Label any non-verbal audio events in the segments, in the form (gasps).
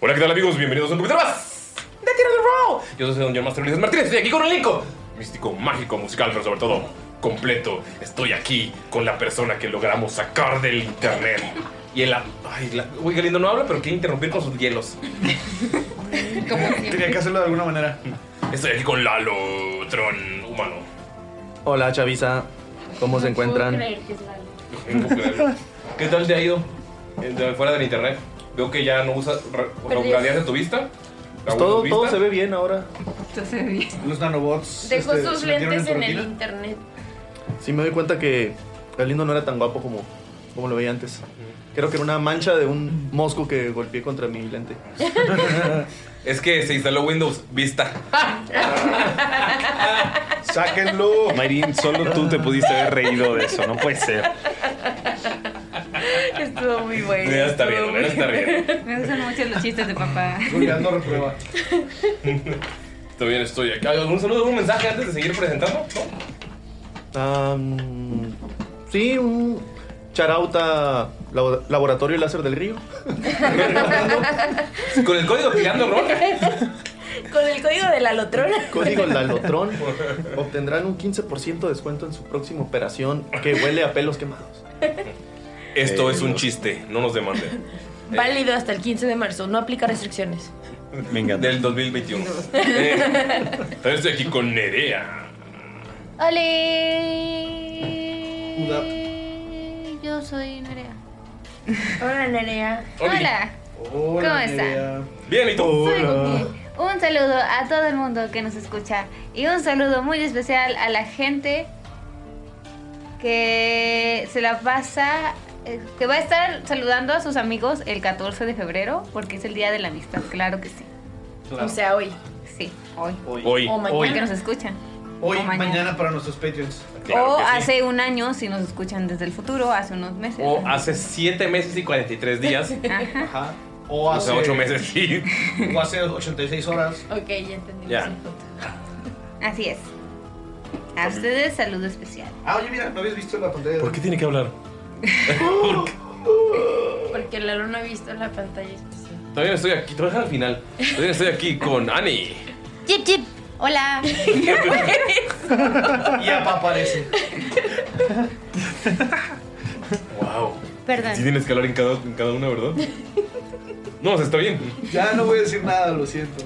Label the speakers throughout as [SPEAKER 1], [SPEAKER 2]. [SPEAKER 1] Hola, ¿qué tal amigos? Bienvenidos a un capítulo más de Tierra del Row. Yo soy Don John Master Ulises Martínez. Estoy aquí con un elenco místico, mágico, musical, pero sobre todo completo. Estoy aquí con la persona que logramos sacar del internet. Y el... Ay, la, uy, Galindo no habla, pero quiere interrumpir con sus hielos.
[SPEAKER 2] Tenía que hacerlo de alguna manera.
[SPEAKER 1] Estoy aquí con Lalo, Tron, humano.
[SPEAKER 3] Hola, Chavisa. ¿Cómo se
[SPEAKER 1] (laughs)
[SPEAKER 3] encuentran?
[SPEAKER 1] ¿Qué tal te ha ido? Eh, de- Fuera del internet. Veo que ya no usas regularidades de tu vista.
[SPEAKER 3] Pues todo- todo se ve bien ahora.
[SPEAKER 4] Entonces, bien.
[SPEAKER 3] Los nanobots.
[SPEAKER 4] Dejó sus lentes Este, en, el internet.
[SPEAKER 3] Sí, me doy cuenta que Galindo no era tan guapo como, como lo veía antes. Creo que era una mancha de un mosco que golpeé contra mi lente.
[SPEAKER 1] Es que se instaló Windows Vista.
[SPEAKER 2] Sáquenlo.
[SPEAKER 5] Marín, solo tú te pudiste haber reído de eso, no puede ser.
[SPEAKER 4] (laughs) Estuvo muy bueno.
[SPEAKER 5] Ya está bien,
[SPEAKER 4] estuvo
[SPEAKER 5] ya está
[SPEAKER 4] muy-
[SPEAKER 5] bien.
[SPEAKER 4] Me gustan mucho los chistes
[SPEAKER 6] (laughs)
[SPEAKER 4] de papá.
[SPEAKER 1] Juliando (laughs) reprueba. También estoy acá. ¿Algún saludo, algún mensaje antes de seguir presentando? ¿No?
[SPEAKER 3] Am, sí, un charauta labo- laboratorio láser del río.
[SPEAKER 1] Con el código tirando
[SPEAKER 4] (laughs) Con el código de la lotrona.
[SPEAKER 3] (laughs) Código Lalotron obtendrán un 15% de descuento en su próxima operación que huele a pelos quemados.
[SPEAKER 1] Esto es un chiste, Eh, no nos demanden.
[SPEAKER 4] Válido hasta el 15 de marzo. No aplica restricciones.
[SPEAKER 1] Me encanta. Del 2021. También Eh, estoy aquí con Nerea.
[SPEAKER 4] ¡Ole!
[SPEAKER 6] Yo soy Nerea.
[SPEAKER 4] (laughs) Hola, Nerea.
[SPEAKER 6] Hola. ¿Cómo están?
[SPEAKER 1] Bien, ¿y tú?
[SPEAKER 6] Un saludo a todo el mundo que nos escucha y un saludo muy especial a la gente que Eh, se la pasa, eh, que va a estar saludando a sus amigos el 14 de febrero porque es el Día de la Amistad, claro que sí.
[SPEAKER 4] O sea, hoy.
[SPEAKER 6] Sí, hoy.
[SPEAKER 5] Hoy.
[SPEAKER 6] O mañana
[SPEAKER 5] Hoy.
[SPEAKER 6] que nos escuchan.
[SPEAKER 2] Hoy,
[SPEAKER 6] O
[SPEAKER 2] mañana.
[SPEAKER 6] mañana.
[SPEAKER 2] para nuestros Patreons.
[SPEAKER 6] o hace un año si nos escuchan desde el futuro, hace unos meses.
[SPEAKER 1] O hace 7 meses y 43 días.
[SPEAKER 6] Ajá.
[SPEAKER 2] O
[SPEAKER 1] hace 8 meses,
[SPEAKER 7] (laughs)
[SPEAKER 1] sí.
[SPEAKER 2] O hace 86 horas.
[SPEAKER 4] Ok, ya entendí.
[SPEAKER 1] Ya.
[SPEAKER 6] Así es. A ustedes saludo especial.
[SPEAKER 2] Ah, oye, mira, no habías visto la
[SPEAKER 1] (laughs)
[SPEAKER 2] pantalla.
[SPEAKER 1] ¿Por qué tiene que hablar?
[SPEAKER 4] (laughs) Porque Lalo no ha visto la pantalla especial.
[SPEAKER 1] También estoy aquí, te voy a dejar al final. También estoy aquí con Ani.
[SPEAKER 6] Chip, chip. (laughs)
[SPEAKER 1] (laughs)
[SPEAKER 6] Hola.
[SPEAKER 2] Ya aparece.
[SPEAKER 1] Wow.
[SPEAKER 6] Perdón.
[SPEAKER 1] Sí tienes que hablar en cada, en cada una, ¿verdad? No, o sea, está bien.
[SPEAKER 2] Ya no voy a decir nada, lo siento.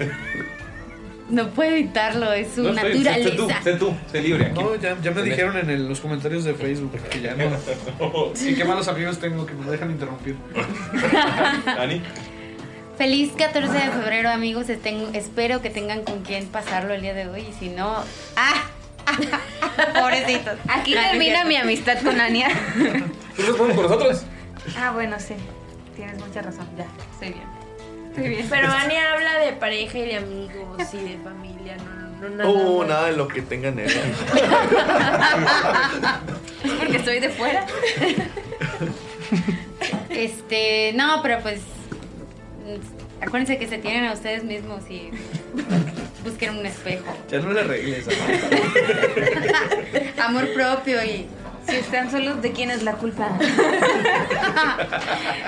[SPEAKER 6] No puede evitarlo, es su
[SPEAKER 1] No, estoy- sé- sé tú,
[SPEAKER 6] naturaleza.
[SPEAKER 1] sé tú, sé libre aquí.
[SPEAKER 7] No, ya, ya me dijeron en el- los comentarios de Facebook que ya
[SPEAKER 1] (laughs)
[SPEAKER 7] no. Y qué malos amigos tengo que me dejan interrumpir.
[SPEAKER 1] ¿Ani?
[SPEAKER 6] Feliz 14 de febrero, amigos. Estén- espero que tengan con quién pasarlo el día de hoy. Y si no. (laughs) ¡Ah! Pobrecitos. Aquí
[SPEAKER 1] No, no es
[SPEAKER 6] termina
[SPEAKER 1] cierto.
[SPEAKER 6] mi amistad con Ania.
[SPEAKER 1] ¿Tú nos ponemos con nosotros?
[SPEAKER 6] Ah, bueno, sí. Tienes mucha razón. Ya, estoy bien. Estoy bien.
[SPEAKER 4] Pero Ania habla de pareja y de amigos y de familia, no, no, no, nada
[SPEAKER 3] Oh,
[SPEAKER 4] más.
[SPEAKER 3] nada de lo que tengan él.
[SPEAKER 6] Porque estoy de fuera. (laughs) Este, no, pero pues mm, acuérdense que se tienen a ustedes mismos y busquen un espejo.
[SPEAKER 7] Ya no le arregles. (laughs)
[SPEAKER 6] Amor propio y si están solos, ¿de quién es la culpa?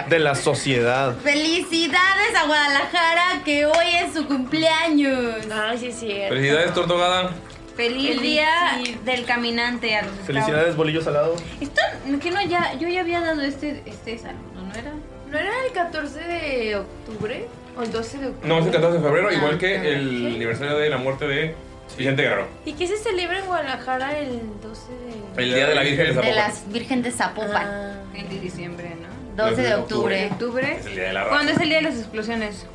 [SPEAKER 3] De la sociedad.
[SPEAKER 6] Felicidades a Guadalajara que hoy es su cumpleaños.
[SPEAKER 4] Ay, sí, sí.
[SPEAKER 1] Felicidades, tortogada.
[SPEAKER 6] Feliz,
[SPEAKER 4] Feliz
[SPEAKER 6] día del caminante a los
[SPEAKER 3] Felicidades, bolillo salado.
[SPEAKER 6] Esto, que no ya, yo ya había dado este, este saludo, ¿no era?
[SPEAKER 4] ¿No era el 14 de octubre? ¿O el 12 de octubre?
[SPEAKER 1] No, es el 14 de febrero, igual que el aniversario de la muerte de Vicente Guerrero.
[SPEAKER 4] ¿Y qué se celebra en Guadalajara el 12 de.?
[SPEAKER 1] El día de la Virgen de Zapopan.
[SPEAKER 6] las Virgen de Zapopan.
[SPEAKER 4] Ah.
[SPEAKER 6] El de diciembre, ¿no?
[SPEAKER 1] 12
[SPEAKER 6] 12
[SPEAKER 1] de
[SPEAKER 6] de octubre. octubre.
[SPEAKER 1] Es el día de la
[SPEAKER 6] ¿Cuándo
[SPEAKER 1] raza.
[SPEAKER 6] es el día de las explosiones?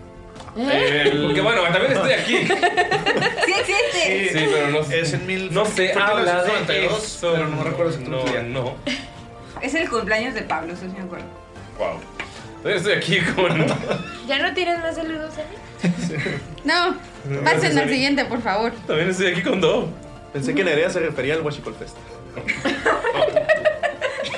[SPEAKER 1] El- Porque bueno, también estoy aquí.
[SPEAKER 6] Sí existe.
[SPEAKER 1] Sí, pero no sé.
[SPEAKER 7] Es en mil.
[SPEAKER 1] No sé,
[SPEAKER 7] Fue en
[SPEAKER 1] habla de
[SPEAKER 7] 1992,
[SPEAKER 1] eso. Pero no recuerdo si No, no.
[SPEAKER 6] Es el cumpleaños de Pablo, eso sí me acuerdo.
[SPEAKER 1] Wow. Entonces estoy aquí (laughs) con.
[SPEAKER 4] ¿Ya no tienes más saludos, Ania?
[SPEAKER 6] No,
[SPEAKER 3] pasen al
[SPEAKER 6] siguiente, por favor.
[SPEAKER 1] También estoy aquí con Do.
[SPEAKER 3] Pensé que Nerea se refería al Huachicol Fest.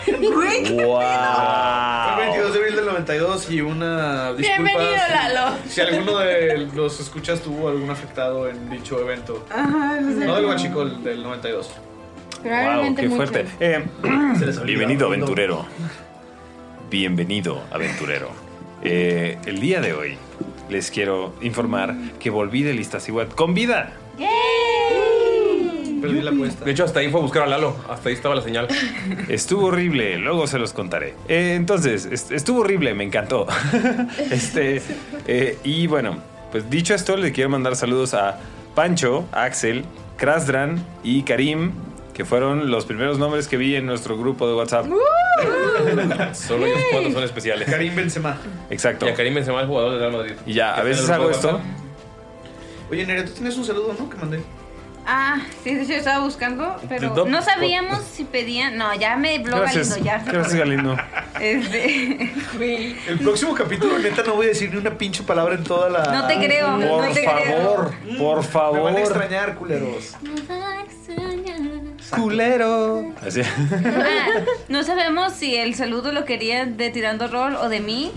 [SPEAKER 6] Güey,
[SPEAKER 3] qué Wow. pedo.
[SPEAKER 7] Fue el 22 de abril del 92 y una disculpa.
[SPEAKER 6] Bienvenido,
[SPEAKER 7] si-
[SPEAKER 6] Lalo.
[SPEAKER 7] Si alguno de los escuchas tuvo algún afectado en dicho evento.
[SPEAKER 6] Ajá, lo sé.
[SPEAKER 7] No del (laughs) guachicol del 92.
[SPEAKER 6] Probablemente mucho.
[SPEAKER 5] Eh,
[SPEAKER 7] olvidaba.
[SPEAKER 5] bienvenido, aventurero. Bienvenido, aventurero. Eh, el día de hoy les quiero informar que volví de Iztaccíhuatl con vida.
[SPEAKER 7] Perdí la apuesta.
[SPEAKER 1] De hecho, hasta ahí fue a buscar a Lalo. Hasta ahí estaba la señal.
[SPEAKER 5] (laughs) Estuvo horrible, luego se los contaré. Eh, entonces, est- estuvo horrible, me encantó. (laughs) este, eh, y bueno, pues dicho esto, le quiero mandar saludos a Pancho, Axel, Krasdran y Karim, que fueron los primeros nombres que vi en nuestro grupo de
[SPEAKER 7] (laughs)
[SPEAKER 5] WhatsApp. ¡Uh!
[SPEAKER 1] Solo ellos cuatro son especiales.
[SPEAKER 7] Karim Benzema.
[SPEAKER 5] Exacto.
[SPEAKER 1] Y a Karim Benzema, el jugador del Real Madrid.
[SPEAKER 5] Y ya, a
[SPEAKER 1] Que
[SPEAKER 5] veces
[SPEAKER 1] está en el
[SPEAKER 5] hago
[SPEAKER 1] grupo de
[SPEAKER 5] esto.
[SPEAKER 7] Oye, Nerea, tú tienes un saludo, ¿no? Que mandé.
[SPEAKER 6] Ah, sí, de hecho yo estaba buscando, pero
[SPEAKER 7] Dop-
[SPEAKER 6] no sabíamos si pedían. No, ya me habló Galindo, ya.
[SPEAKER 5] Gracias, Galindo.
[SPEAKER 6] Este, (laughs)
[SPEAKER 7] El próximo capítulo, neta, no voy a decir ni una pinche palabra en toda la. Mm.
[SPEAKER 6] No te creo,
[SPEAKER 5] Por
[SPEAKER 6] no te
[SPEAKER 5] favor, por favor.
[SPEAKER 7] Me van a extrañar, culeros.
[SPEAKER 5] Culero. Así.
[SPEAKER 6] Ah, no sabemos si el saludo lo querían de Tirando Roll o de mí.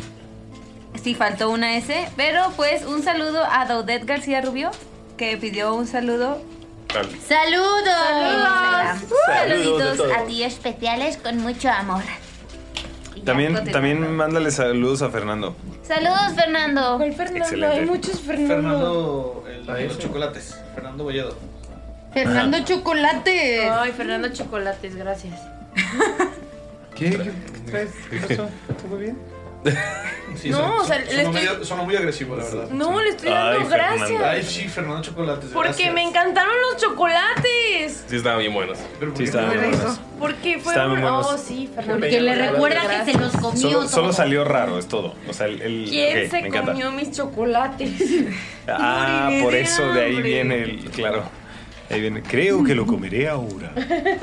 [SPEAKER 6] Si faltó una S. Pero pues un saludo a Daudet García Rubio, que pidió un saludo. ¡Saludos!
[SPEAKER 1] Saludos. Uh, Saludos de todos.
[SPEAKER 6] Saluditos a ti
[SPEAKER 8] (laughs)
[SPEAKER 6] especiales con mucho amor.
[SPEAKER 5] También,
[SPEAKER 6] continúa.
[SPEAKER 5] también mándale saludos a Fernando.
[SPEAKER 6] Saludos, Fernando. ¿Cuál
[SPEAKER 4] Fernando?
[SPEAKER 5] Excelente. Hay
[SPEAKER 4] muchos
[SPEAKER 7] Fernando, el de los chocolates. Fernando Bolledo.
[SPEAKER 4] Fernando
[SPEAKER 6] Chocolates.
[SPEAKER 4] Ay, Fernando Chocolates, gracias.
[SPEAKER 5] ¿Qué?
[SPEAKER 7] ¿Qué (laughs)
[SPEAKER 5] pasó?
[SPEAKER 7] ¿Todo bien? pues, Sí,
[SPEAKER 4] No,
[SPEAKER 7] sonó-
[SPEAKER 4] o sea,
[SPEAKER 7] sonó
[SPEAKER 4] le
[SPEAKER 7] muy-
[SPEAKER 4] estoy-
[SPEAKER 7] sonó muy agresivo, la verdad.
[SPEAKER 4] No, le estoy dando gracias.
[SPEAKER 7] Ay, sí, Fernando Chocolates.
[SPEAKER 4] Porque me encantaron los chocolates.
[SPEAKER 1] Sí, estaban bien buenos.
[SPEAKER 5] Sí, estaban bien buenos.
[SPEAKER 4] Porque
[SPEAKER 5] Estaban
[SPEAKER 4] fueron.
[SPEAKER 5] muy buenos.
[SPEAKER 4] Oh, sí, Fernando.
[SPEAKER 5] Porque le
[SPEAKER 4] Chocolates,
[SPEAKER 5] recuerda
[SPEAKER 6] que
[SPEAKER 4] gracias.
[SPEAKER 6] se los comió
[SPEAKER 5] Solo, solo salió raro, es todo. O sea, el. el-
[SPEAKER 4] ¿Quién
[SPEAKER 5] ok, me
[SPEAKER 4] se
[SPEAKER 5] encanta.
[SPEAKER 4] comió mis chocolates?
[SPEAKER 5] Ah,
[SPEAKER 4] Moriré
[SPEAKER 5] por
[SPEAKER 4] de
[SPEAKER 5] eso de ahí
[SPEAKER 4] hambre.
[SPEAKER 5] viene el. Claro. Ahí viene. Creo que lo comeré ahora. (laughs)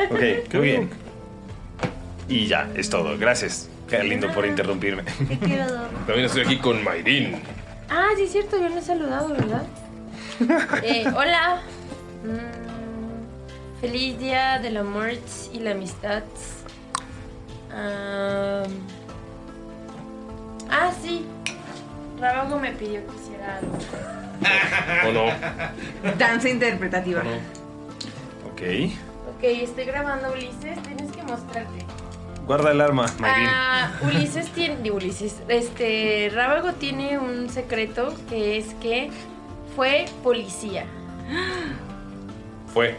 [SPEAKER 5] Ok, muy bien. Y ya, es todo. Gracias. Qué lindo por interrumpirme.
[SPEAKER 1] (laughs) También estoy aquí con Mayrin.
[SPEAKER 4] Ah, sí, es cierto, yo no he
[SPEAKER 6] (laughs)
[SPEAKER 4] saludado, ¿verdad? Eh, hola. Mm, feliz día del amor y la amistad. Am, ah, sí. Rabago me pidió que hiciera algo.
[SPEAKER 1] ¿O no?
[SPEAKER 6] Danza interpretativa.
[SPEAKER 5] Ok.
[SPEAKER 4] Ok, estoy grabando, Ulises. Tienes que mostrarte.
[SPEAKER 5] Guarda el arma, Mayrin.
[SPEAKER 4] Ah, Ulises tiene. digo, Ulises. Este. Rábago tiene un secreto que es que fue policía.
[SPEAKER 1] Fue.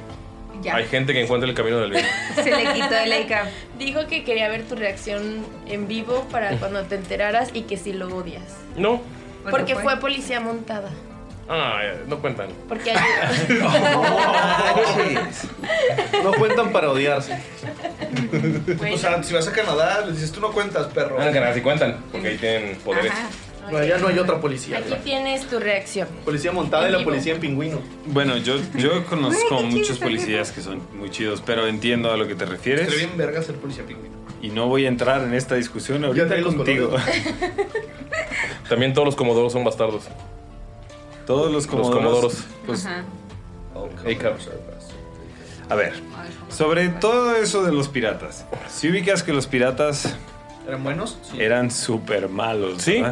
[SPEAKER 4] Ya.
[SPEAKER 1] Hay gente que encuentra el camino del bien.
[SPEAKER 4] Se le quitó (laughs) el ICAP. Dijo que quería ver tu reacción en vivo para cuando te enteraras y que si lo odias.
[SPEAKER 1] No.
[SPEAKER 4] Porque fue policía montada.
[SPEAKER 1] Ah, eh, no cuentan.
[SPEAKER 4] Porque hay...
[SPEAKER 3] No cuentan para odiarse.
[SPEAKER 7] O sea, si vas a Canadá, les dices, tú no cuentas, perro.
[SPEAKER 1] Ah, en Canadá sí cuentan, porque ahí tienen poderes.
[SPEAKER 4] Ajá.
[SPEAKER 3] No, allá no hay otra policía.
[SPEAKER 4] Aquí tienes tu reacción.
[SPEAKER 3] Policía montada y la policía en pingüino.
[SPEAKER 5] Bueno, yo, yo
[SPEAKER 3] Ay,
[SPEAKER 5] conozco
[SPEAKER 3] qué chido
[SPEAKER 5] muchos
[SPEAKER 3] está
[SPEAKER 5] policías que son muy chidos, pero entiendo a lo que te refieres.
[SPEAKER 7] Está bien verga ser policía pingüino.
[SPEAKER 5] Y no voy a entrar en esta discusión ahorita
[SPEAKER 1] trae los
[SPEAKER 5] contigo. (laughs)
[SPEAKER 1] También todos los comodoros son bastardos.
[SPEAKER 5] Todos los
[SPEAKER 1] Los
[SPEAKER 5] comodoros.
[SPEAKER 1] comodoros.
[SPEAKER 6] Ajá.
[SPEAKER 1] ACAPS.
[SPEAKER 5] A ver, sobre todo eso de los piratas. Si ubicas que los piratas
[SPEAKER 7] ¿Eran buenos?
[SPEAKER 5] eran súper malos, ¿sí?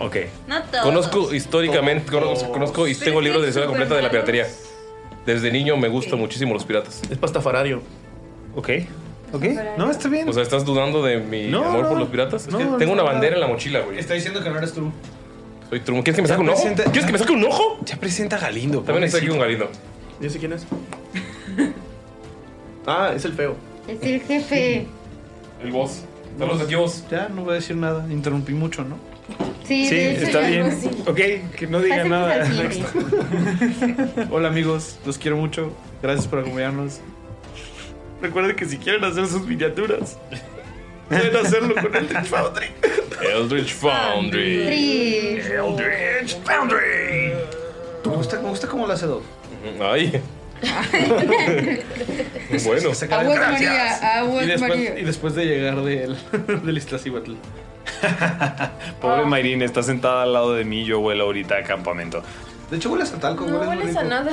[SPEAKER 5] Ok.
[SPEAKER 6] No todos.
[SPEAKER 1] Conozco históricamente, conozco, conozco y
[SPEAKER 6] Pero
[SPEAKER 1] tengo
[SPEAKER 6] que
[SPEAKER 1] libros de
[SPEAKER 6] son
[SPEAKER 1] historia completa de la
[SPEAKER 6] supermalos.
[SPEAKER 1] piratería. Desde niño me gustan muchísimo los piratas.
[SPEAKER 3] Es pastafarario.
[SPEAKER 5] Ok. Ok. No, está bien.
[SPEAKER 1] O sea, ¿estás dudando de mi
[SPEAKER 5] No,
[SPEAKER 1] amor por
[SPEAKER 5] no.
[SPEAKER 1] los piratas? Es
[SPEAKER 5] No,
[SPEAKER 1] que
[SPEAKER 5] no,
[SPEAKER 1] tengo una
[SPEAKER 5] no.
[SPEAKER 1] bandera en la mochila, güey.
[SPEAKER 7] Está diciendo que no eres tú.
[SPEAKER 1] Soy trumo. ¿Quieres que me saque un ojo?
[SPEAKER 5] presenta-
[SPEAKER 1] ¿Quieres que me saque un ojo?
[SPEAKER 5] Ya presenta Galindo.
[SPEAKER 1] También está aquí un Galindo.
[SPEAKER 3] Yo sé quién
[SPEAKER 4] (laughs)
[SPEAKER 3] es. Ah, es el feo.
[SPEAKER 9] Es el jefe.
[SPEAKER 1] El boss. Saludos aquí, vos.
[SPEAKER 7] Ya, no voy a decir nada. Interrumpí mucho, ¿no?
[SPEAKER 9] Sí, de hecho, ya algo así.
[SPEAKER 5] Ok, que no
[SPEAKER 9] diga Pasemos nada. al siguiente.
[SPEAKER 7] (laughs) Hola, amigos. Los quiero mucho. Gracias por acompañarnos. Recuerden que si quieren hacer sus miniaturas, pueden hacerlo con el Foundry.
[SPEAKER 1] Eldritch Foundry.
[SPEAKER 9] Foundry.
[SPEAKER 1] Eldritch Foundry.
[SPEAKER 7] Me gusta, me gusta cómo lo (laughs) hace Doc.
[SPEAKER 1] Ay. bueno.
[SPEAKER 9] Aguas María,
[SPEAKER 7] y,
[SPEAKER 9] aguas
[SPEAKER 7] después,
[SPEAKER 9] María.
[SPEAKER 7] y después de llegar del, del Iztaccíhuatl.
[SPEAKER 5] (laughs) Pobre
[SPEAKER 9] Ah.
[SPEAKER 5] Mayrin está sentada al lado de mí, yo vuelo ahorita a campamento.
[SPEAKER 7] De hecho, hueles a talco,
[SPEAKER 4] No
[SPEAKER 7] hueles muy
[SPEAKER 4] hueles a
[SPEAKER 7] rico.
[SPEAKER 4] nada.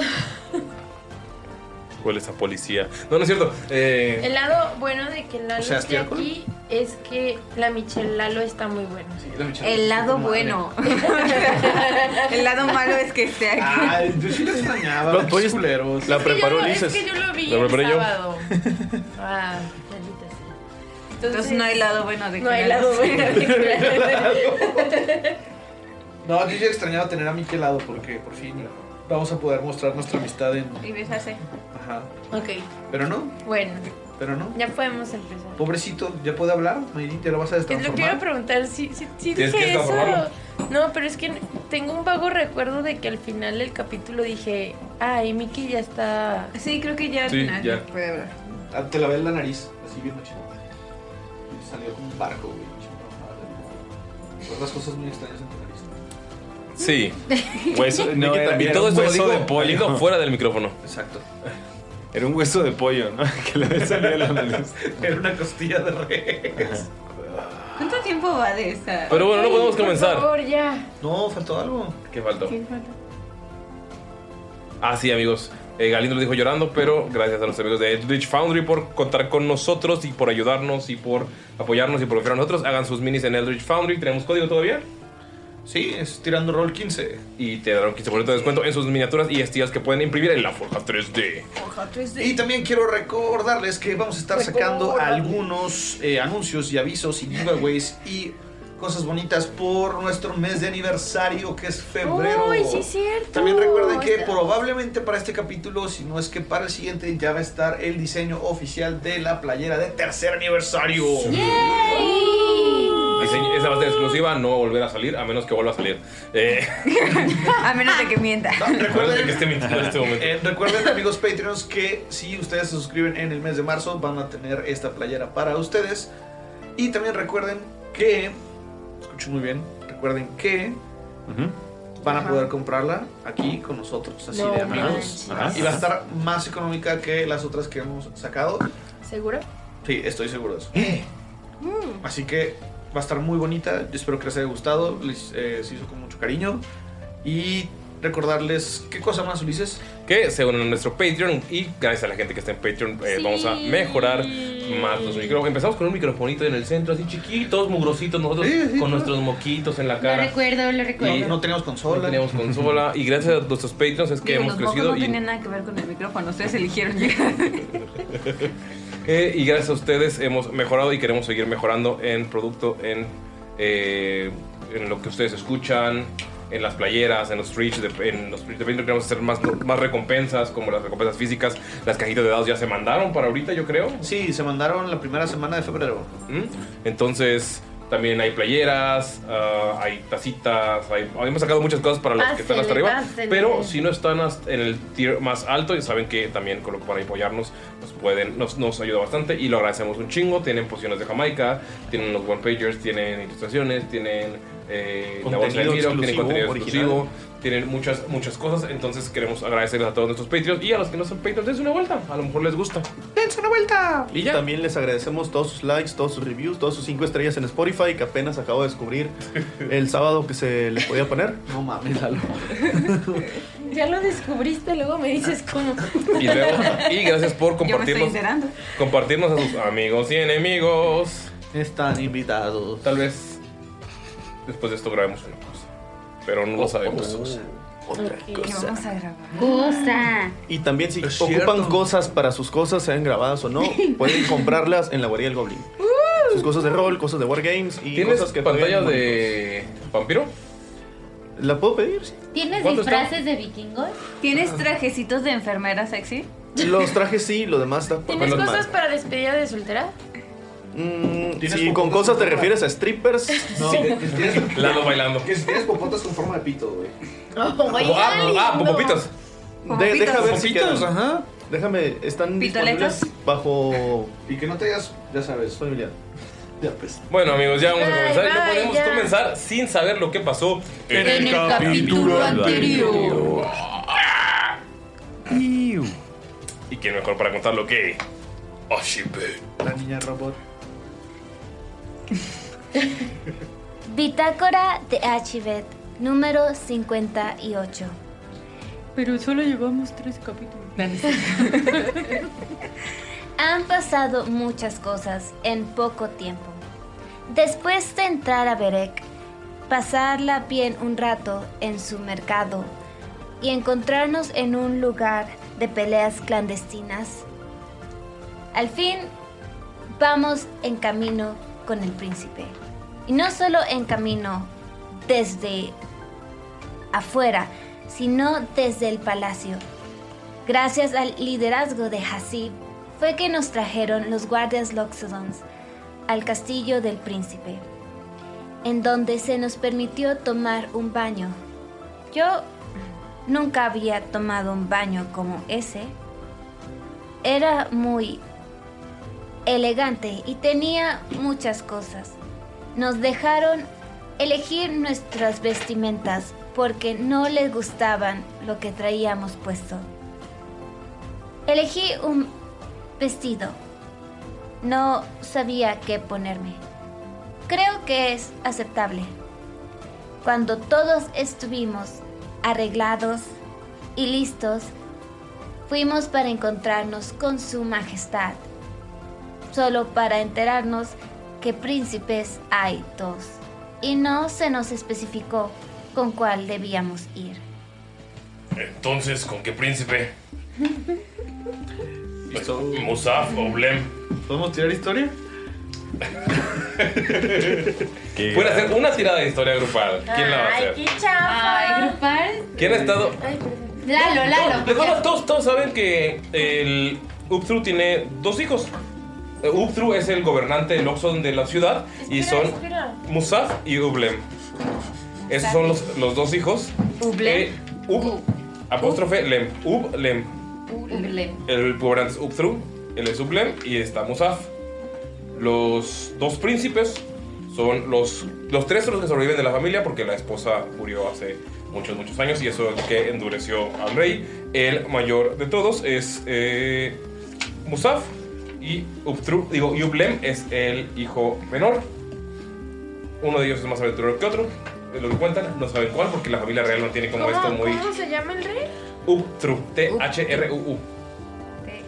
[SPEAKER 1] ¿Cuál es la policía? No, no es cierto. Eh,
[SPEAKER 4] El lado bueno de que Lalo
[SPEAKER 1] O sea,
[SPEAKER 4] esté
[SPEAKER 1] estiércol.
[SPEAKER 4] aquí es que la Michelle Lalo está muy buena.
[SPEAKER 6] El lado bueno. (laughs) el lado malo es que esté aquí.
[SPEAKER 7] Ay, yo sí la extrañaba. Los pollos culeros.
[SPEAKER 3] La
[SPEAKER 4] Yo
[SPEAKER 3] preparó
[SPEAKER 4] lo- es
[SPEAKER 3] Ulises.
[SPEAKER 4] que yo lo vi
[SPEAKER 3] La
[SPEAKER 4] el
[SPEAKER 3] preparé
[SPEAKER 7] (laughs)
[SPEAKER 3] yo. (laughs)
[SPEAKER 4] sábado. Ah, maldita sea.
[SPEAKER 6] Entonces no hay lado bueno de
[SPEAKER 4] No
[SPEAKER 6] que
[SPEAKER 4] hay
[SPEAKER 6] nada.
[SPEAKER 4] lado bueno de que nada.
[SPEAKER 7] No, yo ya extrañaba tener a Miki al lado porque por fin vamos a poder mostrar nuestra amistad en.
[SPEAKER 4] Y besarse.
[SPEAKER 7] Ajá.
[SPEAKER 4] Ok,
[SPEAKER 7] Pero no,
[SPEAKER 4] bueno,
[SPEAKER 7] pero no.
[SPEAKER 4] ya podemos empezar.
[SPEAKER 7] Pobrecito, ¿ya puede hablar? Mayrin, ¿ya lo vas a
[SPEAKER 4] Te lo quiero
[SPEAKER 7] destransformar?
[SPEAKER 4] preguntar si, si, si
[SPEAKER 7] ¿Tienes que
[SPEAKER 4] dije eso.
[SPEAKER 7] transformarlo?
[SPEAKER 4] No, pero es que tengo un vago recuerdo de que al final del capítulo dije, ay, Miki ya está.
[SPEAKER 6] Sí, creo que ya
[SPEAKER 7] al Sí, final ya.
[SPEAKER 6] puede hablar.
[SPEAKER 7] Ah, Te la ve en la nariz, así bien machito. Y Salió como un barco, güey. Otras cosas muy extrañas en tu nariz. (laughs)
[SPEAKER 1] Sí.
[SPEAKER 5] Hueso- no, Nicky era- también
[SPEAKER 1] y
[SPEAKER 5] era
[SPEAKER 1] todo
[SPEAKER 5] un
[SPEAKER 1] esto lo
[SPEAKER 5] hueso
[SPEAKER 1] digo, (laughs)
[SPEAKER 5] de pollo.
[SPEAKER 1] lo digo fuera del micrófono.
[SPEAKER 7] Exacto.
[SPEAKER 5] Era un hueso de pollo, ¿no? (laughs) Que le salía de la nariz.
[SPEAKER 7] Era una costilla de res.
[SPEAKER 6] ¿Cuánto tiempo va de esta?
[SPEAKER 1] Pero bueno, no podemos
[SPEAKER 6] Ay,
[SPEAKER 1] comenzar.
[SPEAKER 6] Por favor, ya.
[SPEAKER 7] (laughs) No, faltó algo.
[SPEAKER 1] ¿Qué faltó?
[SPEAKER 6] ¿Qué falta?
[SPEAKER 1] Ah, sí, amigos. Eh, Galindo lo dijo llorando, pero gracias a los amigos de Eldritch Foundry por contar con nosotros y por ayudarnos y por apoyarnos y por confiar en nosotros. Hagan sus minis en Eldritch Foundry. ¿Tenemos código todavía?
[SPEAKER 7] Sí, es tirando roll 15.
[SPEAKER 1] Y te darán 15% de descuento en sus miniaturas y estilas que pueden imprimir en la Forja 3D.
[SPEAKER 7] Y también quiero recordarles que vamos a estar sacando algunos eh, anuncios y avisos y
[SPEAKER 4] (laughs)
[SPEAKER 7] giveaways y cosas bonitas por nuestro mes de aniversario que es febrero.
[SPEAKER 4] Uy, sí es cierto.
[SPEAKER 7] También recuerden que probablemente para este capítulo, si no es que para el siguiente, ya va a estar el diseño oficial de la playera de tercer aniversario.
[SPEAKER 1] Diseño- Esa va a ser exclusiva, no va a volver a salir a menos que vuelva a salir. Eh,
[SPEAKER 6] (laughs)
[SPEAKER 1] (laughs)
[SPEAKER 6] A menos de que mienta.
[SPEAKER 1] recuerden que esté mintiendo en este momento.
[SPEAKER 7] (laughs) Eh, recuerden, amigos Patreons, que si ustedes se suscriben en el mes de marzo, van a tener esta playera para ustedes. Y también recuerden que. Escuchen muy bien. Recuerden que. Van a poder comprarla aquí con nosotros, así
[SPEAKER 4] No
[SPEAKER 7] de amigos.
[SPEAKER 4] manches. Ajá.
[SPEAKER 7] Y va a estar más económica que las otras que hemos sacado.
[SPEAKER 4] ¿Seguro?
[SPEAKER 7] Sí, estoy seguro de eso.
[SPEAKER 1] Eh.
[SPEAKER 6] Mm.
[SPEAKER 7] Así que va a estar muy bonita. Yo espero que les haya gustado. Les, eh, se hizo con mucho cariño. Y recordarles, ¿qué cosa más, Ulises?
[SPEAKER 1] que se unen a nuestro Patreon y gracias a la gente que está en Patreon eh, vamos a mejorar más los micrófonos. Empezamos con un microfonito en el centro, así chiquitos, mugrositos nosotros, con nuestros moquitos en la
[SPEAKER 9] Lo
[SPEAKER 1] cara.
[SPEAKER 9] recuerdo, lo recuerdo.
[SPEAKER 1] Y
[SPEAKER 7] no teníamos consola.
[SPEAKER 1] No teníamos consola. Y gracias a nuestros Patreons es que
[SPEAKER 6] Digo,
[SPEAKER 1] hemos
[SPEAKER 6] los mocos
[SPEAKER 1] crecido.
[SPEAKER 6] no
[SPEAKER 1] y-
[SPEAKER 6] tenían nada que ver con el micrófono. Ustedes eligieron llegar.
[SPEAKER 1] Eh, y gracias a ustedes hemos mejorado y queremos seguir mejorando en producto, en, eh, en lo que ustedes escuchan, en las playeras, en los reach, de, en los reach de Patreon. Queremos hacer más, más recompensas, como las recompensas físicas. Las cajitas de dados ya se mandaron para ahorita, yo creo. ¿Mm?
[SPEAKER 7] Sí, se mandaron la primera semana de febrero.
[SPEAKER 1] Entonces, También hay playeras, ah, hay tacitas, hay- hemos sacado muchas cosas para
[SPEAKER 4] Ah,
[SPEAKER 1] los que están hasta
[SPEAKER 10] Pásenle,
[SPEAKER 1] arriba.
[SPEAKER 10] pásenle.
[SPEAKER 1] Pero si no están hasta en el tier más alto, y saben que también con lo que van a apoyarnos, nos pueden, nos, nos ayuda bastante y lo agradecemos un chingo. Tienen pociones de Jamaica, tienen los one pagers, tienen ilustraciones, tienen eh, la bolsa de
[SPEAKER 10] Contenido
[SPEAKER 1] Miro, tienen
[SPEAKER 10] exclusivo,
[SPEAKER 1] contenido
[SPEAKER 10] original.
[SPEAKER 1] exclusivo, tienen muchas, muchas cosas. Entonces queremos agradecerles a todos nuestros Patreons y a los que no son Patreons, dense una vuelta. A lo mejor les gusta. ¡Dense una vuelta!
[SPEAKER 3] Y también les agradecemos todos sus likes, todos sus reviews, todas sus 5 estrellas en Spotify que apenas acabo
[SPEAKER 2] (laughs)
[SPEAKER 3] de descubrir el sábado que se les podía poner. No mames, Lalo.
[SPEAKER 4] Ya lo descubriste, luego me dices cómo.
[SPEAKER 1] (laughs) Y,
[SPEAKER 4] (laughs)
[SPEAKER 1] luego- y gracias por
[SPEAKER 4] Yo me estoy
[SPEAKER 1] compartirnos,
[SPEAKER 4] enterando.
[SPEAKER 1] compartirnos a sus amigos y enemigos. Están invitados. Tal vez después de esto grabemos una cosa. Pero no lo sabemos.
[SPEAKER 6] ¿Qué vamos a grabar?
[SPEAKER 9] Cosa.
[SPEAKER 3] Y también si ocupan cosas para sus cosas, sean grabadas
[SPEAKER 2] (laughs)
[SPEAKER 3] o no, pueden comprarlas en la guarida del Goblin.
[SPEAKER 2] Uh.
[SPEAKER 3] Sus cosas de rol, cosas de wargames y
[SPEAKER 1] ¿Tienes
[SPEAKER 3] cosas que
[SPEAKER 1] pantalla
[SPEAKER 3] jueguen
[SPEAKER 1] de vampiro?
[SPEAKER 3] ¿La puedo pedir?
[SPEAKER 2] (laughs)
[SPEAKER 3] Sí.
[SPEAKER 6] ¿Tienes
[SPEAKER 3] ¿Cuánto está?
[SPEAKER 6] disfraces de vikingos? ¿Tienes trajecitos de enfermera sexy?
[SPEAKER 3] Los trajes sí, lo demás está
[SPEAKER 1] Pues
[SPEAKER 4] ¿Tienes cosas para despedida de soltera?
[SPEAKER 3] Si Mm, con cosas te refieres a strippers,
[SPEAKER 2] (laughs) No.
[SPEAKER 3] sí.
[SPEAKER 1] Lalo bailando.
[SPEAKER 2] Que si tienes popotas con forma de pito, güey.
[SPEAKER 3] ah, De- deja ver si
[SPEAKER 2] Popopitos,
[SPEAKER 3] quedan.
[SPEAKER 2] ajá.
[SPEAKER 3] Déjame, están
[SPEAKER 2] Pitoletas.
[SPEAKER 3] disponibles bajo...
[SPEAKER 2] Y que no te hayas, ya sabes,
[SPEAKER 3] disponibilidad. Ya pues.
[SPEAKER 1] Bueno amigos, ya vamos a
[SPEAKER 3] Bye,
[SPEAKER 1] comenzar. no
[SPEAKER 3] bye,
[SPEAKER 1] podemos
[SPEAKER 3] ya.
[SPEAKER 1] comenzar sin saber lo que pasó
[SPEAKER 3] En el capítulo anterior.
[SPEAKER 1] Y quién mejor para contarlo que Ashibe.
[SPEAKER 2] La niña robot.
[SPEAKER 8] Bitácora de
[SPEAKER 6] E
[SPEAKER 8] Archivet, número 58.
[SPEAKER 4] Pero solo llevamos tres capítulos.
[SPEAKER 8] Han pasado muchas cosas en poco tiempo. Después de entrar a Berek, pasarla bien un rato en su mercado y encontrarnos en un lugar de peleas clandestinas, al fin vamos en camino con el príncipe. Y no solo en camino desde afuera, sino desde el palacio. Gracias al liderazgo de Hasib, fue que nos trajeron los guardias Loxodons al castillo del príncipe, en donde se nos permitió tomar un baño. Yo nunca había tomado un baño como ese. Era muy elegante y tenía muchas cosas. Nos dejaron elegir nuestras vestimentas porque no les gustaban lo que traíamos puesto. Elegí un vestido. No sabía qué ponerme. Creo que es aceptable. Cuando todos estuvimos arreglados y listos, fuimos para encontrarnos con su majestad. Solo para enterarnos que príncipes hay dos. Y no se nos especificó con cuál debíamos ir.
[SPEAKER 1] Entonces, ¿con
[SPEAKER 2] (laughs)
[SPEAKER 1] qué príncipe? Pues, Musaf o Blem.
[SPEAKER 2] ¿Podemos tirar
[SPEAKER 1] (laughs)
[SPEAKER 2] historia?
[SPEAKER 1] Pueden hacer una tirada de historia grupal. ¿Quién la va a hacer?
[SPEAKER 4] Ay, qué chafa. Ay, grupal.
[SPEAKER 1] ¿Quién ha estado?
[SPEAKER 4] Lalo, Lalo.
[SPEAKER 1] Mejor no, todos, todos saben que el Upthru tiene dos hijos. Eh, Upthru es el gobernante del Oxon de la ciudad y son
[SPEAKER 4] Espera.
[SPEAKER 1] Musaf y Ublem. Esos son los, los dos hijos.
[SPEAKER 4] Ublem.
[SPEAKER 1] Eh, Ub, apóstrofe Lem. Ub, Lem.
[SPEAKER 4] Uh,
[SPEAKER 1] El gobernante es Upthru, él es Ublem y está Musaf. Los dos príncipes son los, los tres son los que sobreviven de la familia porque la esposa murió hace muchos, muchos años y eso es lo que endureció al rey. El mayor de todos es eh, Musaf y Uptru, digo, Yublem es el hijo menor. Uno de ellos es más aventurero que otro. eh, Lo que cuentan, no saben cuál porque la familia real no tiene como esto
[SPEAKER 4] ¿Cómo,
[SPEAKER 1] muy...
[SPEAKER 4] ¿Cómo se llama el rey?
[SPEAKER 1] Uptru, T-H-R-U-U.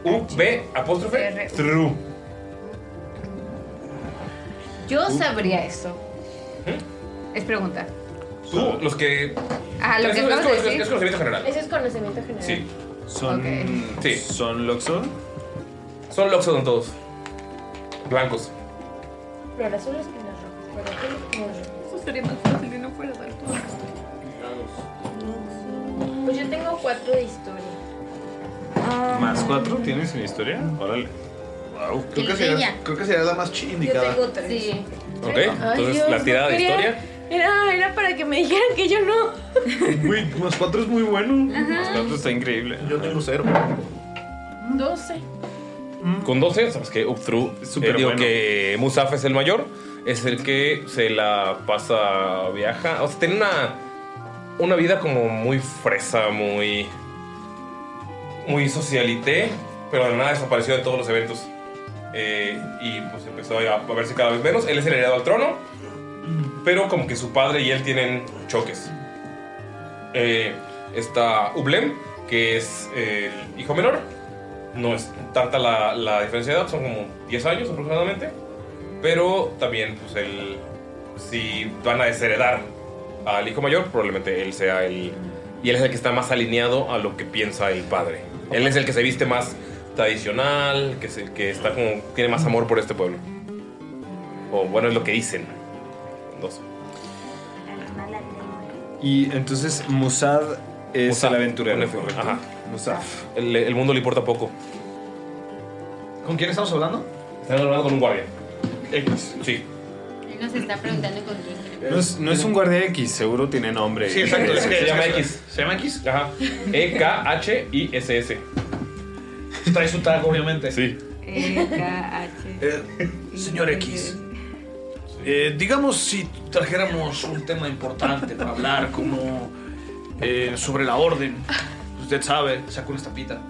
[SPEAKER 1] U-B apóstrofe
[SPEAKER 4] R-U.
[SPEAKER 1] Tru.
[SPEAKER 6] Yo
[SPEAKER 1] Uh.
[SPEAKER 6] sabría eso.
[SPEAKER 1] ¿Eh?
[SPEAKER 6] Es pregunta.
[SPEAKER 1] Tú, los que.
[SPEAKER 6] Ah, lo
[SPEAKER 1] es,
[SPEAKER 6] que
[SPEAKER 1] es-
[SPEAKER 6] acabas de
[SPEAKER 1] es-
[SPEAKER 6] decir.
[SPEAKER 1] es conocimiento general.
[SPEAKER 4] Ese es conocimiento general.
[SPEAKER 1] Sí.
[SPEAKER 5] ¿Son,
[SPEAKER 1] sí.
[SPEAKER 5] ¿Son Loxodon?
[SPEAKER 1] Son Loxodon todos. Blancos.
[SPEAKER 4] Pero ahora son los que nos roban. Pero aquí los que nos roban.
[SPEAKER 6] Eso sería más fácil si no fuera tal
[SPEAKER 4] Pues yo tengo cuatro de historia.
[SPEAKER 5] ¿Más cuatro? ¿Tienes una historia? Órale.
[SPEAKER 1] Wow.
[SPEAKER 7] Creo que, sería, creo que sería la más chi- indicada.
[SPEAKER 4] tres. Sí.
[SPEAKER 1] Ok,
[SPEAKER 4] Ay,
[SPEAKER 1] entonces
[SPEAKER 4] Dios,
[SPEAKER 1] la
[SPEAKER 4] no
[SPEAKER 1] tirada de
[SPEAKER 4] quería-
[SPEAKER 1] historia.
[SPEAKER 4] Era, era para que me dijeran que yo no.
[SPEAKER 1] Uy, más cuatro es muy bueno.
[SPEAKER 4] Ajá.
[SPEAKER 1] está increíble.
[SPEAKER 3] Yo tengo cero.
[SPEAKER 4] 12.
[SPEAKER 1] Con 12, sabes que Uptru,
[SPEAKER 5] Súper
[SPEAKER 1] digo
[SPEAKER 5] bueno.
[SPEAKER 1] que Musaf es el mayor, es el que se la pasa, viaja. O sea, tiene una, una vida como muy fresa, muy. muy socialité, pero de nada desapareció de todos los eventos. Eh, y pues empezó a, a verse cada vez menos. Él es el heredero al trono, pero como que su padre y él tienen choques. Eh, está Ublem, que es eh, el hijo menor. No es tanta la, la diferencia de edad, son como 10 años aproximadamente. Pero también, pues él, si van a desheredar al hijo mayor, probablemente él sea el... Y él es el que está más alineado a lo que piensa el padre. Él es el que se viste más tradicional, que, se- que está como, tiene más amor por este pueblo. O bueno, es lo que dicen. Dos.
[SPEAKER 5] Y entonces Musad es
[SPEAKER 1] Musaf,
[SPEAKER 5] el aventurero.
[SPEAKER 1] con F,
[SPEAKER 5] correcto.
[SPEAKER 1] ajá.
[SPEAKER 5] Musaf.
[SPEAKER 1] El, el mundo le importa poco.
[SPEAKER 7] ¿Con quién estamos hablando?
[SPEAKER 1] Están hablando con un guardia. X. Sí.
[SPEAKER 9] Él nos está preguntando con quién.
[SPEAKER 5] No es, no es un guardia X, seguro tiene nombre.
[SPEAKER 1] Sí, exacto.
[SPEAKER 5] Eh, (laughs)
[SPEAKER 1] es que
[SPEAKER 5] se llama X.
[SPEAKER 1] ¿Se llama X? Ajá. E E-K-H-I-S-S.
[SPEAKER 7] Trae su tag, obviamente. Eh,
[SPEAKER 1] Sí.
[SPEAKER 4] E
[SPEAKER 7] señor X. eh, digamos si trajéramos un tema importante para hablar, como eh, sobre la orden. Usted sabe, sacó una
[SPEAKER 1] (laughs)
[SPEAKER 7] estampita.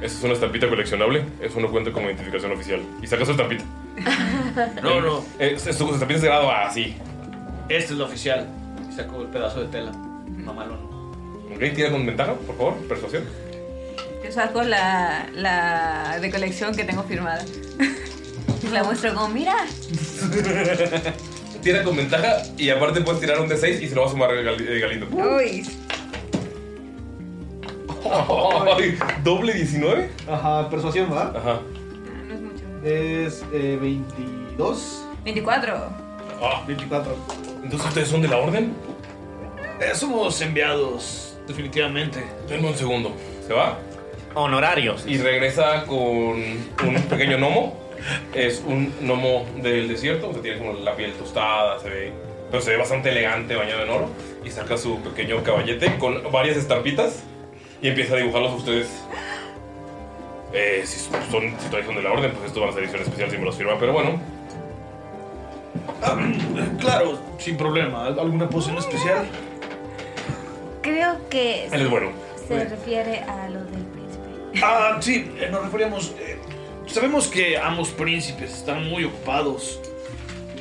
[SPEAKER 1] Esa es una estampita coleccionable. Eso no cuenta como identificación oficial. Y sacas su estampita.
[SPEAKER 7] (laughs) No, no.
[SPEAKER 1] Eh, su, su estampita es de grado A, sí.
[SPEAKER 7] Este es la oficial. Y sacó el pedazo de tela. Mamalón.
[SPEAKER 1] Ok, tira con ventaja, por favor. Persuasión. (laughs)
[SPEAKER 6] Yo saco la, la de colección que tengo firmada. (laughs) Y la muestro como, mira,
[SPEAKER 1] tira con ventaja y aparte puedes tirar un D6 y se lo va a sumar el, gal- el
[SPEAKER 7] (laughs)
[SPEAKER 1] galindo.
[SPEAKER 6] uh, uy,
[SPEAKER 1] Ay, ¿Doble 19?
[SPEAKER 7] Ajá, persuasión, ¿verdad?
[SPEAKER 1] Ajá.
[SPEAKER 7] Es eh, 22.
[SPEAKER 6] 24.
[SPEAKER 1] Ah,
[SPEAKER 7] 24.
[SPEAKER 1] Entonces ustedes son de la orden.
[SPEAKER 7] Eh, somos enviados, definitivamente.
[SPEAKER 1] Denme un segundo. ¿Se va?
[SPEAKER 11] Honorarios.
[SPEAKER 1] Y regresa con un pequeño gnomo. Es un gnomo del desierto. O sea, tiene como la piel tostada, se ve. Pero se ve bastante elegante, bañado en oro. Y saca su pequeño caballete con varias estampitas. Y empieza a dibujarlos a ustedes. Eh, si son, si todavía son de la orden, pues esto van a ser edición especial si me los firma. Pero bueno,
[SPEAKER 7] Claro, sin problema. ¿Alguna poción especial?
[SPEAKER 8] Creo que
[SPEAKER 1] él es bueno.
[SPEAKER 8] se refiere a lo del príncipe.
[SPEAKER 7] Ah, sí, eh, nos referíamos. eh, sabemos que ambos príncipes están muy ocupados.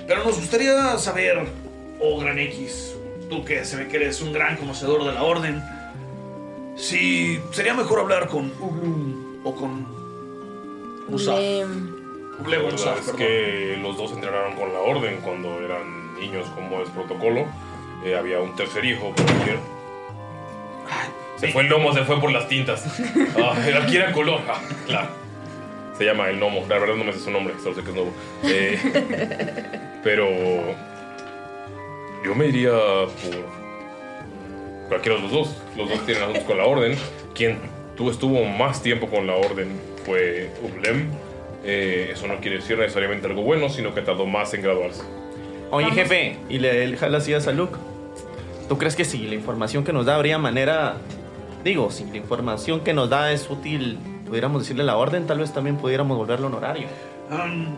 [SPEAKER 7] Pero nos gustaría saber, oh Gran X, tú que se ve que eres un gran conocedor de la orden, si sería mejor hablar con Ublum o con Musaf.
[SPEAKER 4] Em,
[SPEAKER 7] Ublem o
[SPEAKER 1] La verdad
[SPEAKER 7] Musaf,
[SPEAKER 1] es
[SPEAKER 7] perdón.
[SPEAKER 1] que los dos entrenaron con la orden cuando eran niños, como es protocolo. Eh, había un tercer hijo, pero mira. Se fue el gnomo, se fue por las tintas. Ah, era aquí era color. Ah, claro. Se llama el gnomo. La verdad no me sé su nombre, solo sé que es gnomo. Eh, pero yo me iría por cualquiera de los dos. Los dos tienen asuntos con la orden. Quien tú estuvo más tiempo con la orden fue Ublem. Eh, eso no quiere decir necesariamente algo bueno, sino que tardó más en graduarse.
[SPEAKER 3] Oye, jefe, y le él jala así a Saluk. ¿Tú crees que si la información que nos da habría manera. Digo, si la información que nos da es útil, pudiéramos decirle la orden, tal vez también pudiéramos volverlo honorario.
[SPEAKER 7] Am, Um,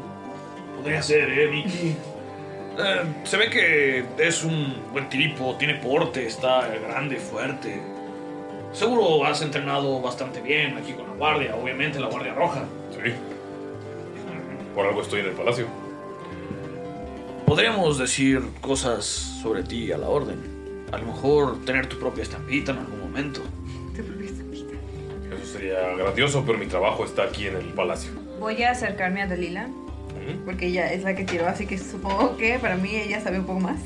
[SPEAKER 7] podría ser, eh, Vicky. Eh, se ve que es un buen tipo, tiene porte, está grande, fuerte. Seguro has entrenado bastante bien aquí con la guardia, obviamente la guardia roja.
[SPEAKER 1] Sí. Por algo estoy en el palacio.
[SPEAKER 7] Podríamos decir cosas sobre ti a la orden. A lo mejor tener tu propia estampita en algún momento.
[SPEAKER 1] Eso sería grandioso, pero mi trabajo está aquí en el palacio.
[SPEAKER 6] Voy a acercarme a Dalila,
[SPEAKER 1] Ujú.
[SPEAKER 6] porque ella es la que tiró, así que supongo que para mí ella sabe un poco más.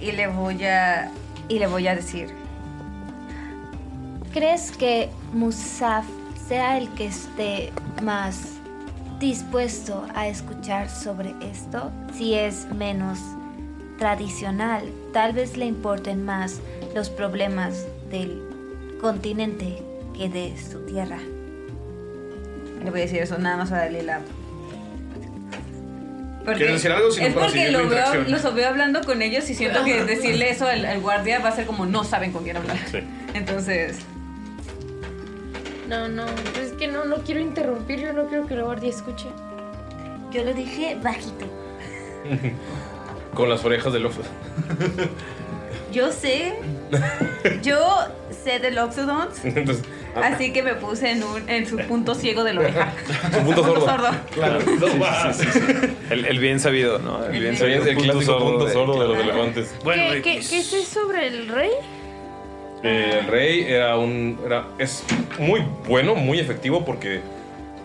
[SPEAKER 6] Y le voy a. Y le voy a decir.
[SPEAKER 8] ¿Crees que Musaf sea el que esté más dispuesto a escuchar sobre esto? Si es menos tradicional, tal vez le importen más los problemas del continente que de su tierra.
[SPEAKER 6] Le voy a decir eso nada más a Dalila.
[SPEAKER 2] ¿Quieres decir algo? Si no,
[SPEAKER 6] es
[SPEAKER 2] para
[SPEAKER 6] porque
[SPEAKER 2] seguir la
[SPEAKER 6] lo veo,
[SPEAKER 2] interacción.
[SPEAKER 6] los veo hablando con ellos y siento (laughs) que decirle eso al, al guardia va a ser como no saben con quién hablar. Entonces,
[SPEAKER 4] No, no, es que no, no quiero interrumpir, yo no quiero que la guardia escuche. Yo lo dije bajito.
[SPEAKER 1] Con las orejas del ojo.
[SPEAKER 2] (laughs)
[SPEAKER 6] yo sé, yo sé del Oxodont,
[SPEAKER 1] (laughs) Entonces,
[SPEAKER 6] así que me puse en, un- en su punto ciego de la oreja.
[SPEAKER 5] Un punto sordo.
[SPEAKER 6] sordo.
[SPEAKER 5] Claro. Sí, sí, sí, sí. El, el bien sabido, ¿no? El bien sabido.
[SPEAKER 1] El clásico punto sordo de los
[SPEAKER 5] elefantes.
[SPEAKER 4] ¿Qué, qué, qué sé sobre el rey?
[SPEAKER 1] Eh, el rey era un. era- es muy bueno, muy efectivo porque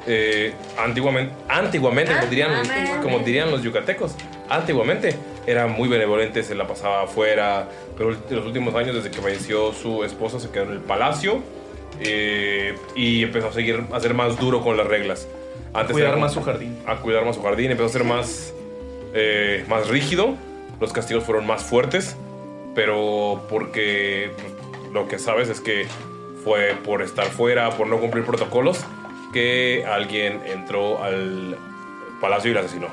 [SPEAKER 1] eh, antiguamente, antiguamente como, dirían,
[SPEAKER 10] Antiguamente.
[SPEAKER 1] como dirían los yucatecos, antiguamente era muy benevolente, se la pasaba afuera, pero en los últimos años, desde que falleció su esposa, se quedó en el palacio eh, y empezó a seguir a ser más duro con las reglas. Antes
[SPEAKER 3] Cuidar
[SPEAKER 1] era como-
[SPEAKER 3] más su jardín.
[SPEAKER 1] a cuidar más su jardín, empezó a ser más, eh, más rígido, los castigos fueron más fuertes, pero porque pues, lo que sabes es que fue por estar fuera, por no cumplir protocolos, que alguien entró al palacio y la asesinó.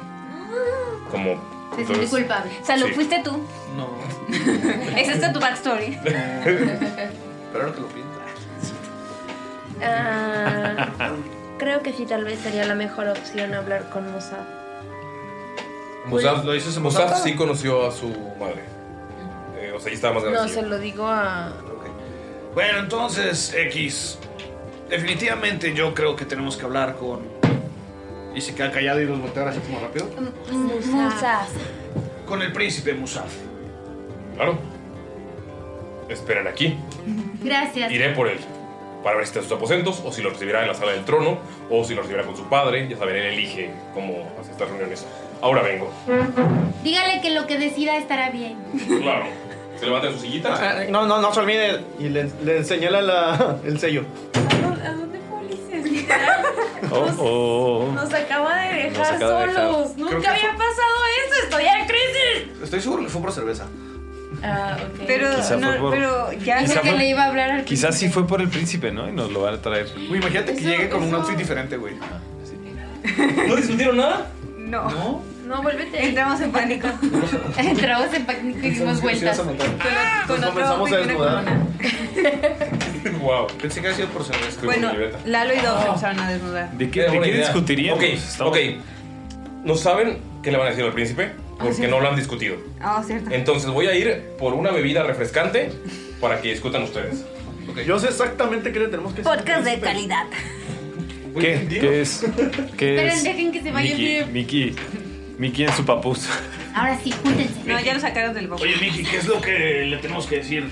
[SPEAKER 1] Como...
[SPEAKER 6] Te
[SPEAKER 1] entonces-
[SPEAKER 6] culpable. Salud,
[SPEAKER 1] Sí.
[SPEAKER 6] fuiste tú.
[SPEAKER 2] No.
[SPEAKER 6] (laughs) Esa está tu backstory.
[SPEAKER 2] (laughs) Pero ahora que lo pienso.
[SPEAKER 4] Ah, creo que sí, tal vez sería la mejor opción hablar con Mossad.
[SPEAKER 1] Musaf,
[SPEAKER 2] ¿Lo dices en voz
[SPEAKER 1] Musaf
[SPEAKER 2] alta?
[SPEAKER 1] sí conoció a su madre. Eh, o sea, ahí estaba más grande.
[SPEAKER 4] No, se lo digo a...
[SPEAKER 2] Bueno, entonces, X. Definitivamente yo creo que tenemos que hablar con. Y se queda callado y los voltea así como rápido.
[SPEAKER 8] Musaf.
[SPEAKER 2] Con el príncipe Musaf.
[SPEAKER 1] Claro. Esperan aquí.
[SPEAKER 12] Gracias.
[SPEAKER 1] Iré por él para ver si está en sus aposentos o si lo recibirá en la sala del trono o si lo recibirá con su padre. Ya saben, él elige cómo hace estas reuniones. Ahora vengo.
[SPEAKER 12] Dígale que lo que decida estará bien.
[SPEAKER 1] Claro. Se levanta de su sillita.
[SPEAKER 3] Eh, No, no, no se olvide. Y le, le señala la- el sello.
[SPEAKER 4] ¿A dónde fue Ulises? (laughs)
[SPEAKER 3] Oh,
[SPEAKER 4] Nos acaba de dejar
[SPEAKER 3] acaba de dejar.
[SPEAKER 4] solos.
[SPEAKER 2] Creo que
[SPEAKER 4] Nunca había pasado eso. Estoy en crisis.
[SPEAKER 2] Estoy seguro que fue por cerveza.
[SPEAKER 4] Ah, ok.
[SPEAKER 6] Pero,
[SPEAKER 5] Quizá fue
[SPEAKER 6] no,
[SPEAKER 5] por-
[SPEAKER 6] pero ya
[SPEAKER 5] quizá
[SPEAKER 6] sé que
[SPEAKER 5] fue-
[SPEAKER 6] le iba a hablar al
[SPEAKER 5] Quizás sí fue por el príncipe, ¿no? Y nos lo van a traer.
[SPEAKER 2] Uy, imagínate que llegue con un outfit diferente, güey.
[SPEAKER 1] ¿No discutieron nada?
[SPEAKER 6] No.
[SPEAKER 2] No,
[SPEAKER 6] no vuélvete. Entramos en pánico.
[SPEAKER 12] Entramos en pánico y dimos vueltas.
[SPEAKER 6] Con otro
[SPEAKER 2] Comenzamos a
[SPEAKER 6] outfit y una
[SPEAKER 2] desnudar.
[SPEAKER 6] corona.
[SPEAKER 2] (laughs)
[SPEAKER 1] wow.
[SPEAKER 2] Pensé que había sido por cerveza.
[SPEAKER 6] Bueno, Lalo y Doc se empezaron a desnudar.
[SPEAKER 5] ¿De
[SPEAKER 1] qué,
[SPEAKER 5] qué Pues, discutiríamos?
[SPEAKER 1] Ok, ok. No saben qué le van a decir al príncipe
[SPEAKER 6] Ah,
[SPEAKER 1] porque
[SPEAKER 6] sí.
[SPEAKER 1] no lo han discutido.
[SPEAKER 6] Ah, cierto.
[SPEAKER 1] Entonces voy a ir por una bebida refrescante para que discutan ustedes.
[SPEAKER 3] Yo sé exactamente qué le tenemos que
[SPEAKER 6] Podcast de calidad.
[SPEAKER 5] ¿Qué? ¿Qué es? ¿Qué
[SPEAKER 12] Esperen,
[SPEAKER 5] es?
[SPEAKER 12] dejen que se vaya
[SPEAKER 5] Mickey,
[SPEAKER 12] el-
[SPEAKER 5] Mickey, Mickey en su papus.
[SPEAKER 12] Ahora sí, júntense.
[SPEAKER 6] No, ya lo sacaron del bobo.
[SPEAKER 2] Oye, Miki, ¿qué es lo que le tenemos que decir?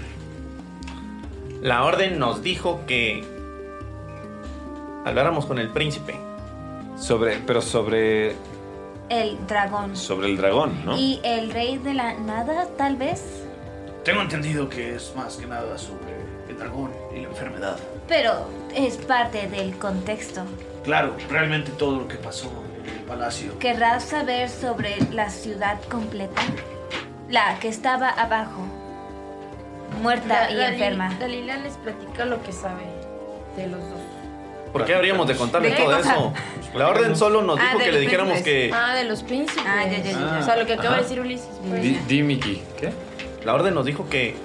[SPEAKER 3] La orden nos dijo que habláramos con el príncipe.
[SPEAKER 5] Sobre, pero sobre,
[SPEAKER 8] El dragón.
[SPEAKER 5] sobre el dragón, ¿no?
[SPEAKER 8] Y el rey de la nada, tal vez.
[SPEAKER 2] Tengo entendido que es más que nada sobre el dragón y la enfermedad.
[SPEAKER 8] Pero es parte del contexto.
[SPEAKER 2] Claro, realmente todo lo que pasó en el palacio.
[SPEAKER 8] ¿Querrás saber sobre la ciudad completa? La que estaba abajo. Muerta
[SPEAKER 4] Da-
[SPEAKER 8] y
[SPEAKER 4] Dalila-
[SPEAKER 8] enferma.
[SPEAKER 4] Dalila les platica lo que sabe de los dos.
[SPEAKER 3] ¿Por qué habríamos de contarle
[SPEAKER 4] ¿De qué
[SPEAKER 3] todo
[SPEAKER 4] cosa?
[SPEAKER 3] eso? La orden solo nos dijo que le dijéramos que.
[SPEAKER 4] Ah, de los príncipes. Ah, ya, ya,
[SPEAKER 3] ya.
[SPEAKER 4] O sea, lo que acaba
[SPEAKER 3] Ajá.
[SPEAKER 4] de decir Ulises. pues.
[SPEAKER 3] Di,
[SPEAKER 5] Mickey. ¿Qué?
[SPEAKER 3] La orden nos dijo que.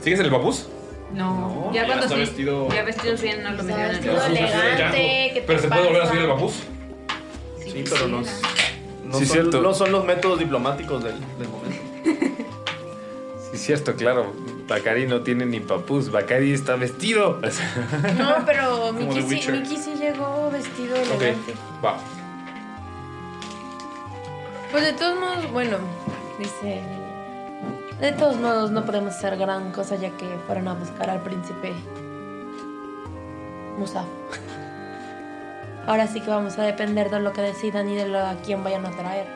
[SPEAKER 1] ¿Sigues el papus?
[SPEAKER 6] No, ya
[SPEAKER 3] ya
[SPEAKER 6] cuando
[SPEAKER 3] está
[SPEAKER 6] sí-
[SPEAKER 3] vestido-
[SPEAKER 6] Ya vestidos bien, no lo mencionan.
[SPEAKER 4] vestido Ya, elegante, ¿qué te
[SPEAKER 1] Pero se puede volver a
[SPEAKER 4] pasa?
[SPEAKER 1] subir el papus.
[SPEAKER 3] Sí, pero no. no
[SPEAKER 5] Sí,
[SPEAKER 3] son,
[SPEAKER 5] cierto.
[SPEAKER 3] no son los métodos diplomáticos del, del momento.
[SPEAKER 5] Sí, cierto, claro. Bacari no tiene ni papus. Bacari está vestido. (laughs)
[SPEAKER 4] No, pero
[SPEAKER 5] The
[SPEAKER 4] Mickey sí,
[SPEAKER 5] Witcher.
[SPEAKER 4] Mickey sí llegó vestido
[SPEAKER 5] Ok.
[SPEAKER 4] elegante.
[SPEAKER 1] Va.
[SPEAKER 4] Pues de todos modos, bueno, dice. De todos modos, no podemos hacer gran cosa ya que fueron a buscar al príncipe Musaf. Ahora sí que vamos a depender de lo que decidan y de lo a quién vayan a traer.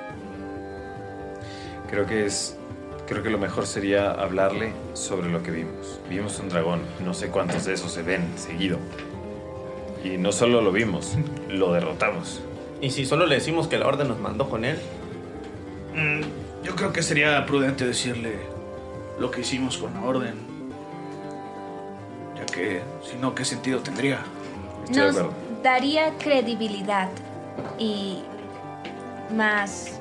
[SPEAKER 5] Creo que es. Creo que lo mejor sería hablarle sobre lo que vimos. Vimos un dragón. No sé cuántos de esos se ven seguido. Y no solo lo vimos, lo derrotamos.
[SPEAKER 3] Y si solo le decimos que la orden nos mandó con él.
[SPEAKER 2] Mm, yo creo que sería prudente decirle lo que hicimos con la orden. Ya que, si no, ¿qué sentido tendría? (laughs)
[SPEAKER 5] Estoy de acuerdo.
[SPEAKER 8] daría credibilidad y más...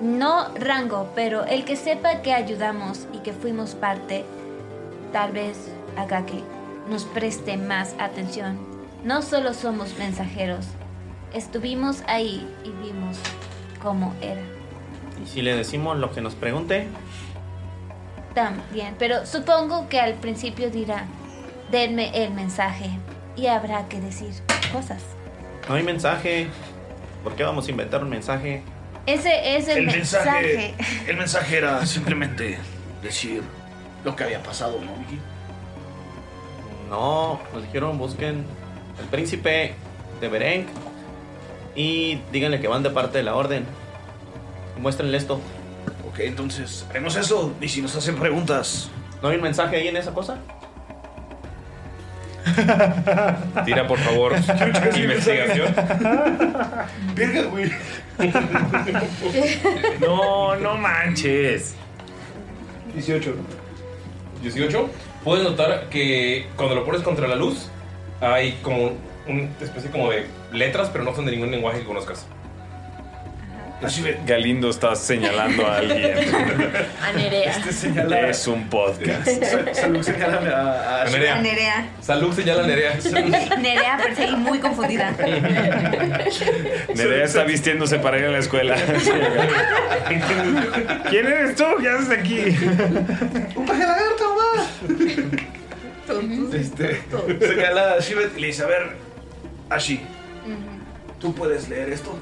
[SPEAKER 8] mm, no rango, pero el que sepa que ayudamos y que fuimos parte, tal vez haga que nos preste más atención. No solo somos mensajeros, estuvimos ahí y vimos cómo era.
[SPEAKER 3] Y si le decimos lo que nos pregunte,
[SPEAKER 8] También, pero supongo que al principio dirá, denme el mensaje y habrá que decir cosas.
[SPEAKER 3] no hay mensaje. ¿Por qué vamos a inventar un mensaje?
[SPEAKER 8] Ese es el,
[SPEAKER 3] El mensaje.
[SPEAKER 8] mensaje.
[SPEAKER 2] El mensaje era simplemente decir lo que había pasado, ¿no, Vicky?
[SPEAKER 3] No, nos dijeron busquen al príncipe de Beren y díganle que van de parte de la orden. Muéstrenle esto.
[SPEAKER 2] Ok, entonces haremos eso. Y si nos hacen preguntas.
[SPEAKER 3] ¿No hay un mensaje ahí en esa cosa?
[SPEAKER 1] Tira, por
[SPEAKER 3] (laughs)
[SPEAKER 1] favor,
[SPEAKER 5] (laughs)
[SPEAKER 1] investigación.
[SPEAKER 2] (laughs) Verga,
[SPEAKER 1] (laughs)
[SPEAKER 2] güey.
[SPEAKER 5] No, no manches.
[SPEAKER 2] 18.
[SPEAKER 1] 18. Puedes notar que cuando lo pones contra la luz, hay como una especie como de letras, pero no son de ningún lenguaje que conozcas.
[SPEAKER 5] Galindo está señalando a alguien. Este
[SPEAKER 12] A Nerea.
[SPEAKER 5] Es un podcast.
[SPEAKER 2] Salud, señálame a,
[SPEAKER 1] a
[SPEAKER 6] A
[SPEAKER 1] Nerea.
[SPEAKER 6] Nerea.
[SPEAKER 1] Salud, señala a Nerea.
[SPEAKER 6] (laughs) Nerea, pero estoy muy
[SPEAKER 2] (laughs)
[SPEAKER 6] confundida.
[SPEAKER 5] Nerea está vistiéndose para ir a la escuela. (laughs) ¿Quién eres tú? ¿Qué haces (laughs) aquí?
[SPEAKER 2] ¡Un paje lagarto, va! este, señala a Shivet y le dice: A ver, Ashi, ¿tú puedes leer esto?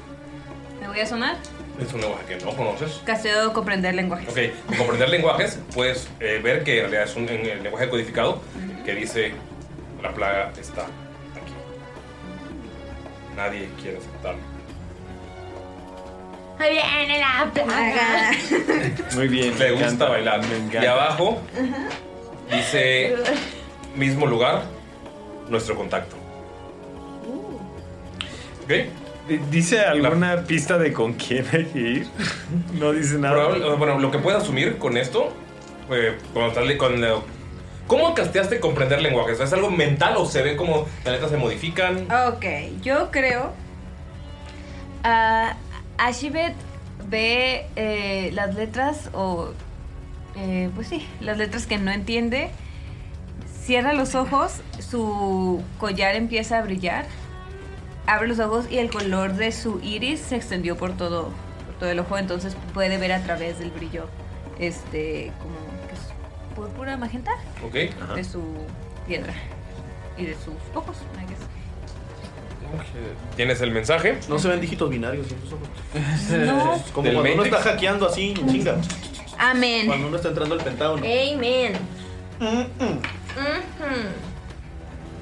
[SPEAKER 6] Me voy a asomar.
[SPEAKER 1] Es un lenguaje que no conoces.
[SPEAKER 6] Casteo comprender lenguajes.
[SPEAKER 1] Ok, con comprender (laughs) lenguajes puedes eh, ver que en realidad es un en el lenguaje codificado que dice la plaga está aquí. Nadie quiere aceptarlo.
[SPEAKER 12] Ahí viene la plaga.
[SPEAKER 5] Muy bien.
[SPEAKER 1] Le gusta bailar. Y abajo dice
[SPEAKER 2] Eh,
[SPEAKER 1] mismo lugar, nuestro contacto.
[SPEAKER 5] ¿Dice alguna pista de con quién hay que ir? (laughs) No dice nada.
[SPEAKER 1] Probable- bueno, lo que puedes asumir con esto, eh, cuando estás le- con la- ¿Cómo casteaste comprender lenguajes? ¿Es algo mental o se ve como las letras se modifican?
[SPEAKER 6] Ok, yo creo. ah, Ashibet ve eh, las letras o. eh, pues sí, las letras que no entiende. Cierra los ojos, su collar empieza a brillar. Abre los ojos y el color de su iris se extendió por todo, por todo el ojo, entonces puede ver a través del brillo. Este, como que es púrpura magenta
[SPEAKER 1] Ok.
[SPEAKER 6] de su piedra y de sus ojos, I guess.
[SPEAKER 1] Tienes el mensaje.
[SPEAKER 3] No se ven dígitos binarios en tus ojos.
[SPEAKER 6] No.
[SPEAKER 3] Es Como
[SPEAKER 1] Del
[SPEAKER 3] cuando uno
[SPEAKER 1] Matrix.
[SPEAKER 3] está hackeando así, en chinga.
[SPEAKER 6] Amén.
[SPEAKER 3] Cuando uno está entrando al pentágono.
[SPEAKER 6] Amen. Mm-hmm.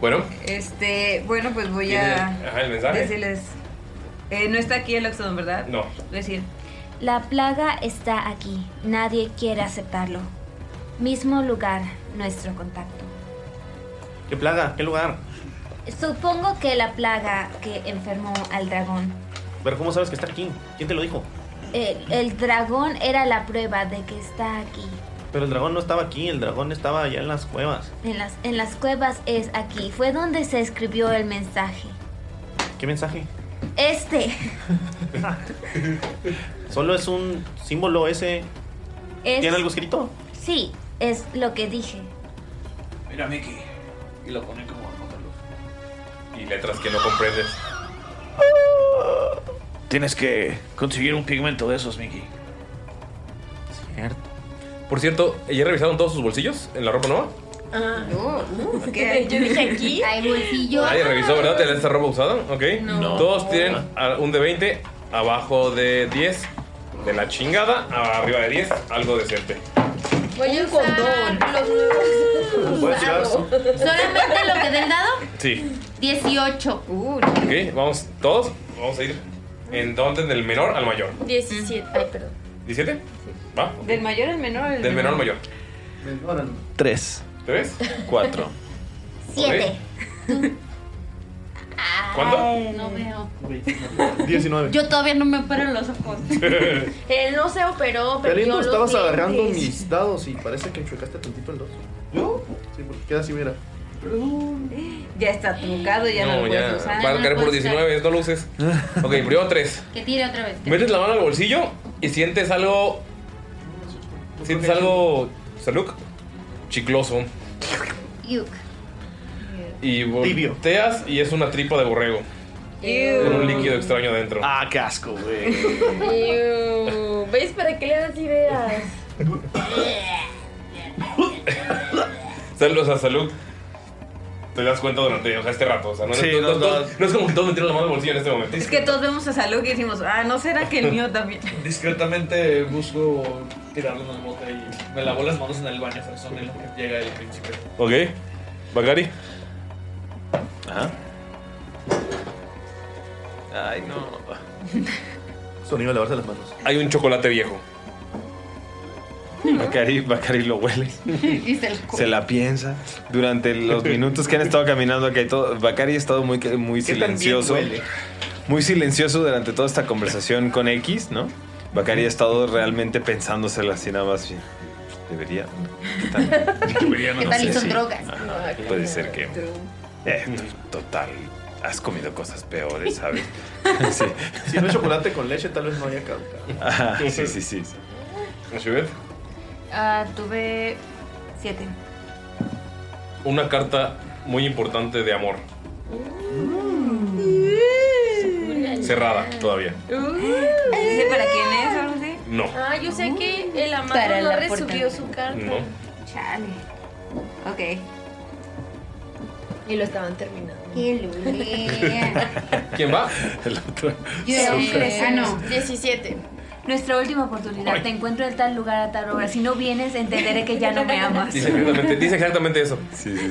[SPEAKER 1] Bueno,
[SPEAKER 6] Este, bueno, pues voy
[SPEAKER 1] ¿Tiene-
[SPEAKER 6] a
[SPEAKER 1] ajá, el mensaje?
[SPEAKER 6] decirles. eh, no está aquí el Oxodon, ¿verdad?
[SPEAKER 1] no.
[SPEAKER 6] Decir,
[SPEAKER 8] La plaga está aquí. Nadie quiere aceptarlo. Mismo lugar, nuestro contacto.
[SPEAKER 3] ¿Qué plaga? ¿Qué lugar?
[SPEAKER 8] Supongo que la plaga que enfermó al dragón.
[SPEAKER 3] Pero ¿cómo sabes que está aquí? ¿Quién te lo dijo?
[SPEAKER 8] eh, el dragón era la prueba de que está aquí.
[SPEAKER 3] Pero el dragón no estaba aquí, el dragón estaba allá en las cuevas.
[SPEAKER 8] En las, en las cuevas es aquí. Fue donde se escribió el mensaje.
[SPEAKER 3] ¿Qué (laughs) mensaje?
[SPEAKER 8] Este.
[SPEAKER 3] Solo es un símbolo ese.
[SPEAKER 8] Es,
[SPEAKER 3] ¿Tiene algo escrito?
[SPEAKER 8] Sí, es lo que dije.
[SPEAKER 2] (laughs)
[SPEAKER 8] (gasps)
[SPEAKER 2] Mira, Mickey. Y lo pone como a luz.
[SPEAKER 1] Y letras que no comprendes.
[SPEAKER 2] Tienes que conseguir un pigmento de esos, Mickey.
[SPEAKER 1] Por cierto, ¿ya revisaron todos sus bolsillos en la ropa nueva?
[SPEAKER 12] Ah, no. (laughs)
[SPEAKER 6] ¿qué?
[SPEAKER 12] Yo dije aquí. Hay bolsillo.
[SPEAKER 1] Nadie revisó, ¿verdad? ¿Te esta ropa usada? Ok.
[SPEAKER 12] No. No.
[SPEAKER 1] Todos tienen a- un de 20, abajo de 10, de la chingada, arriba de 10, algo decente.
[SPEAKER 12] Voy a usar los
[SPEAKER 1] Puedes
[SPEAKER 12] nuevos.
[SPEAKER 1] llevar
[SPEAKER 12] dados. Solamente lo que del dado,
[SPEAKER 1] Sí.
[SPEAKER 12] 18. Uh,
[SPEAKER 1] Ok, vamos, todos, vamos a ir en orden del menor al mayor.
[SPEAKER 12] 17. Ay, perdón.
[SPEAKER 1] ¿17? ¿Va?
[SPEAKER 6] del mayor al menor. al
[SPEAKER 1] Del menor al mayor.
[SPEAKER 3] Tres.
[SPEAKER 1] ¿Tres?
[SPEAKER 5] Cuatro.
[SPEAKER 12] Siete.
[SPEAKER 8] Ah,
[SPEAKER 1] ¿Cuánto?
[SPEAKER 12] Ay, No veo.
[SPEAKER 8] eh.
[SPEAKER 3] 19.
[SPEAKER 12] Yo todavía no me opero los ojos.
[SPEAKER 3] (laughs)
[SPEAKER 12] Él no se operó, pero
[SPEAKER 3] Galindo,
[SPEAKER 12] yo los
[SPEAKER 3] estabas agarrando
[SPEAKER 12] lentes.
[SPEAKER 3] mis dados y parece que enchuecaste tantito el dos. ¿Yo? Sí, porque queda así, mira.
[SPEAKER 6] Ya está trucado, (laughs) ya no,
[SPEAKER 1] No,
[SPEAKER 6] lo
[SPEAKER 1] ya.
[SPEAKER 6] puedes usar.
[SPEAKER 1] Va a caer por 19, no lo uses. Ok, primero 3.
[SPEAKER 6] Que tire otra vez.
[SPEAKER 1] Metes la mano al bolsillo y sientes algo. Sientes algo. Salud. Chicloso.
[SPEAKER 6] Yuk.
[SPEAKER 1] Y volteas y es una tripa de borrego. Con un líquido extraño adentro.
[SPEAKER 3] Ah, qué asco, güey.
[SPEAKER 12] Iu. ¿Veis para qué le das ideas?
[SPEAKER 1] Salud, o sea, salud. Te das cuenta durante o sea, este rato. O sea, no,
[SPEAKER 5] Sí,
[SPEAKER 1] no-
[SPEAKER 5] no,
[SPEAKER 1] no- no- no es como que todos metieron la mano al bolsillo en este momento.
[SPEAKER 6] Es que todos vemos a Salud y decimos, ah, ¿no será que el mío
[SPEAKER 1] (laughs)
[SPEAKER 6] también? (laughs)
[SPEAKER 2] Discretamente busco tirarle una bota y me lavo las manos en el baño, Sansón, en lo que llega el príncipe.
[SPEAKER 1] Ok. Bacari.
[SPEAKER 5] Ajá. Ay, no.
[SPEAKER 6] (laughs)
[SPEAKER 3] Sonido de lavarse las manos.
[SPEAKER 1] Hay un chocolate viejo.
[SPEAKER 5] Mm. Bacari, Bacari lo huele.
[SPEAKER 9] (laughs) Y se lo
[SPEAKER 5] Se la piensa. Durante los minutos que han estado caminando aquí, todo, Bacari ha estado muy, muy
[SPEAKER 3] ¿Qué tan bien
[SPEAKER 5] silencioso.
[SPEAKER 3] huele?
[SPEAKER 5] Muy silencioso durante toda esta conversación con X, ¿no? Bacari ha estado realmente pensándosela así nada más. sí, Debería. ¿Qué tal? Debería, no
[SPEAKER 9] ¿Qué tal
[SPEAKER 5] sé,
[SPEAKER 9] y son
[SPEAKER 5] sí.
[SPEAKER 1] Ah,
[SPEAKER 9] drogas? Ah,
[SPEAKER 5] Ajá, puede ser que. eh, t- total, has comido cosas peores, ¿sabes? (laughs) sí.
[SPEAKER 3] Si no es chocolate con leche, tal vez no haya cauca.
[SPEAKER 5] Ajá, sí, sí, sí.
[SPEAKER 6] Ah, tuve siete.
[SPEAKER 1] Una carta muy importante de amor. Cerrada todavía.
[SPEAKER 6] ¿Dice Mm. para quién es o algo así?
[SPEAKER 1] No.
[SPEAKER 12] Ah, yo sé que el
[SPEAKER 6] Para
[SPEAKER 12] amado
[SPEAKER 6] la
[SPEAKER 12] no resubió su carta.
[SPEAKER 1] No.
[SPEAKER 6] Chale. Ok.
[SPEAKER 12] Y lo estaban terminando.
[SPEAKER 6] Qué
[SPEAKER 1] ¿Quién va?
[SPEAKER 5] (laughs) El otro.
[SPEAKER 6] Ah, no.
[SPEAKER 12] 17.
[SPEAKER 6] Nuestra última oportunidad. Te encuentro en tal lugar a tal hora. Si no vienes, entenderé que ya no me amas.
[SPEAKER 1] Dice
[SPEAKER 6] (laughs)
[SPEAKER 1] exactamente, dice exactamente eso.
[SPEAKER 5] Sí, sí,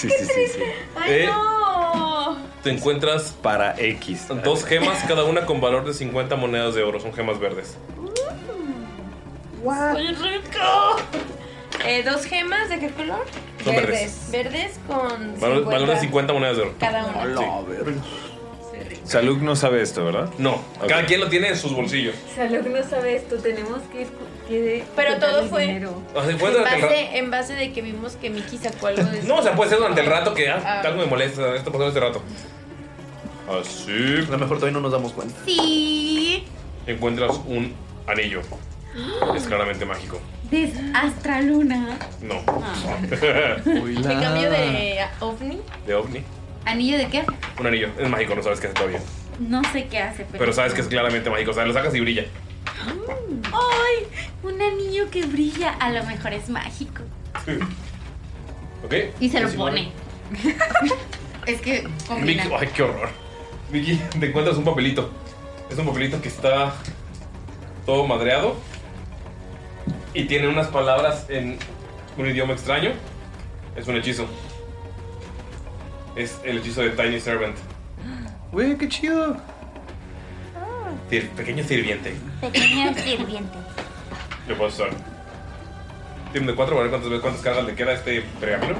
[SPEAKER 1] sí. sí, sí, Eh,
[SPEAKER 12] no!
[SPEAKER 1] Te encuentras
[SPEAKER 5] para X.
[SPEAKER 1] Dos gemas, cada una con valor de 50 monedas de oro. Son gemas verdes.
[SPEAKER 12] ¡Soy rico!
[SPEAKER 6] Eh, ¿Dos gemas de qué color?
[SPEAKER 1] Son verdes.
[SPEAKER 12] Verdes con.
[SPEAKER 1] Valor, valor de 50 monedas de oro.
[SPEAKER 12] Cada una.
[SPEAKER 5] Saluk no sabe esto, ¿verdad?
[SPEAKER 1] No. Cada quien lo tiene en sus bolsillos.
[SPEAKER 12] Salud no sabes, tú tenemos que. Pero todo fue
[SPEAKER 1] O sea, fue
[SPEAKER 12] en
[SPEAKER 1] durante el rato.
[SPEAKER 12] base, en base de que vimos que Miki sacó algo
[SPEAKER 1] (laughs)
[SPEAKER 12] de
[SPEAKER 1] No, o sea, puede ser durante el rato que
[SPEAKER 12] Ah.
[SPEAKER 1] ah, algo me molesta. Esto pasó este rato. Así.
[SPEAKER 3] A lo mejor todavía no nos damos cuenta.
[SPEAKER 6] Sí.
[SPEAKER 1] Encuentras un anillo. Es claramente mágico.
[SPEAKER 6] Astraluna.
[SPEAKER 1] No.
[SPEAKER 6] Ah. (laughs)
[SPEAKER 12] Me cambio de
[SPEAKER 1] Ah.
[SPEAKER 12] ovni.
[SPEAKER 1] (laughs) De ovni.
[SPEAKER 6] ¿Anillo de qué?
[SPEAKER 1] Un anillo. Es mágico, no sabes qué hace todavía.
[SPEAKER 6] No sé qué hace, pero.
[SPEAKER 1] Pero sabes que es claramente mágico. O sea, lo sacas y brilla. (laughs)
[SPEAKER 6] ¡Ay! Un anillo que brilla. A lo mejor es mágico.
[SPEAKER 1] ¿Ok?
[SPEAKER 6] Y
[SPEAKER 1] Pues
[SPEAKER 6] se lo pone. (laughs)
[SPEAKER 9] Es que
[SPEAKER 1] Miki,
[SPEAKER 9] combina.
[SPEAKER 1] ay, qué horror. Miki, te encuentras un papelito. Es un papelito que está todo madreado y tiene unas palabras en un idioma extraño. Es un hechizo. Es el hechizo de Tiny Servant.
[SPEAKER 5] Güey, qué chido.
[SPEAKER 1] Sir- pequeño sirviente.
[SPEAKER 3] (laughs)
[SPEAKER 8] Pequeño sirviente.
[SPEAKER 1] Lo puedes usar. Tiene de cuatro, a ver cuántas, cuántas cargas le queda a este pergamino.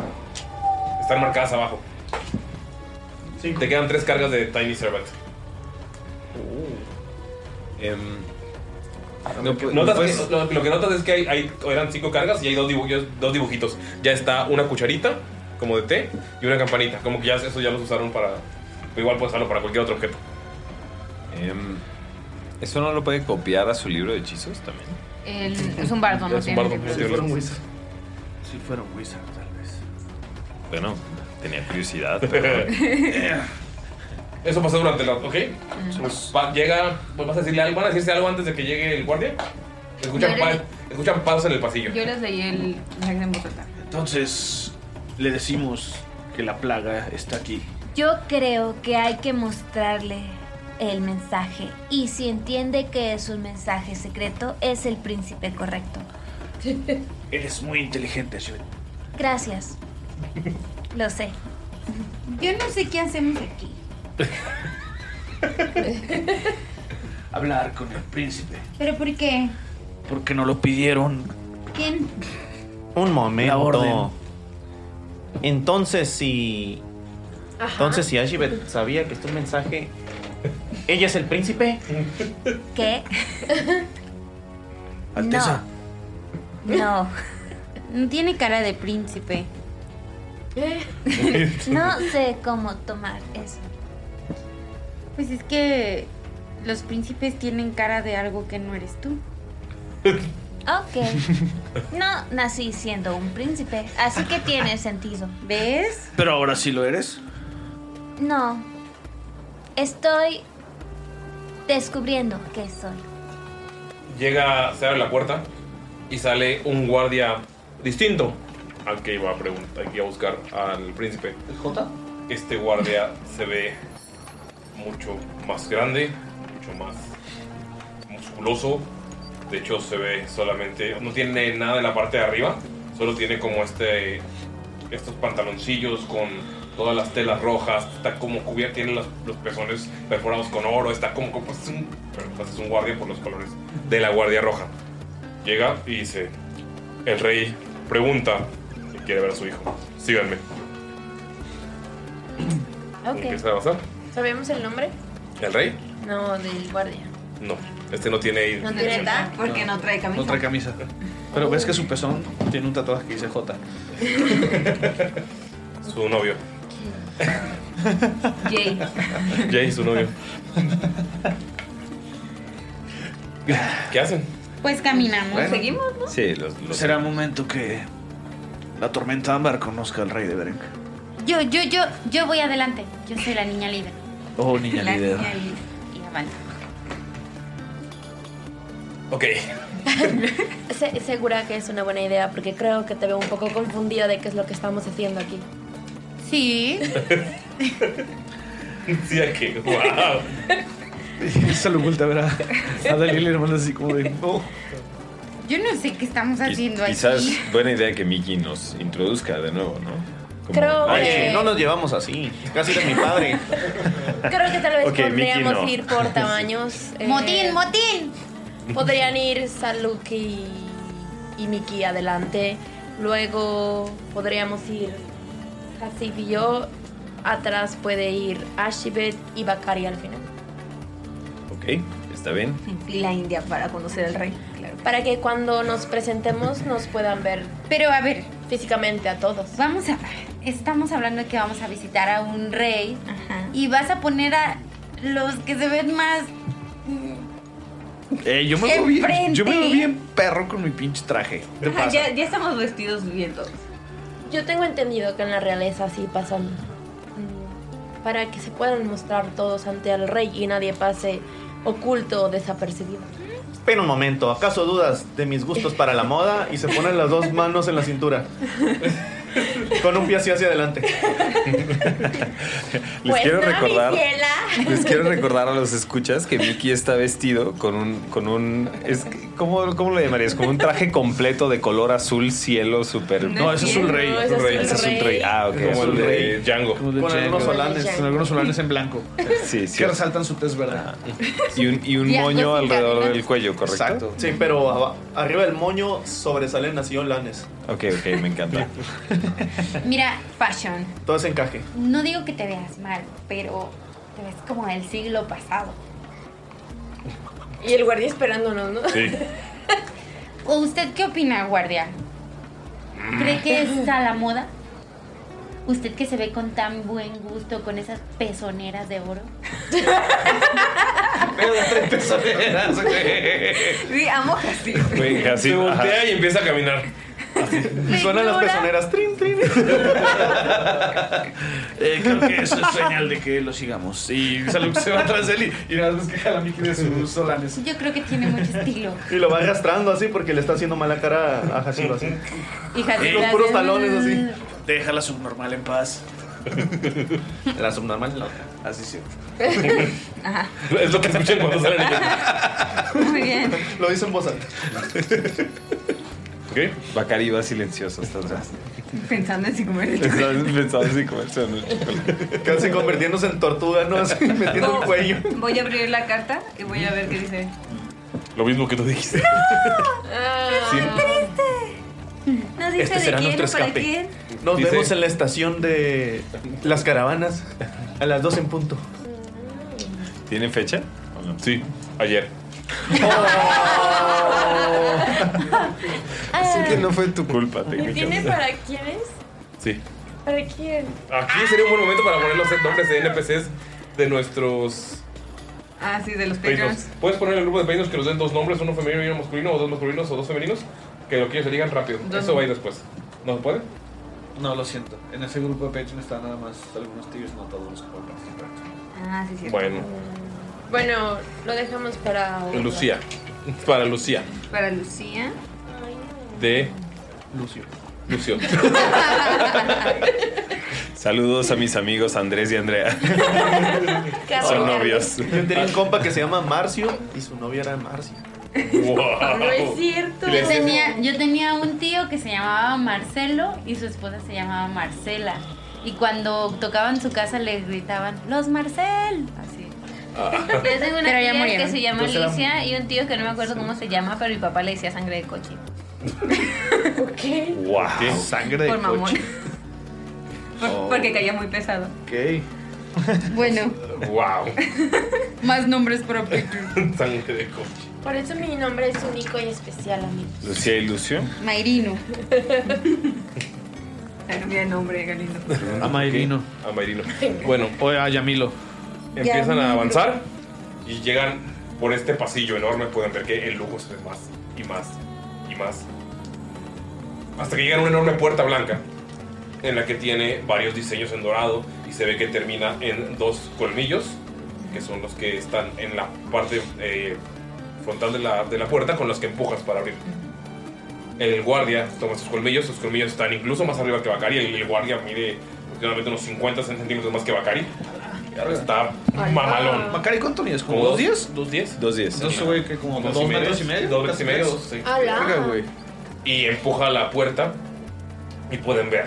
[SPEAKER 1] Están marcadas abajo. Te quedan tres cargas de Tiny Servant.
[SPEAKER 5] Em,
[SPEAKER 1] Lo que- notas que- lo, lo que notas es que hay, hay- eran cinco cargas y hay dos, dibujitos, dos dibujitos. Ya está una cucharita, como de té, y una campanita. Como que ya eso ya los usaron para. Igual puedes usarlo para cualquier otro objeto.
[SPEAKER 5] em, ¿Eso no lo puede copiar a su libro de hechizos también?
[SPEAKER 6] es un bardo, no
[SPEAKER 5] Es un
[SPEAKER 6] tiene
[SPEAKER 5] bardo,
[SPEAKER 6] libro.
[SPEAKER 5] no tiene
[SPEAKER 9] (laughs)
[SPEAKER 5] libro.
[SPEAKER 3] Si fuera un wizard, tal vez.
[SPEAKER 5] Bueno, tenía curiosidad, (laughs) pero... eh,
[SPEAKER 1] (laughs) Eso pasó durante la. ¿Ok? Pues va- llega. pues vas a decirle algo. ¿Van a decirse algo antes de que llegue el guardia? Escuchan,
[SPEAKER 6] Yo
[SPEAKER 1] pa-
[SPEAKER 6] le-
[SPEAKER 1] escuchan pasos en el pasillo.
[SPEAKER 6] Yo les leí el mensaje en voz alta.
[SPEAKER 3] Entonces, le decimos que la plaga está aquí.
[SPEAKER 8] Yo creo que hay que mostrarle el mensaje y si entiende que es un mensaje secreto, es el príncipe correcto.
[SPEAKER 3] Eres muy inteligente, Shuet.
[SPEAKER 8] Gracias. Lo sé.
[SPEAKER 6] Yo no sé qué hacemos aquí.
[SPEAKER 3] Hablar con el príncipe.
[SPEAKER 6] ¿Pero por qué?
[SPEAKER 3] Porque no lo pidieron.
[SPEAKER 6] ¿Quién?
[SPEAKER 3] Un
[SPEAKER 6] La
[SPEAKER 3] momento.
[SPEAKER 6] orden.
[SPEAKER 3] Entonces, si.
[SPEAKER 6] Ajá.
[SPEAKER 3] Entonces,
[SPEAKER 8] Ah.
[SPEAKER 3] si Ashibet sabía que este mensaje. ¿Ella es el príncipe?
[SPEAKER 8] ¿Qué?
[SPEAKER 3] Alteza.
[SPEAKER 8] No.
[SPEAKER 9] (laughs)
[SPEAKER 6] No tiene cara de príncipe.
[SPEAKER 9] (laughs)
[SPEAKER 8] No sé cómo tomar eso.
[SPEAKER 9] Pues es que los príncipes tienen cara de algo que no eres tú.
[SPEAKER 8] Ok. No nací siendo un príncipe, así que tiene sentido.
[SPEAKER 9] ¿Ves?
[SPEAKER 7] Pero ahora sí lo eres.
[SPEAKER 8] No. Estoy descubriendo qué soy.
[SPEAKER 1] Llega, se abre la puerta y sale un guardia distinto al que iba a preguntar, que iba a buscar al príncipe.
[SPEAKER 2] ¿El J?
[SPEAKER 1] Este guardia se ve mucho más grande, mucho más musculoso. De hecho, se ve solamente, no tiene nada en la parte de arriba, solo tiene como este, estos pantaloncillos con todas las telas rojas, está como cubierto, tiene los, los pezones perforados con oro, está como, como es un, perdón, pues es un guardia por los colores de la guardia roja. Llega y dice, el rey pregunta y quiere ver a su hijo. Síganme.
[SPEAKER 4] Ok.
[SPEAKER 1] Empieza a pasar.
[SPEAKER 4] ¿Sabemos el nombre?
[SPEAKER 1] ¿El rey?
[SPEAKER 4] No, del guardia.
[SPEAKER 1] No, este no tiene Ah.
[SPEAKER 4] No tiene edad porque
[SPEAKER 1] (laughs)
[SPEAKER 4] no trae camisa.
[SPEAKER 7] No trae camisa. Pero ves que su pezón tiene un tatuaje que dice J.
[SPEAKER 1] (laughs) su novio.
[SPEAKER 4] Jay.
[SPEAKER 1] Jay, su
[SPEAKER 3] (laughs)
[SPEAKER 1] novio. ¿Qué hacen?
[SPEAKER 9] Pues caminamos.
[SPEAKER 7] Bueno.
[SPEAKER 9] Seguimos, ¿no?
[SPEAKER 5] Sí,
[SPEAKER 7] Será momento que la tormenta ámbar conozca al rey de Berek.
[SPEAKER 9] Yo, yo, yo, yo voy adelante. Yo soy la niña líder.
[SPEAKER 7] Oh, niña
[SPEAKER 9] la
[SPEAKER 7] líder.
[SPEAKER 9] niña líder. Y avanza.
[SPEAKER 7] (laughs)
[SPEAKER 1] Ok.
[SPEAKER 12] Se- segura que es una buena idea porque creo que te veo un poco confundida de qué es lo que estamos haciendo aquí.
[SPEAKER 9] Sí.
[SPEAKER 1] Sí, aquí. Wow.
[SPEAKER 7] (laughs) Se lo vuelta a ver a, a Dalila y hermana así como de. "No".
[SPEAKER 9] Yo no sé qué estamos haciendo aquí.
[SPEAKER 5] Quizás buena idea que Mickey nos introduzca de nuevo, ¿no?
[SPEAKER 12] Creo que-
[SPEAKER 5] nos llevamos así.
[SPEAKER 3] Casi era mi padre.
[SPEAKER 12] Creo que tal vez
[SPEAKER 5] Ok, Mickey
[SPEAKER 12] podríamos
[SPEAKER 5] no.
[SPEAKER 12] ir
[SPEAKER 5] (laughs)
[SPEAKER 12] por tamaños. eh,
[SPEAKER 9] Motín, motín.
[SPEAKER 12] Podrían ir Saluk y, y Miki adelante. Luego podríamos ir Hasib y yo. Atrás puede ir Ashibet y Bakari al final.
[SPEAKER 5] Ok, está bien.
[SPEAKER 12] Y la India para conocer al rey. Para que cuando nos presentemos nos puedan ver.
[SPEAKER 9] Pero a ver.
[SPEAKER 12] Físicamente a todos.
[SPEAKER 9] Vamos a Estamos hablando de que vamos a visitar a un rey. Y vas a poner a los que se ven más.
[SPEAKER 7] Eh, yo me veo bien.
[SPEAKER 9] Enfrente.
[SPEAKER 7] Yo me veo bien perro con mi pinche traje. ¿Qué
[SPEAKER 12] Ajá,
[SPEAKER 7] pasa?
[SPEAKER 12] ya-
[SPEAKER 6] Ya estamos vestidos bien todos.
[SPEAKER 12] Yo tengo entendido que en la realeza así pasan mm, para que se puedan mostrar todos ante el rey y nadie pase oculto o desapercibido.
[SPEAKER 3] Espera un momento, ¿acaso dudas de mis gustos para la moda? Y se ponen las dos manos en la cintura. Con un pie así hacia adelante.
[SPEAKER 5] Les quiero recordar. Les quiero
[SPEAKER 12] recordar.
[SPEAKER 5] recordar a los escuchas que Mickey está vestido con un. Con un es, que- ¿cómo, ¿Cómo lo llamarías? Como un traje completo de color azul cielo super.
[SPEAKER 7] No, No, ese es un cielo, rey. ese es
[SPEAKER 5] Un rey.
[SPEAKER 7] un
[SPEAKER 5] Ese es un rey.
[SPEAKER 7] rey.
[SPEAKER 5] Ah, ok.
[SPEAKER 7] Como
[SPEAKER 5] es un
[SPEAKER 7] el de
[SPEAKER 5] rey. Django.
[SPEAKER 7] Con algunos
[SPEAKER 5] solanes
[SPEAKER 7] solanes, con algunos solanes en blanco.
[SPEAKER 5] Sí, sí.
[SPEAKER 7] Que resaltan su tez verde.
[SPEAKER 5] Y un, y un
[SPEAKER 7] Django
[SPEAKER 5] moño
[SPEAKER 7] sin
[SPEAKER 5] alrededor
[SPEAKER 7] cadenas.
[SPEAKER 5] del cuello, ¿correcto?
[SPEAKER 3] Exacto. Sí, pero aba- arriba del moño sobresalen así olanes.
[SPEAKER 5] Ok, ok, me encanta.
[SPEAKER 9] Mira, fashion.
[SPEAKER 3] Todo ese encaje.
[SPEAKER 9] No digo que te veas mal, pero te ves como del siglo pasado.
[SPEAKER 12] Y el guardia esperándonos, ¿no?
[SPEAKER 6] (laughs)
[SPEAKER 5] Sí.
[SPEAKER 9] ¿O usted qué opina, guardia? ¿Cree que (laughs) es a la moda? ¿Usted que se ve con tan buen gusto, con esas pezoneras de oro?
[SPEAKER 6] Sí, amo así.
[SPEAKER 1] Güey, así, (laughs) se voltea y empieza a caminar.
[SPEAKER 3] Suenan las
[SPEAKER 6] (laughs)
[SPEAKER 3] pezoneras. Trin, trin.
[SPEAKER 7] Eh, creo que eso es señal de que lo sigamos. Y Salud se va atrás de él y, y nada más que jala a Mickey de sus solanes.
[SPEAKER 9] Yo creo que tiene mucho estilo.
[SPEAKER 3] Y lo va arrastrando así porque le está haciendo mala cara a Jacinto así.
[SPEAKER 9] Hija
[SPEAKER 3] Y los puros talones así.
[SPEAKER 7] Deja la subnormal en (laughs) paz.
[SPEAKER 3] La subnormal es la otra.
[SPEAKER 7] Así sí.
[SPEAKER 6] Ajá.
[SPEAKER 1] Es lo que escuchan cuando salen ellos.
[SPEAKER 6] Muy bien.
[SPEAKER 3] Lo dicen en voz alta.
[SPEAKER 5] ¿Ok? Bacari va silencioso hasta
[SPEAKER 7] (laughs)
[SPEAKER 5] atrás.
[SPEAKER 6] Pensando en si comer el chocolate.
[SPEAKER 5] Pensaba así comerse en el
[SPEAKER 3] (laughs) Casi convirtiéndose en tortuga, ¿no? Así metiendo el cuello.
[SPEAKER 6] Voy a abrir la carta y voy a ver qué dice.
[SPEAKER 1] Lo mismo que tú dijiste.
[SPEAKER 6] Nos dice
[SPEAKER 3] Este será
[SPEAKER 6] de quién
[SPEAKER 3] nuestro
[SPEAKER 6] o para
[SPEAKER 3] escape.
[SPEAKER 6] quién.
[SPEAKER 3] Nos
[SPEAKER 5] Dice-
[SPEAKER 3] vemos en la estación de las caravanas a las 12 en punto.
[SPEAKER 5] ¿Tiene fecha?
[SPEAKER 1] Sí, ayer.
[SPEAKER 5] Así que no fue tu culpa, técnicamente.
[SPEAKER 12] ¿Tiene para Ah. quiénes?
[SPEAKER 1] Sí.
[SPEAKER 4] ¿Para quién?
[SPEAKER 1] Aquí sería un buen momento para poner los nombres de NPCs de nuestros
[SPEAKER 6] Ah, sí, de los
[SPEAKER 1] Patreons.
[SPEAKER 6] Patreons.
[SPEAKER 1] Puedes poner en el grupo de Patreons que nos den dos nombres, uno femenino y uno masculino, o dos masculinos o dos femeninos, que lo que ellos digan rápido.
[SPEAKER 6] Dos.
[SPEAKER 1] Eso va a ir después. ¿No se puede?
[SPEAKER 2] No, lo siento. En ese grupo de Patreon están nada más algunos tíos, no todos los que pueden participar.
[SPEAKER 6] Ah, sí, sí.
[SPEAKER 1] Bueno,
[SPEAKER 12] Mm. Bueno, lo dejamos para. otra.
[SPEAKER 1] Lucía. Para Lucía.
[SPEAKER 6] Para Lucía.
[SPEAKER 1] De. Lucio. Lucio.
[SPEAKER 5] (laughs) Saludos a mis amigos Andrés y Andrea. Son novios.
[SPEAKER 3] Yo tenía un compa que se llama Marcio y su novia era Marcio.
[SPEAKER 9] No es Pues cierto.
[SPEAKER 3] Les-
[SPEAKER 9] Yo tenía, yo tenía un tío que se llamaba Marcelo y su esposa se llamaba Marcela. Y cuando tocaban su casa le gritaban, ¡Los Marcel! Así.
[SPEAKER 6] Yo (laughs) tengo una
[SPEAKER 9] Pero ya
[SPEAKER 6] tía
[SPEAKER 9] murieron.
[SPEAKER 6] que se llama
[SPEAKER 9] Entonces era-
[SPEAKER 6] Alicia y un tío que no me acuerdo cómo se llama, pero mi papá le decía sangre de (laughs) coche.
[SPEAKER 3] Wow. Sangre
[SPEAKER 6] Por mamón. Por-
[SPEAKER 3] Oh.
[SPEAKER 6] (laughs) Porque caía muy pesado.
[SPEAKER 3] Ok.
[SPEAKER 9] Bueno,
[SPEAKER 1] Wow.
[SPEAKER 9] más nombres propios.
[SPEAKER 1] Sangre de coche.
[SPEAKER 12] Por eso mi nombre es único y especial a mí.
[SPEAKER 5] Lucía y Lucio.
[SPEAKER 9] Mairino.
[SPEAKER 6] Cambia de nombre, Galindo.
[SPEAKER 7] A Mayrino.
[SPEAKER 1] A Mayrino. Bueno.
[SPEAKER 7] O a Yamilo.
[SPEAKER 1] Empiezan a avanzar y llegan por este pasillo enorme. Pueden ver que el lujo se ve más y más y más. Hasta que llegan a una enorme puerta blanca en la que tiene varios diseños en dorado y se ve que termina en dos colmillos que son los que están en la parte eh, frontal de la, de la puerta con los que empujas para abrir. El guardia toma sus colmillos, sus colmillos están incluso más arriba que Bakari. El, el guardia mide aproximadamente unos 50 centímetros más que Bakari. Está
[SPEAKER 2] (laughs)
[SPEAKER 7] ah.
[SPEAKER 1] mamalón.
[SPEAKER 2] Macari, ¿cuánto mides? ¿Como
[SPEAKER 1] Como
[SPEAKER 2] dos días?
[SPEAKER 1] Dos diez.
[SPEAKER 5] Dos diez.
[SPEAKER 2] Dos, güey, que como
[SPEAKER 1] Dos
[SPEAKER 2] dos
[SPEAKER 1] y medio.
[SPEAKER 2] metros y medio.
[SPEAKER 1] Dos metros y medio, sí. Ala.
[SPEAKER 2] Verga, güey.
[SPEAKER 1] Y empuja la puerta y pueden ver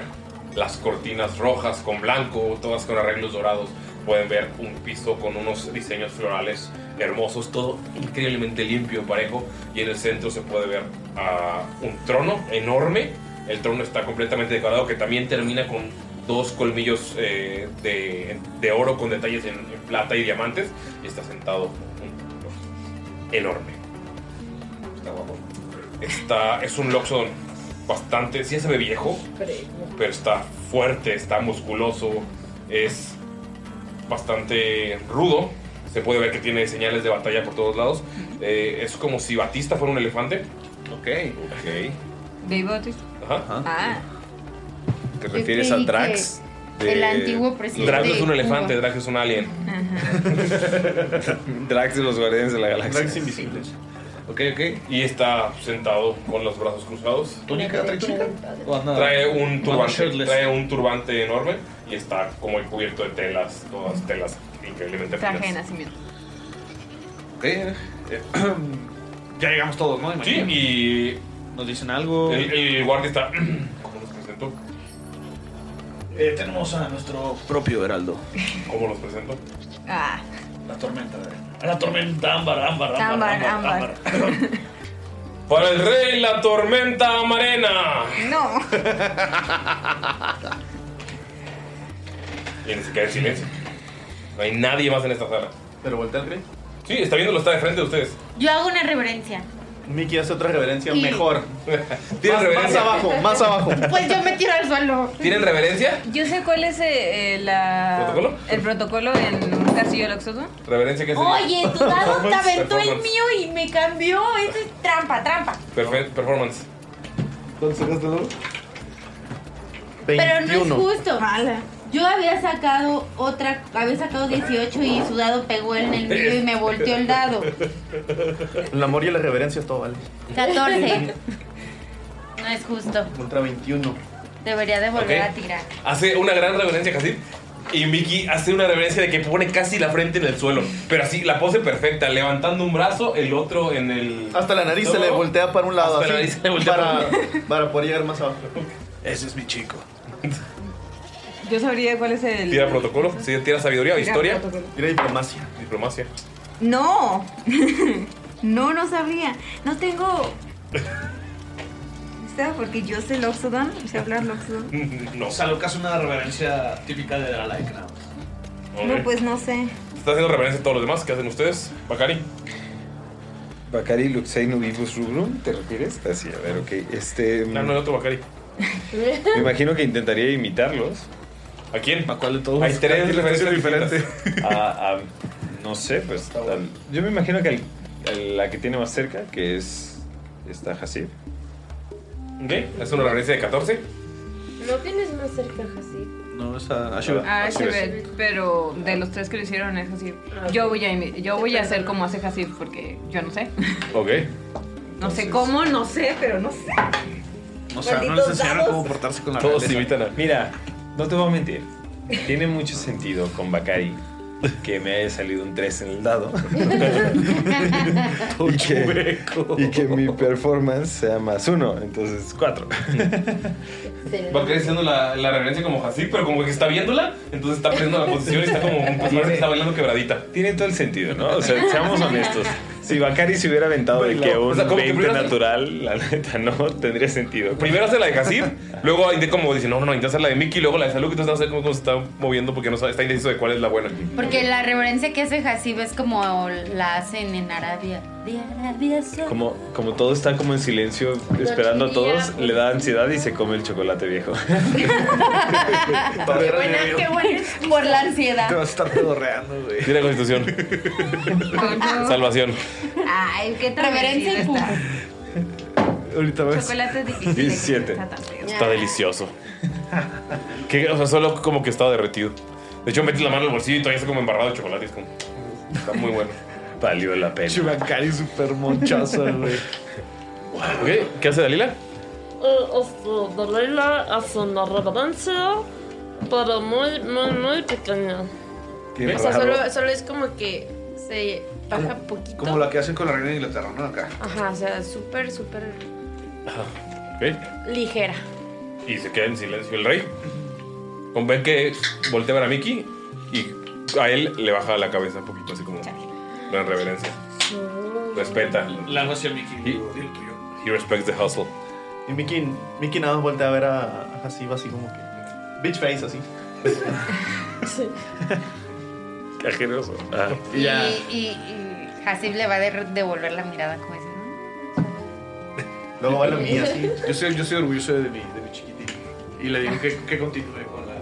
[SPEAKER 1] las cortinas rojas con blanco, todas con arreglos dorados. Pueden ver un piso con unos diseños florales hermosos, todo increíblemente limpio, parejo. Y en el centro se puede ver ah, un trono enorme. El trono está completamente decorado, que también termina con dos colmillos eh, de, de oro con detalles en, en plata y diamantes. Y está sentado un- enorme. Está guapo. Está, es un Loxodon bastante. Sí, se ve viejo, pero está fuerte, está musculoso, es bastante rudo. Se puede ver que tiene señales de batalla por todos lados. Eh, es como si Batista fuera un elefante. Ok. Ok.
[SPEAKER 6] Baby Otis.
[SPEAKER 1] Ajá.
[SPEAKER 6] Ah.
[SPEAKER 1] ¿Te
[SPEAKER 9] Yo refieres creí al Drax que de- el antiguo presidente
[SPEAKER 1] Drax no es un
[SPEAKER 9] de
[SPEAKER 1] elefante,
[SPEAKER 9] Cuba.
[SPEAKER 1] Drax es un alien.
[SPEAKER 5] Drax de los Guardianes de la Galaxia.
[SPEAKER 1] Drax invisibles. Ok, ok. Y está sentado con los brazos cruzados.
[SPEAKER 2] ¿Túnica? ¿Trae túnica? O Pues nada.
[SPEAKER 1] Trae un
[SPEAKER 2] Mano
[SPEAKER 1] turbante,
[SPEAKER 2] shirtless.
[SPEAKER 1] trae un turbante enorme y está como encubierto de telas, todas telas increíblemente finas.
[SPEAKER 6] Traje de nacimiento.
[SPEAKER 2] Ok. eh, (clears throat) ya llegamos todos, ¿no?
[SPEAKER 1] Sí,
[SPEAKER 2] Imagino.
[SPEAKER 1] y
[SPEAKER 2] Nos dicen algo.
[SPEAKER 1] el, el guardia está (clears throat) como los presentó.
[SPEAKER 2] Eh, tenemos a nuestro propio Heraldo.
[SPEAKER 1] ¿Cómo los presento?
[SPEAKER 6] Ah.
[SPEAKER 2] La tormenta, a La tormenta ámbar, ámbar,
[SPEAKER 6] Ámbar,
[SPEAKER 2] ámbar. ámbar,
[SPEAKER 6] ámbar.
[SPEAKER 1] Para el rey la tormenta
[SPEAKER 3] (laughs)
[SPEAKER 1] amarena.
[SPEAKER 6] No.
[SPEAKER 1] Y se queda en silencio. No hay nadie más en esta sala.
[SPEAKER 3] ¿Pero voltea al rey?
[SPEAKER 1] Sí, está viéndolo, está de frente de ustedes.
[SPEAKER 9] Yo hago una reverencia.
[SPEAKER 3] Mickey hace otra reverencia
[SPEAKER 9] Y-
[SPEAKER 3] mejor.
[SPEAKER 1] Tiene
[SPEAKER 3] más,
[SPEAKER 1] reverencia.
[SPEAKER 3] más abajo, más abajo.
[SPEAKER 9] Pues yo me tiro al suelo.
[SPEAKER 1] ¿Tienen reverencia?
[SPEAKER 6] Yo sé cuál es eh, eh,
[SPEAKER 9] Ah.
[SPEAKER 6] la-
[SPEAKER 1] ¿Protocolo?
[SPEAKER 6] el protocolo en un castillo de Oxodon.
[SPEAKER 1] Reverencia que
[SPEAKER 9] Oye,
[SPEAKER 1] (laughs)
[SPEAKER 9] tu dado te aventó el
[SPEAKER 1] Performance.
[SPEAKER 9] mío y me cambió. Eso es trampa, trampa.
[SPEAKER 1] Perfe- Performance.
[SPEAKER 3] ¿Cuánto sacaste luego?
[SPEAKER 9] Pero no es justo. Yo había sacado otra, había sacado 18 y su dado pegó en el mío y me volteó el dado.
[SPEAKER 3] El amor y la reverencia todo vale.
[SPEAKER 9] 14. No es justo.
[SPEAKER 3] Contra 21.
[SPEAKER 9] Debería de volver
[SPEAKER 1] Ok.
[SPEAKER 9] a tirar.
[SPEAKER 1] Hace una gran reverencia casi. Y Mickey hace una reverencia de que pone casi la frente en el suelo. Pero así, la pose perfecta, levantando un brazo, el otro en el.
[SPEAKER 3] Hasta la nariz se le
[SPEAKER 1] No.
[SPEAKER 3] voltea para un lado.
[SPEAKER 1] Hasta la
[SPEAKER 3] así,
[SPEAKER 1] nariz se le (laughs) voltea
[SPEAKER 3] para,
[SPEAKER 1] para
[SPEAKER 3] para poder llegar más abajo. Ese es mi chico.
[SPEAKER 6] Yo sabría cuál es el.
[SPEAKER 1] Tira protocolo, sí, tira sabiduría o
[SPEAKER 6] Tira
[SPEAKER 1] historia.
[SPEAKER 6] protocolo.
[SPEAKER 1] Tira diplomacia. Diplomacia.
[SPEAKER 6] No. (laughs) no, no sabría. No tengo. (laughs) ¿Sabes? Porque yo sé Loxodon, sé hablar Loxodon.
[SPEAKER 1] No.
[SPEAKER 2] O sea, lo que hace una reverencia típica de la like, nada más.
[SPEAKER 6] No, pues no sé.
[SPEAKER 1] Está haciendo reverencia a todos los demás. ¿Qué hacen ustedes? Bacari.
[SPEAKER 5] Bacari Luxainu Vivus Rubrum, ¿te refieres? Así, a ver, ok. Este.
[SPEAKER 1] No, no, el otro Bacari.
[SPEAKER 5] Me imagino que intentaría imitarlos.
[SPEAKER 1] ¿A quién?
[SPEAKER 5] ¿A cuál de todos?
[SPEAKER 1] Hay tres referencias
[SPEAKER 5] (laughs) A, a- no sé, pues. al- yo me imagino que al- a la que tiene más cerca, que es esta Hasib.
[SPEAKER 1] Ok, es una referencia de 14.
[SPEAKER 6] No tienes más cerca, así.
[SPEAKER 3] No, es a
[SPEAKER 6] Ah, Shebet, pero de los tres que lo hicieron es Hasib. Yo voy a, imi- yo voy a hacer como hace Hasib porque yo no sé. (laughs)
[SPEAKER 1] Ok.
[SPEAKER 6] No sé cómo, no sé, pero no sé.
[SPEAKER 5] O
[SPEAKER 6] sea, no les enseñaron Malditos cómo
[SPEAKER 5] portarse con
[SPEAKER 6] la
[SPEAKER 5] Todos
[SPEAKER 6] realeza.
[SPEAKER 5] imitan a. Mira, no te voy a mentir. Tiene mucho sentido con Bakari que me haya salido un 3 en el (laughs) dado. y, que, y que mi performance sea más uno, entonces 4.
[SPEAKER 1] Va creciendo la, la reverencia como así, pero como que está viéndola, entonces está aprendiendo la posición y está como un pues, parece que está bailando quebradita.
[SPEAKER 5] Tiene todo el sentido, ¿no?
[SPEAKER 1] (laughs)
[SPEAKER 5] O sea, seamos honestos. Si Bakari se hubiera aventado de que un
[SPEAKER 1] O sea, como que
[SPEAKER 5] 20
[SPEAKER 1] primero-
[SPEAKER 5] natural, la neta, no tendría sentido.
[SPEAKER 1] Primero hace la de Hasib, luego hay de como dice, no, no, no, intenta hacer la de Mickey, luego la de Salud, entonces no sé cómo se está moviendo porque no sabe, está indeciso de cuál es la buena.
[SPEAKER 9] Porque la reverencia que hace Hasib es como la hacen en Arabia. De Arabia Saudita. (laughs)
[SPEAKER 5] Como, como todo está como en silencio, esperando a todos, le
[SPEAKER 1] pues.
[SPEAKER 5] da ansiedad y se come el chocolate viejo. (laughs)
[SPEAKER 9] Qué buena, qué buena. Por la ansiedad.
[SPEAKER 5] vas a estar pedorreando,
[SPEAKER 2] (laughs)
[SPEAKER 5] güey. Tira constitución.
[SPEAKER 1] Salvación.
[SPEAKER 6] Ay, qué tan
[SPEAKER 9] Reverencia y
[SPEAKER 6] decidido está.
[SPEAKER 1] Ahorita
[SPEAKER 6] Chocolate difícil.
[SPEAKER 1] 17.
[SPEAKER 6] Está tan feo.
[SPEAKER 1] Pues, Está delicioso. Que, o sea, solo como que estaba derretido. De hecho, metes la mano al bolsillo y todavía está como embarrado de chocolate. y es como, está muy bueno.
[SPEAKER 5] Valió la pena.
[SPEAKER 7] Chubacari súper monchoso, güey.
[SPEAKER 1] Ok, ¿qué hace Dalila?
[SPEAKER 13] Eh, esto, Dalila hace una reverencia, pero muy, muy, muy pequeña.
[SPEAKER 2] Qué
[SPEAKER 13] o sea, solo, solo es como que se baja poquito.
[SPEAKER 2] Como la que hacen con la reina de Inglaterra, ¿no? Acá.
[SPEAKER 13] Ajá, o sea, súper, súper
[SPEAKER 1] Ok.
[SPEAKER 13] ligera.
[SPEAKER 1] Y se queda en silencio el rey. Con ver que voltea a ver a Mickey y a él le baja la cabeza un poquito, así como una reverencia. Respeta.
[SPEAKER 7] La hago hacia Mickey.
[SPEAKER 1] He, he respects the hustle.
[SPEAKER 3] Y Mickey, Mickey nada más voltea a ver a, a Hasib así como que. Bitch face así.
[SPEAKER 5] Qué asqueroso.
[SPEAKER 3] Ah.
[SPEAKER 9] Y, y, y Hasib le va a de- devolver la mirada como ese, ¿no?
[SPEAKER 2] Luego
[SPEAKER 9] va la mía, sí.
[SPEAKER 2] Yo soy, yo soy orgulloso de mi, de mi chiquitín. Y le digo que, que continúe con la.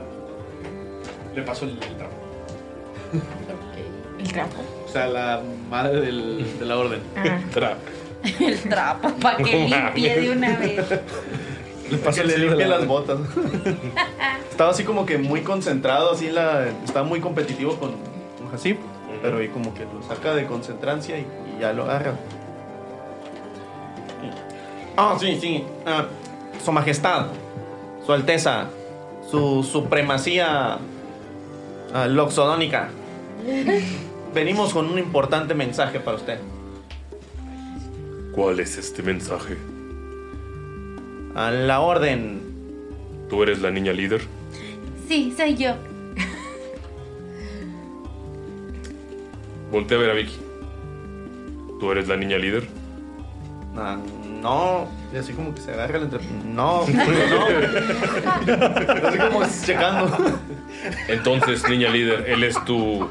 [SPEAKER 2] Le paso el, el trapo.
[SPEAKER 6] El
[SPEAKER 9] (laughs)
[SPEAKER 6] trapo.
[SPEAKER 2] O sea, la madre del- de la orden. Trapo.
[SPEAKER 6] El trapo, para que
[SPEAKER 3] No
[SPEAKER 6] limpie
[SPEAKER 3] mames.
[SPEAKER 6] de una vez.
[SPEAKER 3] Le pasó le limpia las (laughs) botas. estaba así como que muy concentrado, así la. Estaba muy competitivo con, con Hasib. Pero ahí como que lo saca de concentrancia y, y ya lo agarra. Y- Ah, sí, sí. ah, su majestad. Su alteza. Su supremacía. ah, loxodónica. Venimos con un importante mensaje para usted.
[SPEAKER 1] ¿Cuál es este mensaje?
[SPEAKER 3] A la orden.
[SPEAKER 1] ¿Tú eres la niña líder?
[SPEAKER 9] Sí, soy yo.
[SPEAKER 1] Voltea a ver a Vicky. ¿Tú eres la niña líder?
[SPEAKER 3] Ah, no. Y así como que se agarra el entre... (laughs) No, no. así como checando.
[SPEAKER 1] Entonces, niña líder, él es tu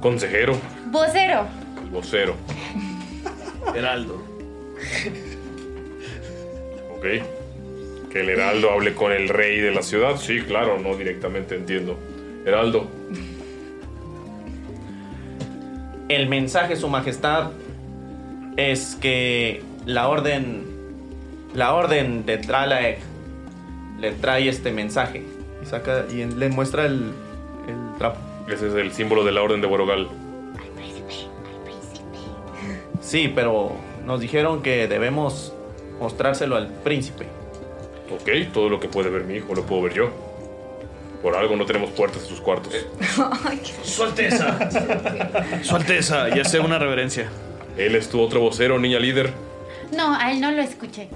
[SPEAKER 1] consejero,
[SPEAKER 9] Vocero.
[SPEAKER 1] el (laughs) vocero.
[SPEAKER 3] Heraldo.
[SPEAKER 1] Ok. Que el heraldo hable con el rey de la ciudad. Sí, claro, no directamente entiendo. Heraldo,
[SPEAKER 3] El mensaje, su majestad, es que la orden. La orden de Tralaek le trae este mensaje. Y saca y le muestra el, el trapo.
[SPEAKER 1] ese es el símbolo de la orden de Borogal.
[SPEAKER 3] Sí, pero nos dijeron que debemos mostrárselo al príncipe.
[SPEAKER 1] Ok, todo lo que puede ver mi hijo lo puedo ver yo. Por algo no tenemos puertas en sus cuartos.
[SPEAKER 7] Su Alteza. Eh, Su Alteza, y hace una reverencia.
[SPEAKER 1] Él es tu otro vocero, niña líder.
[SPEAKER 9] No, a él no lo escuché.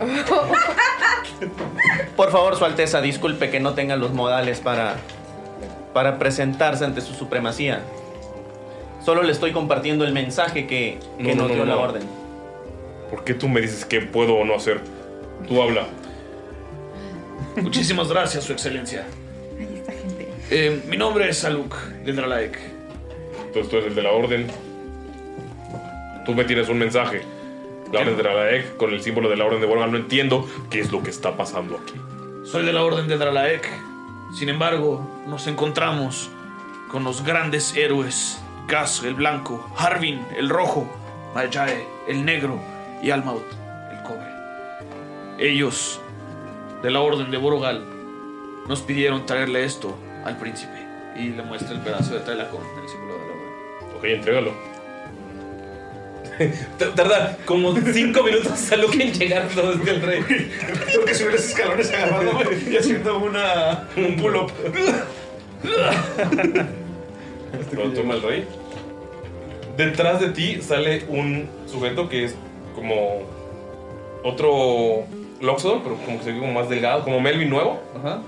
[SPEAKER 3] Oh, Por favor, Su Alteza, disculpe que no tenga los modales para, para presentarse ante su supremacía. Solo le estoy compartiendo el mensaje que,
[SPEAKER 1] No,
[SPEAKER 3] que
[SPEAKER 1] no,
[SPEAKER 3] nos
[SPEAKER 1] no,
[SPEAKER 3] dio
[SPEAKER 1] no,
[SPEAKER 3] la
[SPEAKER 1] no.
[SPEAKER 3] orden.
[SPEAKER 1] ¿Por qué tú me dices qué puedo o no hacer? Tú habla.
[SPEAKER 7] Muchísimas gracias, Su Excelencia. Eh, mi nombre es Saluk, de Dralaek.
[SPEAKER 1] Entonces tú eres el de la orden. Tú me tienes un mensaje. La orden de Dralaek con el símbolo de la orden de Borgal. No entiendo qué es lo que está pasando aquí.
[SPEAKER 7] Soy de la Orden de Dralaek. Sin embargo, nos encontramos con los grandes héroes: Gas, el blanco, Harvin, el rojo, Maljae, el negro, y Almaut, el cobre. Ellos, de la Orden de Borogal, nos pidieron traerle esto al príncipe. Y le muestra el pedazo de tela con el símbolo de la Orden.
[SPEAKER 1] Ok, entrégalo. Tarda como 5 minutos Saluk en llegar donde el rey.
[SPEAKER 7] Tengo que subir los escalones agarrándome y
[SPEAKER 1] Este
[SPEAKER 7] haciendo una, un pull-up.
[SPEAKER 1] Lo toma el rey. Detrás de ti sale un sujeto que es como otro Loxodon, pero como que se ve como más delgado, como Melvin nuevo.
[SPEAKER 7] Ajá.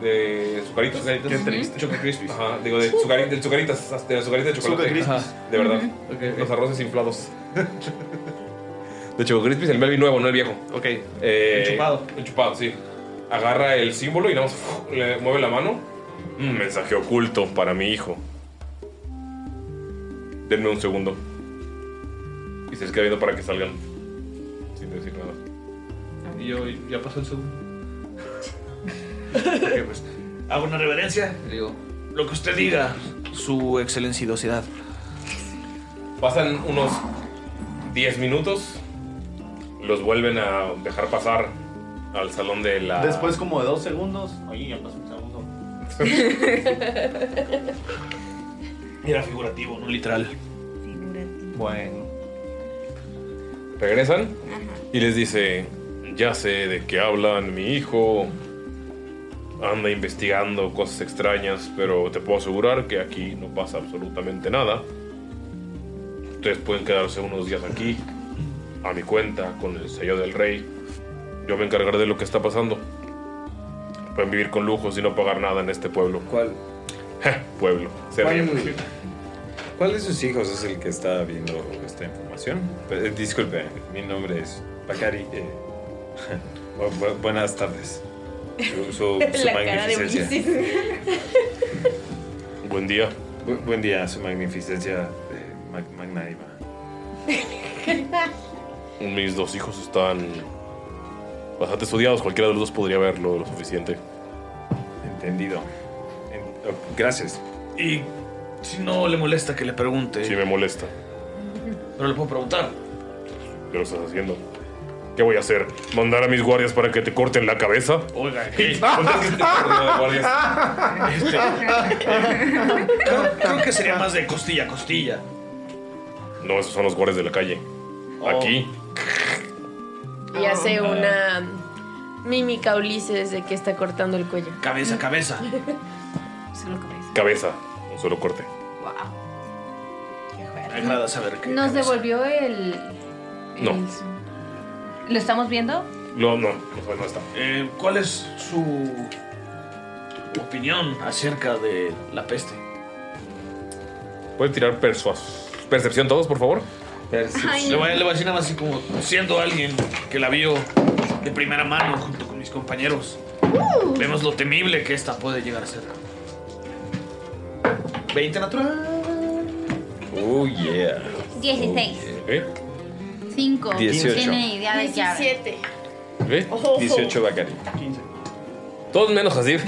[SPEAKER 1] De Zucaritas.
[SPEAKER 7] Qué triste.
[SPEAKER 1] Choco Crispis. Ajá, digo, de Zucari- del Zucaritas, de Zucaritas de
[SPEAKER 7] Zuca
[SPEAKER 1] chocolate.
[SPEAKER 7] Crispis.
[SPEAKER 1] Ajá, de verdad.
[SPEAKER 7] Ujú. Ok, ok.
[SPEAKER 1] Los arroces inflados. De Choco Crispis, el Melvin nuevo, no el viejo. Ok.
[SPEAKER 7] El chupado.
[SPEAKER 1] El chupado, sí. Agarra el símbolo y nada más uf, le mueve la mano. Un mensaje oculto para mi hijo. Denme un segundo. Y se les queda viendo para que salgan. Sin decir nada.
[SPEAKER 7] Y yo, y ya pasó el segundo. (laughs) Ok, pues, hago una reverencia. y Digo, lo que usted diga, su excelencidosidad.
[SPEAKER 1] Pasan unos 10 minutos. Los vuelven a dejar pasar al salón de la.
[SPEAKER 3] Después como de dos segundos. Oye, ya pasó un segundo.
[SPEAKER 1] (laughs)
[SPEAKER 7] Era figurativo, no literal.
[SPEAKER 1] Bueno. Regresan y les dice: Ya sé de qué hablan, mi hijo. Anda investigando cosas extrañas, pero te puedo asegurar que aquí no pasa absolutamente nada. Ustedes pueden quedarse unos días aquí, a mi cuenta, con el sello del rey. Yo me encargaré de lo que está pasando. Pueden vivir con lujos y no pagar nada en este pueblo.
[SPEAKER 5] ¿Cuál?
[SPEAKER 1] (laughs) pueblo. Se ríe.
[SPEAKER 5] ¿Cuál, cuál de sus hijos es el que está viendo esta información? Eh, disculpe, mi nombre es Bacari. eh, (laughs) bu- bu- buenas tardes. Su, su-
[SPEAKER 12] (laughs)
[SPEAKER 5] su
[SPEAKER 12] La cara de
[SPEAKER 5] magnificencia.
[SPEAKER 12] Ulises.
[SPEAKER 1] Buen día.
[SPEAKER 5] Bu- buen día, su magnificencia eh, mag- magnánima.
[SPEAKER 1] Mis dos hijos están bastante estudiados. Cualquiera de los dos podría verlo lo suficiente.
[SPEAKER 5] Entendido.
[SPEAKER 1] Gracias.
[SPEAKER 7] Y si no le molesta que le pregunte.
[SPEAKER 1] Sí, me molesta.
[SPEAKER 7] Pero le puedo preguntar.
[SPEAKER 1] ¿Qué lo estás haciendo? ¿Qué voy a hacer? ¿Mandar a mis guardias para que te corten la
[SPEAKER 7] (laughs)
[SPEAKER 1] cabeza?
[SPEAKER 7] Oiga,
[SPEAKER 1] (laughs) Este,
[SPEAKER 7] creo, creo que sería más de costilla a costilla.
[SPEAKER 1] No, esos son los guardias de la calle.
[SPEAKER 7] Oh,
[SPEAKER 1] Aquí.
[SPEAKER 12] Y hace una mímica a Ulises de que está cortando el cuello.
[SPEAKER 7] Cabeza,
[SPEAKER 4] (laughs)
[SPEAKER 7] cabeza.
[SPEAKER 12] Solo cabeza.
[SPEAKER 1] Cabeza. Un solo corte.
[SPEAKER 12] Wow.
[SPEAKER 7] Me agrada saber que.
[SPEAKER 6] Nos devolvió el.
[SPEAKER 1] No.
[SPEAKER 6] ¿Lo estamos viendo?
[SPEAKER 1] No, no, no, no está.
[SPEAKER 7] Eh, ¿Cuál es su opinión acerca de la peste?
[SPEAKER 1] ¿Pueden tirar persuas- percepción todos, por favor?
[SPEAKER 7] Le voy, a- le voy a decir nada más así como siendo alguien que la vio de primera mano junto con mis compañeros.
[SPEAKER 5] Uh.
[SPEAKER 7] Vemos lo temible que esta puede llegar a ser. 20 natural.
[SPEAKER 5] Oh, yeah.
[SPEAKER 9] 16.
[SPEAKER 1] ¿Eh?
[SPEAKER 9] 5.
[SPEAKER 5] 18.
[SPEAKER 9] Tiene idea de llave. 17.
[SPEAKER 1] ¿Eh?
[SPEAKER 9] Ojo.
[SPEAKER 5] 18
[SPEAKER 1] Bacari. Todos menos Hasib.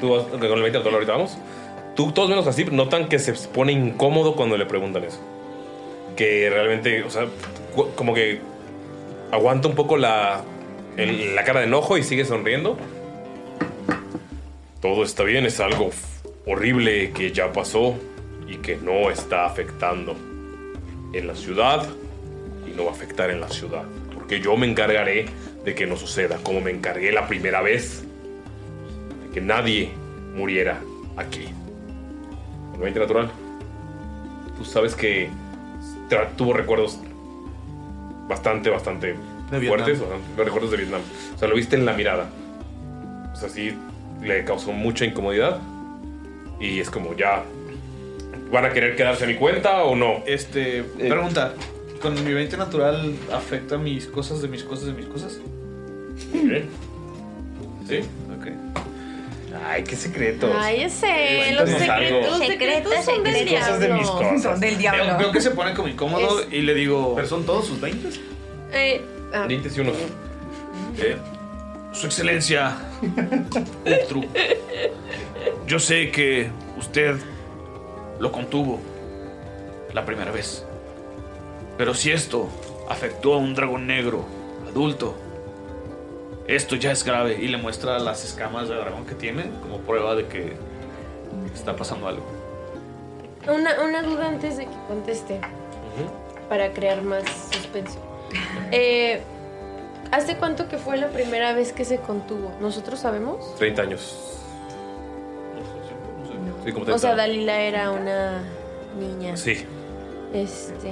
[SPEAKER 1] Tú vas con el 20 al color, ahorita vamos. Tú, todos menos Hasib, notan que se pone incómodo cuando le preguntan eso. Que realmente, o sea, cu- como que aguanta un poco la, el- la cara de enojo y sigue sonriendo. Todo está bien, es algo f- horrible que ya pasó y que no está afectando en la ciudad y no va a afectar en la ciudad. Porque yo me encargaré de que no suceda, como me encargué la primera vez de que nadie muriera aquí. Con 20 natural, tú sabes que tra- tuvo recuerdos bastante, bastante
[SPEAKER 3] De Vietnam.
[SPEAKER 1] fuertes, bastante- recuerdos de Vietnam. O sea, lo viste en la mirada. O sea, sí le causó mucha incomodidad. Y es como ya. ¿Van a querer quedarse a mi cuenta o no?
[SPEAKER 5] Eh,
[SPEAKER 7] Este. Pregunta, ¿con mi 20 natural afecta mis cosas de mis cosas de mis cosas?
[SPEAKER 5] Hmm.
[SPEAKER 1] ¿Sí?
[SPEAKER 7] Ok.
[SPEAKER 5] Ay, qué secretos.
[SPEAKER 12] Ay, ese,
[SPEAKER 7] Cuéntanos
[SPEAKER 12] los secretos,
[SPEAKER 7] algo.
[SPEAKER 12] secretos
[SPEAKER 6] Secretos,
[SPEAKER 12] son del
[SPEAKER 6] secretos.
[SPEAKER 12] diablo.
[SPEAKER 6] Son del diablo.
[SPEAKER 7] Veo, veo que se pone como incómodo y le digo. ¿Pero son todos sus 20?
[SPEAKER 12] Eh, ah.
[SPEAKER 1] 20 y unos.
[SPEAKER 7] Eh, su excelencia, Utru, yo sé que usted lo contuvo la primera vez. Pero si esto afectó a un dragón negro adulto, esto ya es grave.
[SPEAKER 3] Y le muestra las escamas de dragón que tiene como prueba de que está pasando algo.
[SPEAKER 4] Una, una duda antes de que conteste, para crear más suspenso. Eh, ¿Hace cuánto que fue la primera vez que se contuvo? ¿Nosotros sabemos?
[SPEAKER 1] 30 años. Sí, como
[SPEAKER 4] O sea,
[SPEAKER 1] 30.
[SPEAKER 4] Dalila era una niña.
[SPEAKER 1] Sí.
[SPEAKER 4] Este.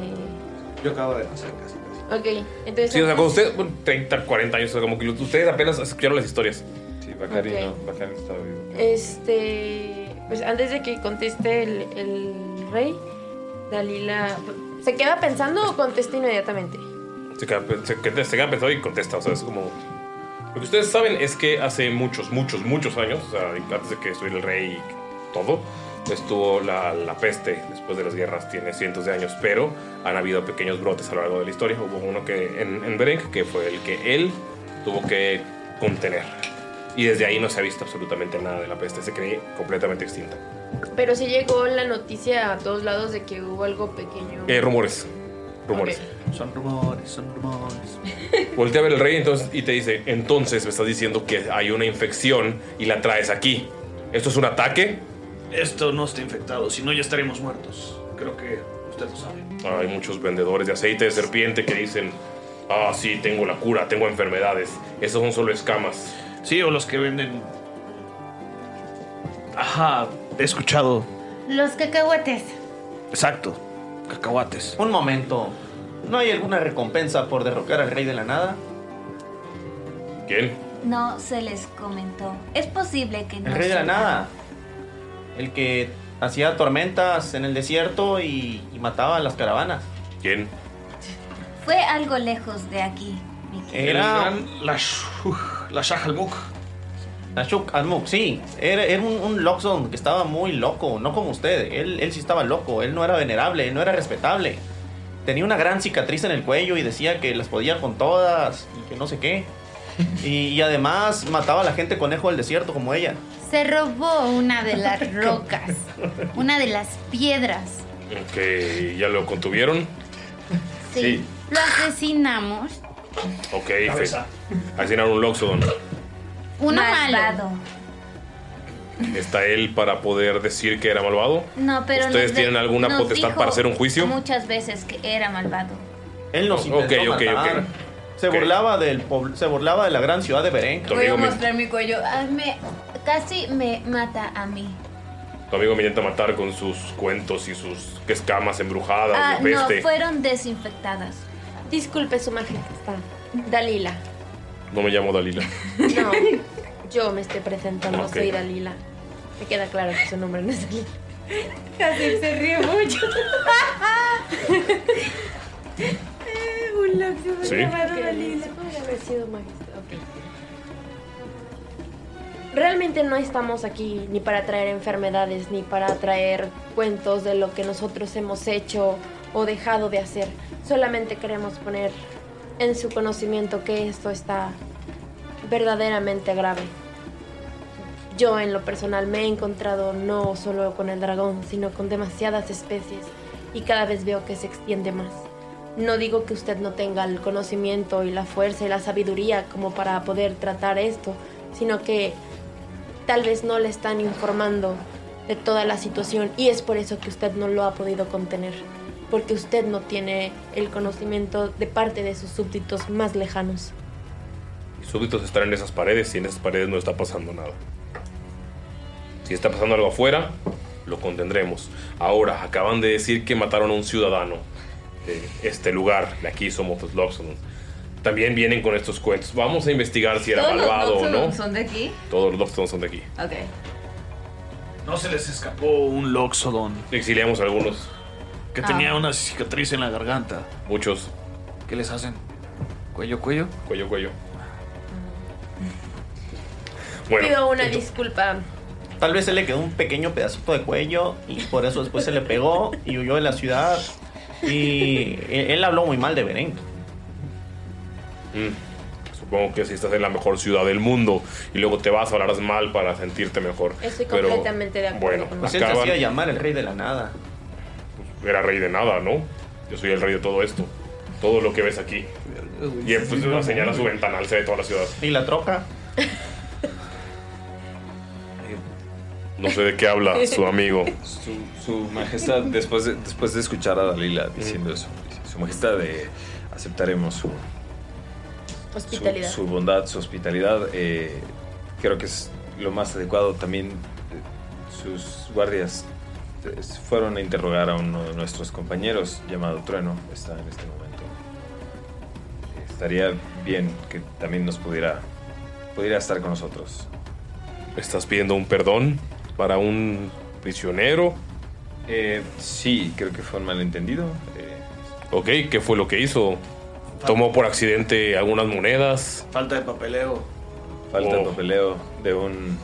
[SPEAKER 2] Yo acabo de nacer casi.
[SPEAKER 4] Ok, entonces.
[SPEAKER 1] Sí, o sea, cuando ustedes, bueno, 30, 40 años, o sea, como que ustedes apenas escucharon las historias. Sí, Bacari
[SPEAKER 4] Ok.
[SPEAKER 1] no, Bacari estaba vivo.
[SPEAKER 4] Este, pues antes de que conteste el, el rey, Dalila, ¿se queda pensando o contesta inmediatamente?
[SPEAKER 1] Se queda, se queda- se queda pensado y contesta, o sea, es como... Lo que ustedes saben es que hace muchos, muchos, muchos años, o sea, antes de que estuviera el rey y todo, estuvo la, la peste después de las guerras, tiene cientos de años, pero han habido pequeños brotes a lo largo de la historia. Hubo uno que en, en Beren, que fue el que él tuvo que contener. Y desde ahí no se ha visto absolutamente nada de la peste, se cree completamente extinta.
[SPEAKER 4] Pero sí llegó la noticia a todos lados de que hubo algo pequeño.
[SPEAKER 1] Eh, rumores, rumores.
[SPEAKER 7] Son rumores, son rumores.
[SPEAKER 1] (laughs) Voltea a ver el rey entonces, y te dice, entonces me estás diciendo que hay una infección y la traes aquí. ¿Esto es un ataque?
[SPEAKER 7] Esto no está infectado, si no ya estaremos muertos. Creo que usted lo sabe.
[SPEAKER 1] Hay muchos vendedores de aceite de serpiente que dicen, ah, sí, tengo la cura, tengo enfermedades. Esas son solo escamas.
[SPEAKER 7] Sí, o los que venden... Ajá, he escuchado.
[SPEAKER 9] Los cacahuates.
[SPEAKER 7] Exacto. Cacahuates.
[SPEAKER 3] Un momento. ¿No hay alguna recompensa por derrocar al rey de la nada?
[SPEAKER 1] ¿Quién?
[SPEAKER 8] No se les comentó. Es posible que no.
[SPEAKER 3] El rey de la
[SPEAKER 8] sepan.
[SPEAKER 3] nada. El que hacía tormentas en el desierto y, y mataba a las caravanas.
[SPEAKER 1] ¿Quién?
[SPEAKER 8] Fue algo lejos de aquí.
[SPEAKER 3] Era
[SPEAKER 7] la Shuk, la Shah al-Muk.
[SPEAKER 3] La Shuk al-Muk, sí. Era, era un, un Loxon que estaba muy loco, no como usted. Él, él sí estaba loco, él no era venerable, él no era respetable. Tenía una gran cicatriz en el cuello y decía que las podía con todas y que no sé qué. Y, y además mataba a la gente conejo del desierto como ella.
[SPEAKER 9] Se robó una de las rocas, una de las piedras.
[SPEAKER 1] Ok, ¿ya lo contuvieron?
[SPEAKER 9] Sí. Lo asesinamos.
[SPEAKER 1] Ok,
[SPEAKER 9] Cabeza.
[SPEAKER 1] asignaron un
[SPEAKER 7] (laughs)
[SPEAKER 1] Loxodon.
[SPEAKER 9] Uno
[SPEAKER 8] Malvado.
[SPEAKER 1] ¿Está él para poder decir que era malvado?
[SPEAKER 8] No, pero
[SPEAKER 1] ¿Ustedes
[SPEAKER 8] nos de-
[SPEAKER 1] tienen alguna
[SPEAKER 8] nos
[SPEAKER 1] potestad
[SPEAKER 8] dijo
[SPEAKER 1] para hacer un juicio?
[SPEAKER 8] Muchas veces que era malvado.
[SPEAKER 3] Él nos
[SPEAKER 1] Oh,
[SPEAKER 3] intentó
[SPEAKER 1] ok, ok,
[SPEAKER 3] matar.
[SPEAKER 1] ok.
[SPEAKER 3] Se, Burlaba del pobl- se burlaba de la gran ciudad de Berén.
[SPEAKER 1] Tu amigo, me-
[SPEAKER 8] mi cuello. me, casi me mata a mí.
[SPEAKER 1] tu amigo me intenta matar con sus cuentos y sus escamas embrujadas
[SPEAKER 8] Ah,
[SPEAKER 1] de
[SPEAKER 8] no,
[SPEAKER 1] peste.
[SPEAKER 8] fueron desinfectadas.
[SPEAKER 4] Disculpe, su majestad. Dalila.
[SPEAKER 1] No me llamo Dalila.
[SPEAKER 4] No, yo me estoy presentando,
[SPEAKER 1] Ok.
[SPEAKER 4] soy Dalila. Me queda claro que su nombre no es Dalila. Casi se ríe (laughs) mucho. Un lapso
[SPEAKER 1] Sí. llamado
[SPEAKER 4] Dalila. Puede haber sido magistrado. Realmente no estamos aquí ni para traer enfermedades, ni para traer cuentos de lo que nosotros hemos hecho o dejado de hacer. Solamente queremos poner en su conocimiento que esto está verdaderamente grave. Yo en lo personal me he encontrado no solo con el dragón, sino con demasiadas especies y cada vez veo que se extiende más. No digo que usted no tenga el conocimiento y la fuerza y la sabiduría como para poder tratar esto, sino que tal vez no le están informando de toda la situación y es por eso que usted no lo ha podido contener, porque usted no tiene el conocimiento de parte de sus súbditos más lejanos.
[SPEAKER 1] Y súbditos están en esas paredes y en esas paredes no está pasando nada. Si está pasando algo afuera, lo contendremos. Ahora, acaban de decir que mataron a un ciudadano de este lugar, de aquí somos los Loxodon. También vienen con estos cuentos. Vamos a investigar si era
[SPEAKER 6] Todos los
[SPEAKER 1] malvado o no.
[SPEAKER 6] Noxodon ¿Son de aquí?
[SPEAKER 1] Todos los Loxodon son de aquí.
[SPEAKER 6] Ok.
[SPEAKER 7] No se les escapó un Loxodon.
[SPEAKER 1] Exiliamos a algunos.
[SPEAKER 7] Que
[SPEAKER 6] Ah.
[SPEAKER 7] tenía una cicatriz en la garganta.
[SPEAKER 1] Muchos.
[SPEAKER 7] ¿Qué les hacen? ¿Cuello, cuello?
[SPEAKER 1] Cuello, cuello. Bueno,
[SPEAKER 4] Pido una disculpa.
[SPEAKER 3] Tal vez se le quedó un pequeño pedacito de cuello y por eso después se le e-, pegó y huyó de la ciudad. Y él, él habló muy mal de Berén.
[SPEAKER 1] Mm, Supongo que si estás en la mejor ciudad del mundo y luego te vas, hablarás mal para sentirte mejor.
[SPEAKER 4] Estoy
[SPEAKER 1] Pero,
[SPEAKER 4] completamente de
[SPEAKER 1] Bueno,
[SPEAKER 4] acuerdo.
[SPEAKER 1] Pues,
[SPEAKER 4] con
[SPEAKER 3] Pues
[SPEAKER 4] usted.
[SPEAKER 3] él se hacía llamar el rey de la nada.
[SPEAKER 1] Era rey de nada, ¿no? Yo soy el rey de todo esto. Todo lo que ves aquí. Y él, pues, señala su ventanal, se ve toda la ciudad.
[SPEAKER 3] ¿Y la troca?
[SPEAKER 1] No sé de qué habla (laughs)
[SPEAKER 4] (laughs)
[SPEAKER 1] su amigo.
[SPEAKER 5] Su, su majestad, después de, después de escuchar a Dalila
[SPEAKER 1] Mm.
[SPEAKER 5] diciendo eso, dice, su majestad, eh, aceptaremos su, su,
[SPEAKER 4] Hospitalidad.
[SPEAKER 5] su bondad, su hospitalidad. eh, creo que es lo más adecuado. También eh, sus guardias eh, fueron a interrogar a uno de nuestros compañeros llamado Trueno. Está en este momento. Estaría bien que también nos pudiera, pudiera estar con nosotros.
[SPEAKER 1] ¿Estás pidiendo un perdón para un prisionero?
[SPEAKER 5] Eh, sí, creo que fue un malentendido.
[SPEAKER 1] Ok, ¿qué fue lo que hizo? ¿Tomó por accidente algunas monedas?
[SPEAKER 7] Falta de papeleo.
[SPEAKER 5] Falta de papeleo de un.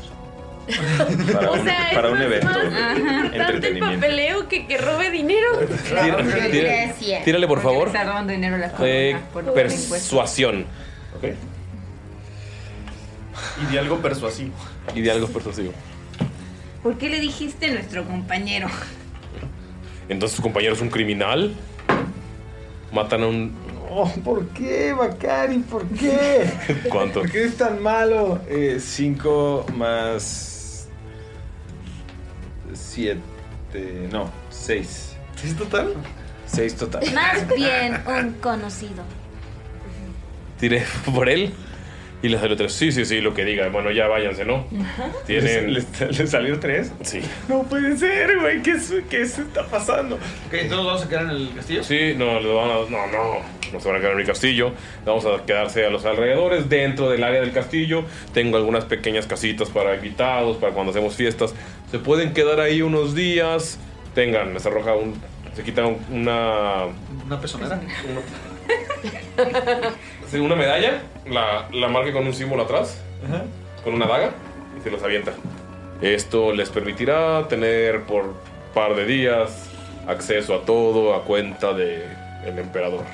[SPEAKER 1] para eh,
[SPEAKER 5] un- para un evento de
[SPEAKER 4] Ajá. Tanto el
[SPEAKER 5] entretenimiento.
[SPEAKER 4] papeleo que, que robe dinero.
[SPEAKER 1] Tira- tira- tírale, por favor.
[SPEAKER 6] Está robando dinero a las
[SPEAKER 1] Eh,
[SPEAKER 6] personas por no pagar impuestos.
[SPEAKER 1] persuasión.
[SPEAKER 3] Y de algo persuasivo.
[SPEAKER 1] Y de algo persuasivo.
[SPEAKER 6] ¿Por qué le dijiste nuestro compañero? (laughs)
[SPEAKER 1] Entonces, su compañero es un criminal. Matan a un.
[SPEAKER 5] ¿Por qué, Bacari? ¿Por
[SPEAKER 1] (laughs)
[SPEAKER 5] qué?
[SPEAKER 1] ¿Cuánto?
[SPEAKER 5] ¿Por qué es tan malo? 5 más. 7. No, 6.
[SPEAKER 3] ¿6 total?
[SPEAKER 5] 6 total.
[SPEAKER 8] Más bien un conocido.
[SPEAKER 1] Tiré (laughs) por él. Y les salió tres. Sí, sí, sí, lo que diga. Bueno, ya váyanse, ¿no? Tienen.
[SPEAKER 5] ¿Les, salió tres?
[SPEAKER 1] Sí.
[SPEAKER 5] No puede ser, güey. ¿Qué, es- qué se está pasando?
[SPEAKER 7] Ok, entonces vamos a quedar en el castillo.
[SPEAKER 1] Sí, no, lo van a- no, no, no se van a quedar en el castillo. Vamos a quedarse a los alrededores, dentro del área del castillo. Tengo algunas pequeñas casitas para invitados, para cuando hacemos fiestas. Se pueden quedar ahí unos días. Tengan, les arroja un. Se quita un- una.
[SPEAKER 7] Una
[SPEAKER 6] (laughs)
[SPEAKER 7] pesonera.
[SPEAKER 1] sí, Una medalla, la, la marca con un símbolo atrás, con una daga, y se los avienta. Esto les permitirá tener por par de días acceso a todo a cuenta del emperador.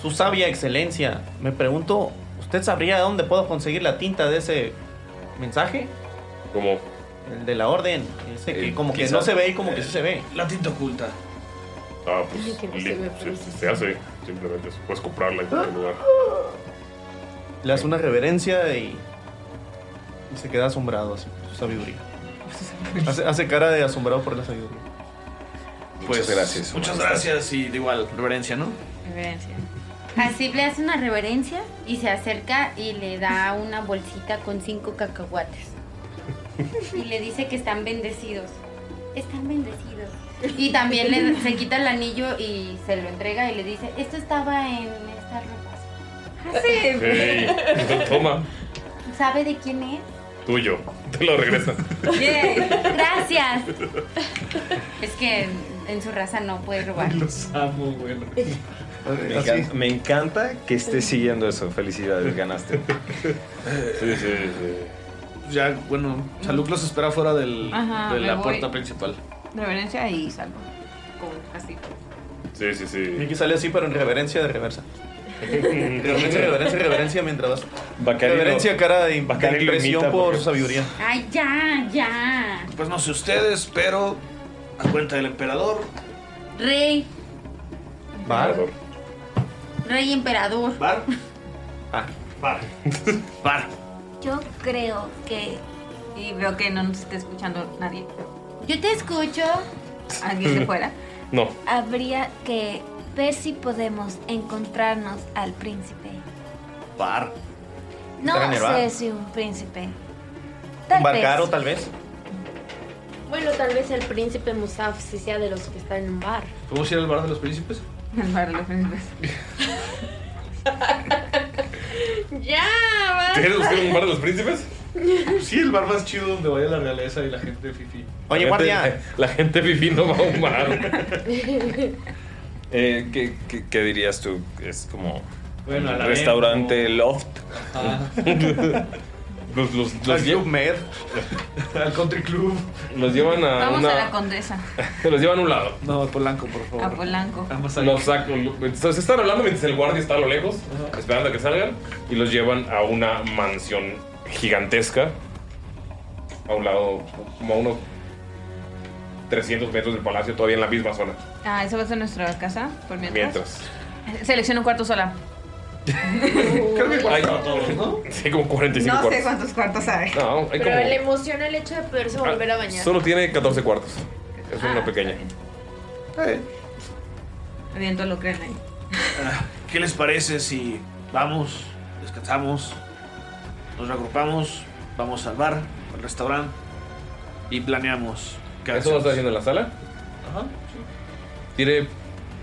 [SPEAKER 3] Su sabia excelencia. Me pregunto, ¿usted sabría dónde puedo conseguir la tinta de ese mensaje?
[SPEAKER 1] Como
[SPEAKER 3] El de la orden. Ese que
[SPEAKER 1] Eh,
[SPEAKER 3] como que
[SPEAKER 1] quizá-
[SPEAKER 3] no se ve y como que sí se ve.
[SPEAKER 7] La tinta oculta.
[SPEAKER 1] Ah,
[SPEAKER 7] Ay, que no
[SPEAKER 1] pues
[SPEAKER 7] se
[SPEAKER 1] li-
[SPEAKER 7] ve, pero
[SPEAKER 1] se,
[SPEAKER 7] sí
[SPEAKER 1] se hace, simplemente eso. puedes comprarla en cualquier lugar.
[SPEAKER 3] Le hace una reverencia y, y se queda asombrado así por su sabiduría. Hace, hace cara de asombrado por la sabiduría.
[SPEAKER 7] Pues,
[SPEAKER 3] gracias,
[SPEAKER 7] Muchas
[SPEAKER 3] Majestad.
[SPEAKER 7] gracias y de igual, reverencia, ¿no?
[SPEAKER 6] Reverencia.
[SPEAKER 9] Así le hace una reverencia y se acerca y le da una bolsita con cinco cacahuates. Y le dice que están bendecidos. Están bendecidos. Y también le, se quita el anillo y se lo entrega y le dice, esto estaba en estas ropas.
[SPEAKER 6] Sí.
[SPEAKER 1] Ey, entonces, (laughs) toma,
[SPEAKER 9] ¿Sabe de quién es?
[SPEAKER 1] tuyo. Te lo
[SPEAKER 7] (laughs)
[SPEAKER 1] regresas.
[SPEAKER 9] Bien. Gracias. Es que en, en su raza no puede robar.
[SPEAKER 5] Los amo, güey.
[SPEAKER 9] (laughs)
[SPEAKER 5] Me, encanta, me encanta que estés siguiendo eso. Felicidades, ganaste.
[SPEAKER 1] Sí, sí, sí.
[SPEAKER 7] Ya, bueno, Saluk los espera fuera del,
[SPEAKER 6] Ajá,
[SPEAKER 7] de la
[SPEAKER 6] me voy.
[SPEAKER 7] puerta principal.
[SPEAKER 6] Reverencia y salvo. Con así.
[SPEAKER 1] Sí, sí, sí.
[SPEAKER 3] Miki sale así, pero en reverencia de
[SPEAKER 1] (laughs)
[SPEAKER 3] reversa. reverencia, reverencia, reverencia mientras vas.
[SPEAKER 5] Bacari lo-
[SPEAKER 3] reverencia, cara de, de
[SPEAKER 5] Bacari lo
[SPEAKER 3] impresión
[SPEAKER 5] imita
[SPEAKER 3] por
[SPEAKER 5] porque-
[SPEAKER 3] su sabiduría.
[SPEAKER 9] Ay, ya, ya.
[SPEAKER 7] Pues no sé ustedes, pero a cuenta del emperador,
[SPEAKER 9] Rey,
[SPEAKER 3] Bar.
[SPEAKER 9] rey emperador.
[SPEAKER 7] Bar.
[SPEAKER 3] Ah,
[SPEAKER 7] bar. Bar.
[SPEAKER 6] Yo creo que. Y veo que no nos está escuchando nadie.
[SPEAKER 9] Yo te escucho.
[SPEAKER 1] (laughs)
[SPEAKER 6] Alguien de fuera.
[SPEAKER 1] No.
[SPEAKER 8] Habría que ver si podemos encontrarnos al príncipe.
[SPEAKER 3] Bar.
[SPEAKER 8] No
[SPEAKER 3] Está en el bar.
[SPEAKER 8] sé si un príncipe.
[SPEAKER 3] Un bar caro, tal vez.
[SPEAKER 13] Bueno, tal vez el príncipe Musaf sí sea de los que están en un bar.
[SPEAKER 7] ¿Podemos ir al bar de los príncipes?
[SPEAKER 6] (laughs) El bar de los
[SPEAKER 12] (laughs)
[SPEAKER 6] príncipes.
[SPEAKER 13] ¡Ya!
[SPEAKER 1] ¿Tienes usted un bar de los príncipes?
[SPEAKER 7] Pues Sí, el bar más chido donde vaya la realeza y la gente fifi.
[SPEAKER 1] Oye, (laughs) guardia. La gente viviendo va a un bar.
[SPEAKER 5] Eh, ¿qué, qué, qué dirías tú? Es como
[SPEAKER 7] Bueno, a
[SPEAKER 5] (laughs)
[SPEAKER 7] la
[SPEAKER 5] restaurante loft.
[SPEAKER 1] Los, los, los
[SPEAKER 3] Al
[SPEAKER 1] lle- (laughs)
[SPEAKER 3] Club Med.
[SPEAKER 1] Al country club. Los llevan a
[SPEAKER 6] Vamos
[SPEAKER 1] Ah, una-
[SPEAKER 6] a la condesa,
[SPEAKER 1] (laughs) Los llevan a un lado. No, Polanco, por
[SPEAKER 6] a Polanco.
[SPEAKER 1] Los saco. Entonces están hablando mientras el guardia está a lo lejos, esperando a que salgan, y los llevan a una mansión gigantesca. A un lado, como a unos 300 metros del palacio, todavía en la misma zona.
[SPEAKER 6] Ah, esa va a ser nuestra casa, por mientras.
[SPEAKER 1] Mientras.
[SPEAKER 6] Selecciona un cuarto sola.
[SPEAKER 1] Uh, Creo que hay todos, ¿no? Sí, como 45
[SPEAKER 6] No sé
[SPEAKER 1] cuartos. Ah.
[SPEAKER 6] cuántos cuartos hay.
[SPEAKER 1] No, hay
[SPEAKER 12] Pero
[SPEAKER 1] como-
[SPEAKER 12] le emociona el hecho de poderse volver a bañar.
[SPEAKER 1] Solo tiene 14 cuartos. Es
[SPEAKER 6] Ah,
[SPEAKER 1] una pequeña.
[SPEAKER 6] Viento lo creen ahí.
[SPEAKER 7] Ah, ¿Qué les parece si vamos, descansamos, nos reagrupamos, vamos al bar, al restaurante y planeamos? qué
[SPEAKER 1] ¿Eso lo
[SPEAKER 7] hacemos?
[SPEAKER 1] está haciendo en la sala?
[SPEAKER 14] Uh-huh.
[SPEAKER 7] Ajá.
[SPEAKER 1] Tiene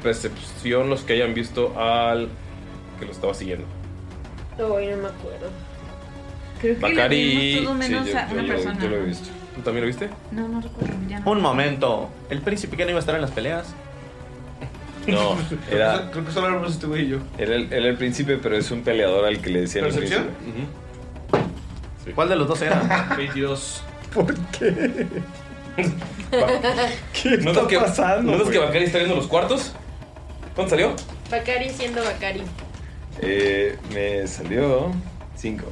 [SPEAKER 1] percepción los que hayan visto al que lo estaba siguiendo.
[SPEAKER 12] No, yo no me acuerdo.
[SPEAKER 6] Creo que
[SPEAKER 1] Bacari.
[SPEAKER 6] todo menos
[SPEAKER 1] sí, yo-
[SPEAKER 6] a
[SPEAKER 1] yo-
[SPEAKER 6] una
[SPEAKER 1] yo-
[SPEAKER 6] persona. Ah.
[SPEAKER 1] yo lo he visto. ¿Tú también lo viste?
[SPEAKER 6] No, no recuerdo. Ya no.
[SPEAKER 3] Un momento. ¿El príncipe que no iba a estar en las peleas?
[SPEAKER 5] No,
[SPEAKER 3] (laughs)
[SPEAKER 5] era,
[SPEAKER 2] Creo que solo hablamos este güey y yo.
[SPEAKER 5] era el, era el príncipe, pero es un peleador al que le decían el
[SPEAKER 2] ¿Percepción?
[SPEAKER 5] príncipe.
[SPEAKER 3] ¿Cuál de los
[SPEAKER 2] (laughs)
[SPEAKER 3] dos era?
[SPEAKER 7] 22.
[SPEAKER 5] ¿Por qué?
[SPEAKER 1] ¿Qué
[SPEAKER 5] está
[SPEAKER 1] que,
[SPEAKER 5] pasando,
[SPEAKER 1] ¿Notas
[SPEAKER 5] Ah, güey?
[SPEAKER 1] que Bacari está viendo los cuartos? ¿Cuánto salió?
[SPEAKER 12] (laughs) Bacari siendo Bacari.
[SPEAKER 5] Eh, me salió 5.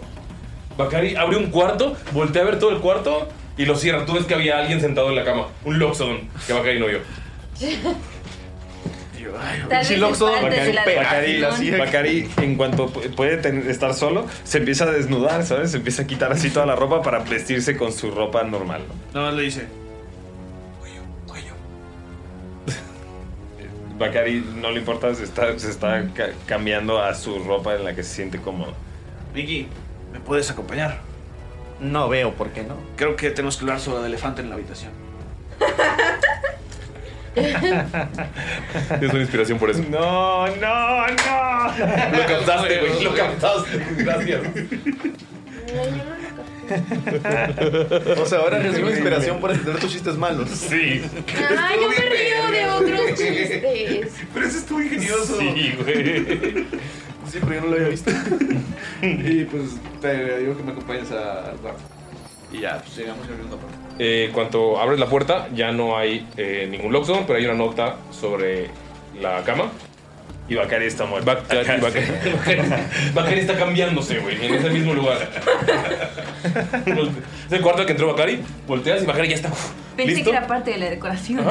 [SPEAKER 1] Bacari abre un cuarto, voltea a ver todo el cuarto y lo cierra. Tú ves que había alguien sentado en la cama. Un Loxodon que Bacari
[SPEAKER 5] (laughs)
[SPEAKER 1] no vio.
[SPEAKER 6] Tal vez Chiloxo, es parte de la
[SPEAKER 5] Bacari,
[SPEAKER 6] atracción.
[SPEAKER 5] Bacari, en cuanto pu- puede tener- estar solo, se empieza a desnudar, ¿sabes? Se empieza a quitar así toda la ropa para vestirse con su ropa normal.
[SPEAKER 7] Nada más le dice.
[SPEAKER 5] Bacari no le importa, se está, se está ca- cambiando a su ropa en la que se siente cómodo.
[SPEAKER 7] Mickey, ¿me
[SPEAKER 5] (laughs)
[SPEAKER 7] puedes acompañar?
[SPEAKER 3] No veo por qué no.
[SPEAKER 7] Creo que tenemos que hablar sobre el elefante en la habitación.
[SPEAKER 1] Es una inspiración por eso.
[SPEAKER 5] No, ¡Oh, no, no.
[SPEAKER 1] Lo captaste, güey.
[SPEAKER 5] (laughs)
[SPEAKER 1] Lo captaste. Gracias.
[SPEAKER 3] (laughs) O sea, ahora recibo inspiración por entender tus chistes malos.
[SPEAKER 1] Sí.
[SPEAKER 12] Ah, yo me río de otros
[SPEAKER 7] (laughs)
[SPEAKER 12] chistes.
[SPEAKER 7] Pero eso estuvo ingenioso.
[SPEAKER 1] Sí, güey.
[SPEAKER 2] (laughs) Sí, pero yo no lo había visto. (laughs) y pues te digo que me acompañes a- al bar. Y ya, pues llegamos y abrimos la puerta.
[SPEAKER 1] Eh, cuando abres la puerta, ya no hay eh, ningún Loxodon, pero hay una nota sobre la cama. Y Bacari está muerto. Bacari, (laughs) Bacari está cambiándose, güey, en ese mismo lugar. es el cuarto al que entró Bacari, volteas y Bacari ya está. uf,
[SPEAKER 6] Pensé
[SPEAKER 1] ¿Listo?
[SPEAKER 6] que era parte de la decoración.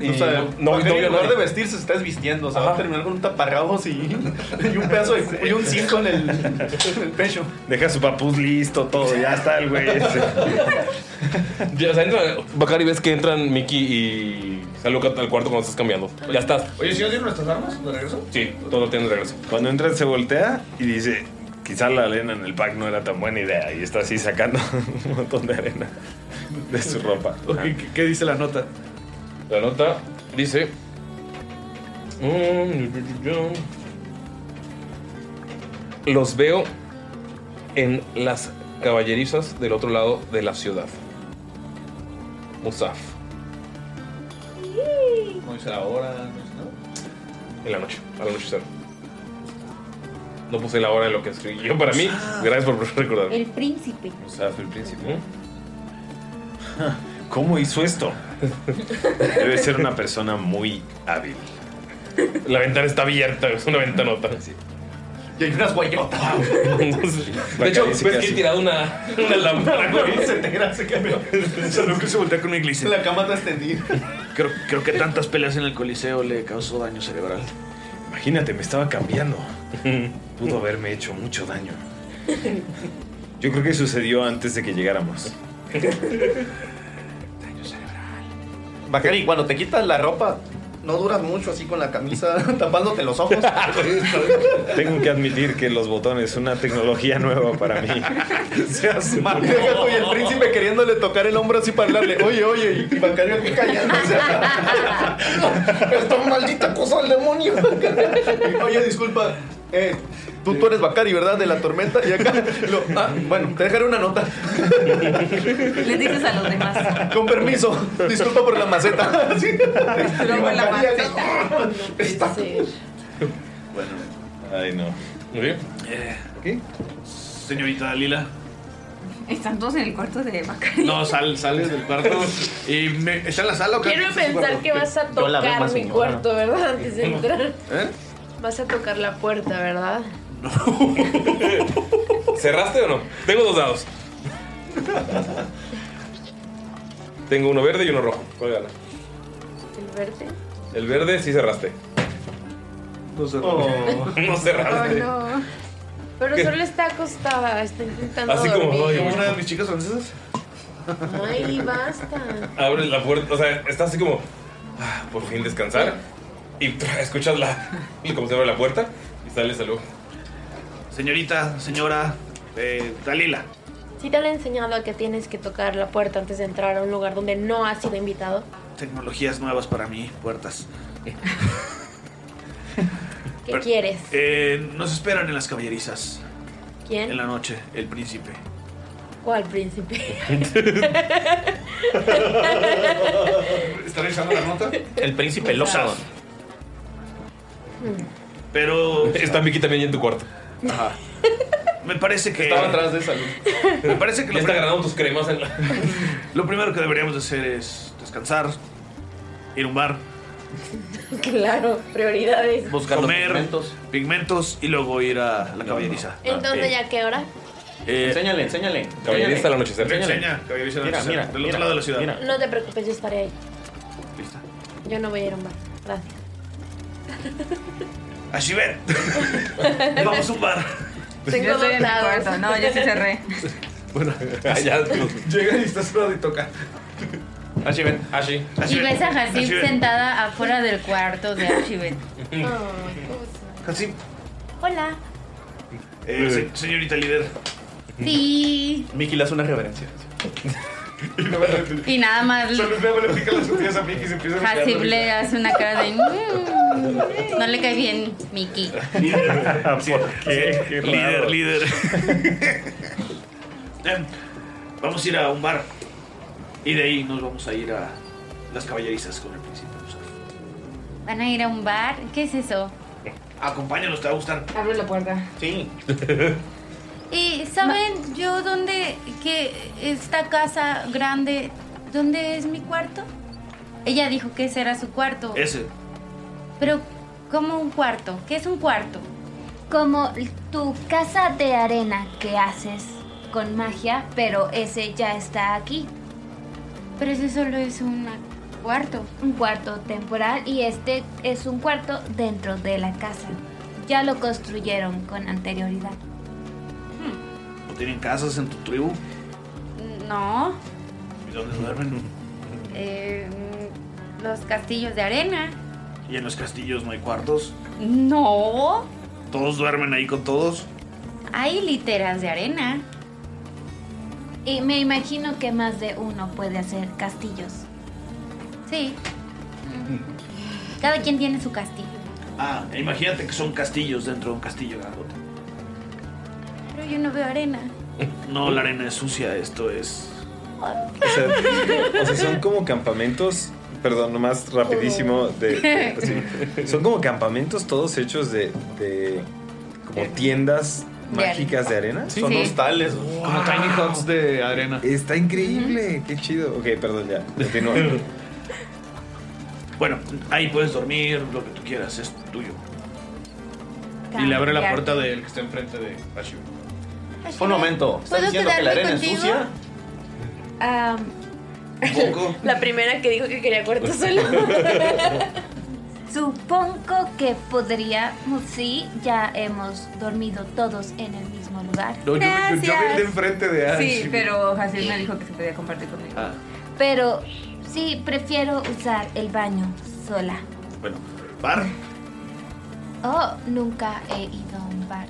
[SPEAKER 1] Y
[SPEAKER 3] O sea,
[SPEAKER 1] no,
[SPEAKER 3] no,
[SPEAKER 1] no,
[SPEAKER 3] en
[SPEAKER 1] no,
[SPEAKER 3] lugar
[SPEAKER 1] no.
[SPEAKER 3] de vestirse, se está desvistiendo. O sea, va a terminar con un taparrabos y, (laughs) y un pedazo de. y un cinto en el, en el pecho.
[SPEAKER 5] Deja su papús listo, todo, ya está
[SPEAKER 2] (laughs)
[SPEAKER 5] el güey.
[SPEAKER 1] Ya, o sea, entra- Bacari ves que entran Mickey y Saluca al cuarto cuando estás cambiando. Ya estás.
[SPEAKER 2] Oye, ¿si no tienen nuestras armas de regreso?
[SPEAKER 1] Sí, todo lo tienes de regreso.
[SPEAKER 5] Cuando entra se voltea y dice, quizá la arena en el pack no era tan buena idea y está así sacando (laughs) un montón de arena de su ropa.
[SPEAKER 7] ¿Qué, qué dice la nota?
[SPEAKER 1] Ah. La nota dice. mm, Los veo en las caballerizas del otro lado de la ciudad. Musaf,
[SPEAKER 2] No dice la hora, no dice nada.
[SPEAKER 1] en la noche, al anochecer. No puse la hora de lo que escribí. Yo para mí,
[SPEAKER 7] Ah.
[SPEAKER 1] gracias por recordarme.
[SPEAKER 9] El príncipe.
[SPEAKER 5] Musaf, el príncipe. ¿Cómo hizo esto? Debe ser una persona muy hábil.
[SPEAKER 1] La ventana está abierta, es una ventanota.
[SPEAKER 3] Y hay unas guayotas.
[SPEAKER 1] De hecho, ves que he tirado una, una lámpara,
[SPEAKER 7] (laughs)
[SPEAKER 1] güey.
[SPEAKER 3] Se negra, se cambió.
[SPEAKER 7] Solo que (laughs) se voltea con una iglesia.
[SPEAKER 3] La cama está extendida.
[SPEAKER 7] Creo, creo que tantas peleas en el coliseo le causó daño cerebral.
[SPEAKER 5] Imagínate, me estaba
[SPEAKER 7] (laughs)
[SPEAKER 5] cambiando. Pudo haberme hecho mucho daño. Yo creo que sucedió antes de que llegáramos.
[SPEAKER 3] Bacari, cuando te quitas la ropa, no duras mucho así con la camisa (laughs) tapándote los ojos.
[SPEAKER 5] Tengo que admitir que los botones, una tecnología nueva para mí. (laughs) Seas
[SPEAKER 3] Y deja tú, y el príncipe queriéndole tocar el hombro así para hablarle. Oye, oye, y Bacari aquí callándose. (laughs) Esta maldita cosa del demonio. Y, (laughs) oye, disculpa. eh, tú, tú eres Bacari, ¿verdad? De la tormenta. Y acá. lo- ah, bueno, te dejaré una nota.
[SPEAKER 6] Les dices a los demás.
[SPEAKER 3] Con permiso. Disculpa por la maceta. Sí.
[SPEAKER 6] Pero con la
[SPEAKER 3] Bacari acá,
[SPEAKER 6] maceta.
[SPEAKER 3] Está.
[SPEAKER 7] Bueno.
[SPEAKER 5] Ay, no.
[SPEAKER 7] Eh,
[SPEAKER 1] ¿Qué?
[SPEAKER 7] Señorita Dalila,
[SPEAKER 6] Están todos en el cuarto de Maca.
[SPEAKER 7] No, sal, sales del cuarto y me, está en la sala. o qué?
[SPEAKER 12] Quiero pensar que vas a
[SPEAKER 7] Yo la veo
[SPEAKER 12] tocar
[SPEAKER 7] más
[SPEAKER 12] mi
[SPEAKER 7] señora.
[SPEAKER 12] cuarto,
[SPEAKER 1] (laughs)
[SPEAKER 12] ¿verdad? Antes de entrar.
[SPEAKER 7] ¿Eh?
[SPEAKER 12] Vas a tocar la puerta, ¿verdad?
[SPEAKER 1] ¿Cerraste o no? Tengo dos dados. Tengo uno verde y uno rojo. ¿Cuál gana?
[SPEAKER 12] El verde.
[SPEAKER 1] El verde sí cerraste.
[SPEAKER 2] No
[SPEAKER 1] cerraste. no cerraste.
[SPEAKER 12] no. Pero
[SPEAKER 1] ¿Qué?
[SPEAKER 12] solo está acostada, está intentando
[SPEAKER 1] Así como
[SPEAKER 12] dormir.
[SPEAKER 1] "Ay,
[SPEAKER 2] una de mis chicas francesas.
[SPEAKER 12] Ay, basta.
[SPEAKER 1] Abres la puerta, o sea, está así como "Ah, por fin descansar. Y tra- escuchas la, como se abre la puerta y sale salud.
[SPEAKER 7] (laughs) Señorita, señora, eh, Dalila.
[SPEAKER 12] Si te han enseñado a que tienes que tocar la puerta antes de entrar a un lugar donde no has sido invitado.
[SPEAKER 7] Tecnologías nuevas para mí, puertas.
[SPEAKER 12] ¿Qué
[SPEAKER 7] Pero-
[SPEAKER 12] quieres?
[SPEAKER 7] Eh, nos esperan en las caballerizas.
[SPEAKER 4] ¿Eh?
[SPEAKER 12] ¿Quién?
[SPEAKER 7] En la noche, el príncipe.
[SPEAKER 12] ¿Cuál príncipe? (laughs)
[SPEAKER 7] ¿Están echando la nota? El príncipe Loza.
[SPEAKER 12] Hmm.
[SPEAKER 7] Pero.
[SPEAKER 1] Está Miki también en tu cuarto.
[SPEAKER 7] Ajá. Me parece que.
[SPEAKER 1] Estaba atrás de
[SPEAKER 7] salud. Me parece que.
[SPEAKER 1] Ya está agarrando
[SPEAKER 7] tus cremas en la. Lo primero que deberíamos de hacer es descansar, ir a un bar,
[SPEAKER 12] claro, prioridades.
[SPEAKER 7] comer pigmentos. y luego ir a la
[SPEAKER 3] Ah,
[SPEAKER 7] caballeriza.
[SPEAKER 12] Entonces, ¿ya qué hora?
[SPEAKER 7] enséñale, enséñale.
[SPEAKER 1] Caballeriza al anochecer.
[SPEAKER 7] Enseña,
[SPEAKER 1] Enséñale.
[SPEAKER 7] caballeriza al
[SPEAKER 1] Mira,
[SPEAKER 7] anochecer.
[SPEAKER 1] mira,
[SPEAKER 7] del
[SPEAKER 1] mira,
[SPEAKER 7] otro lado de la ciudad.
[SPEAKER 1] mira.
[SPEAKER 12] No te preocupes, yo estaré ahí. Yo no voy a ir a un bar. Gracias.
[SPEAKER 7] Así ven. (laughs) Vamos a un bar.
[SPEAKER 6] Yo estoy en mi cuarto. No, yo sí cerré.
[SPEAKER 7] Bueno, (laughs)
[SPEAKER 1] allá.
[SPEAKER 2] Llega y está cerrado y toca.
[SPEAKER 7] Así ven. Así.
[SPEAKER 9] Y ves a Hasib sentada afuera del cuarto de Archibet.
[SPEAKER 7] Así.
[SPEAKER 9] Hola.
[SPEAKER 7] Eh, se- señorita líder.
[SPEAKER 9] Sí.
[SPEAKER 3] Mickey le hace una reverencia.
[SPEAKER 9] Y nada más
[SPEAKER 7] a Mickey y se empieza
[SPEAKER 9] Hasib le hace una cara de. "Mm". No le cae bien, Mickey.
[SPEAKER 7] (laughs) ¿Por qué? líder, líder. (laughs) Em, vamos a ir a un bar. Y de ahí nos vamos a ir a las caballerizas con el príncipe.
[SPEAKER 9] Van a ir a un bar. ¿Qué es eso?
[SPEAKER 7] Acompáñanos, te va a gustar.
[SPEAKER 6] Abre la puerta. (laughs)
[SPEAKER 7] Sí.
[SPEAKER 9] Y saben yo dónde que esta casa grande, dónde es mi cuarto? Ella dijo que ese era su cuarto.
[SPEAKER 7] Ese.
[SPEAKER 9] Pero como un cuarto, ¿qué es un cuarto?
[SPEAKER 8] Como tu casa de arena que haces con magia, pero ese ya está aquí.
[SPEAKER 9] Pero ese solo es un cuarto.
[SPEAKER 8] Un cuarto temporal y este es un cuarto dentro de la casa. Ya lo construyeron con anterioridad.
[SPEAKER 7] ¿No tienen casas en tu tribu?
[SPEAKER 9] No,
[SPEAKER 7] ¿Y dónde duermen?
[SPEAKER 9] eh, los castillos de arena.
[SPEAKER 7] ¿Y en los castillos no hay cuartos?
[SPEAKER 9] No,
[SPEAKER 7] ¿Todos duermen ahí con todos?
[SPEAKER 9] hay literas de arena.
[SPEAKER 8] Y me imagino que más de uno puede hacer castillos.
[SPEAKER 9] Sí.
[SPEAKER 6] Mm.
[SPEAKER 9] Cada quien tiene su castillo.
[SPEAKER 7] Ah, imagínate que son castillos dentro de un castillo grandote.
[SPEAKER 9] Pero yo no veo arena.
[SPEAKER 7] No, la arena es sucia, esto es.
[SPEAKER 5] O sea, o sea, son como campamentos, perdón, nomás rapidísimo, de, así. son como campamentos todos hechos de, de como tiendas
[SPEAKER 3] De arena.
[SPEAKER 5] mágicas de arena.
[SPEAKER 3] Sí. Son Sí. hostales,
[SPEAKER 5] como tiny huts de arena. Está increíble, qué chido. Ok, perdón, ya, continúa.
[SPEAKER 7] (laughs) Bueno, ahí puedes dormir, lo que tú quieras, es tuyo. Y le abre la puerta del que está enfrente de Ashu. Oh,
[SPEAKER 3] Un (laughs) momento. ¿Estás
[SPEAKER 12] ¿Puedo
[SPEAKER 3] diciendo que la
[SPEAKER 12] quedarme
[SPEAKER 3] arena
[SPEAKER 12] contigo?
[SPEAKER 3] es sucia?
[SPEAKER 12] Ah, (laughs) la primera que dijo que quería
[SPEAKER 3] (laughs)
[SPEAKER 12] cuarto solo. (laughs)
[SPEAKER 8] Supongo que podríamos, sí, ya hemos dormido todos en el mismo lugar.
[SPEAKER 2] No, yo, yo, yo vi el de
[SPEAKER 8] Gracias.
[SPEAKER 2] enfrente de Ash.
[SPEAKER 6] Sí, pero Hasib me dijo que se podía compartir conmigo.
[SPEAKER 7] Ah,
[SPEAKER 8] Pero sí, prefiero usar el baño sola.
[SPEAKER 7] Bueno, bar.
[SPEAKER 8] Oh, nunca he ido a
[SPEAKER 2] (laughs)
[SPEAKER 8] un bar.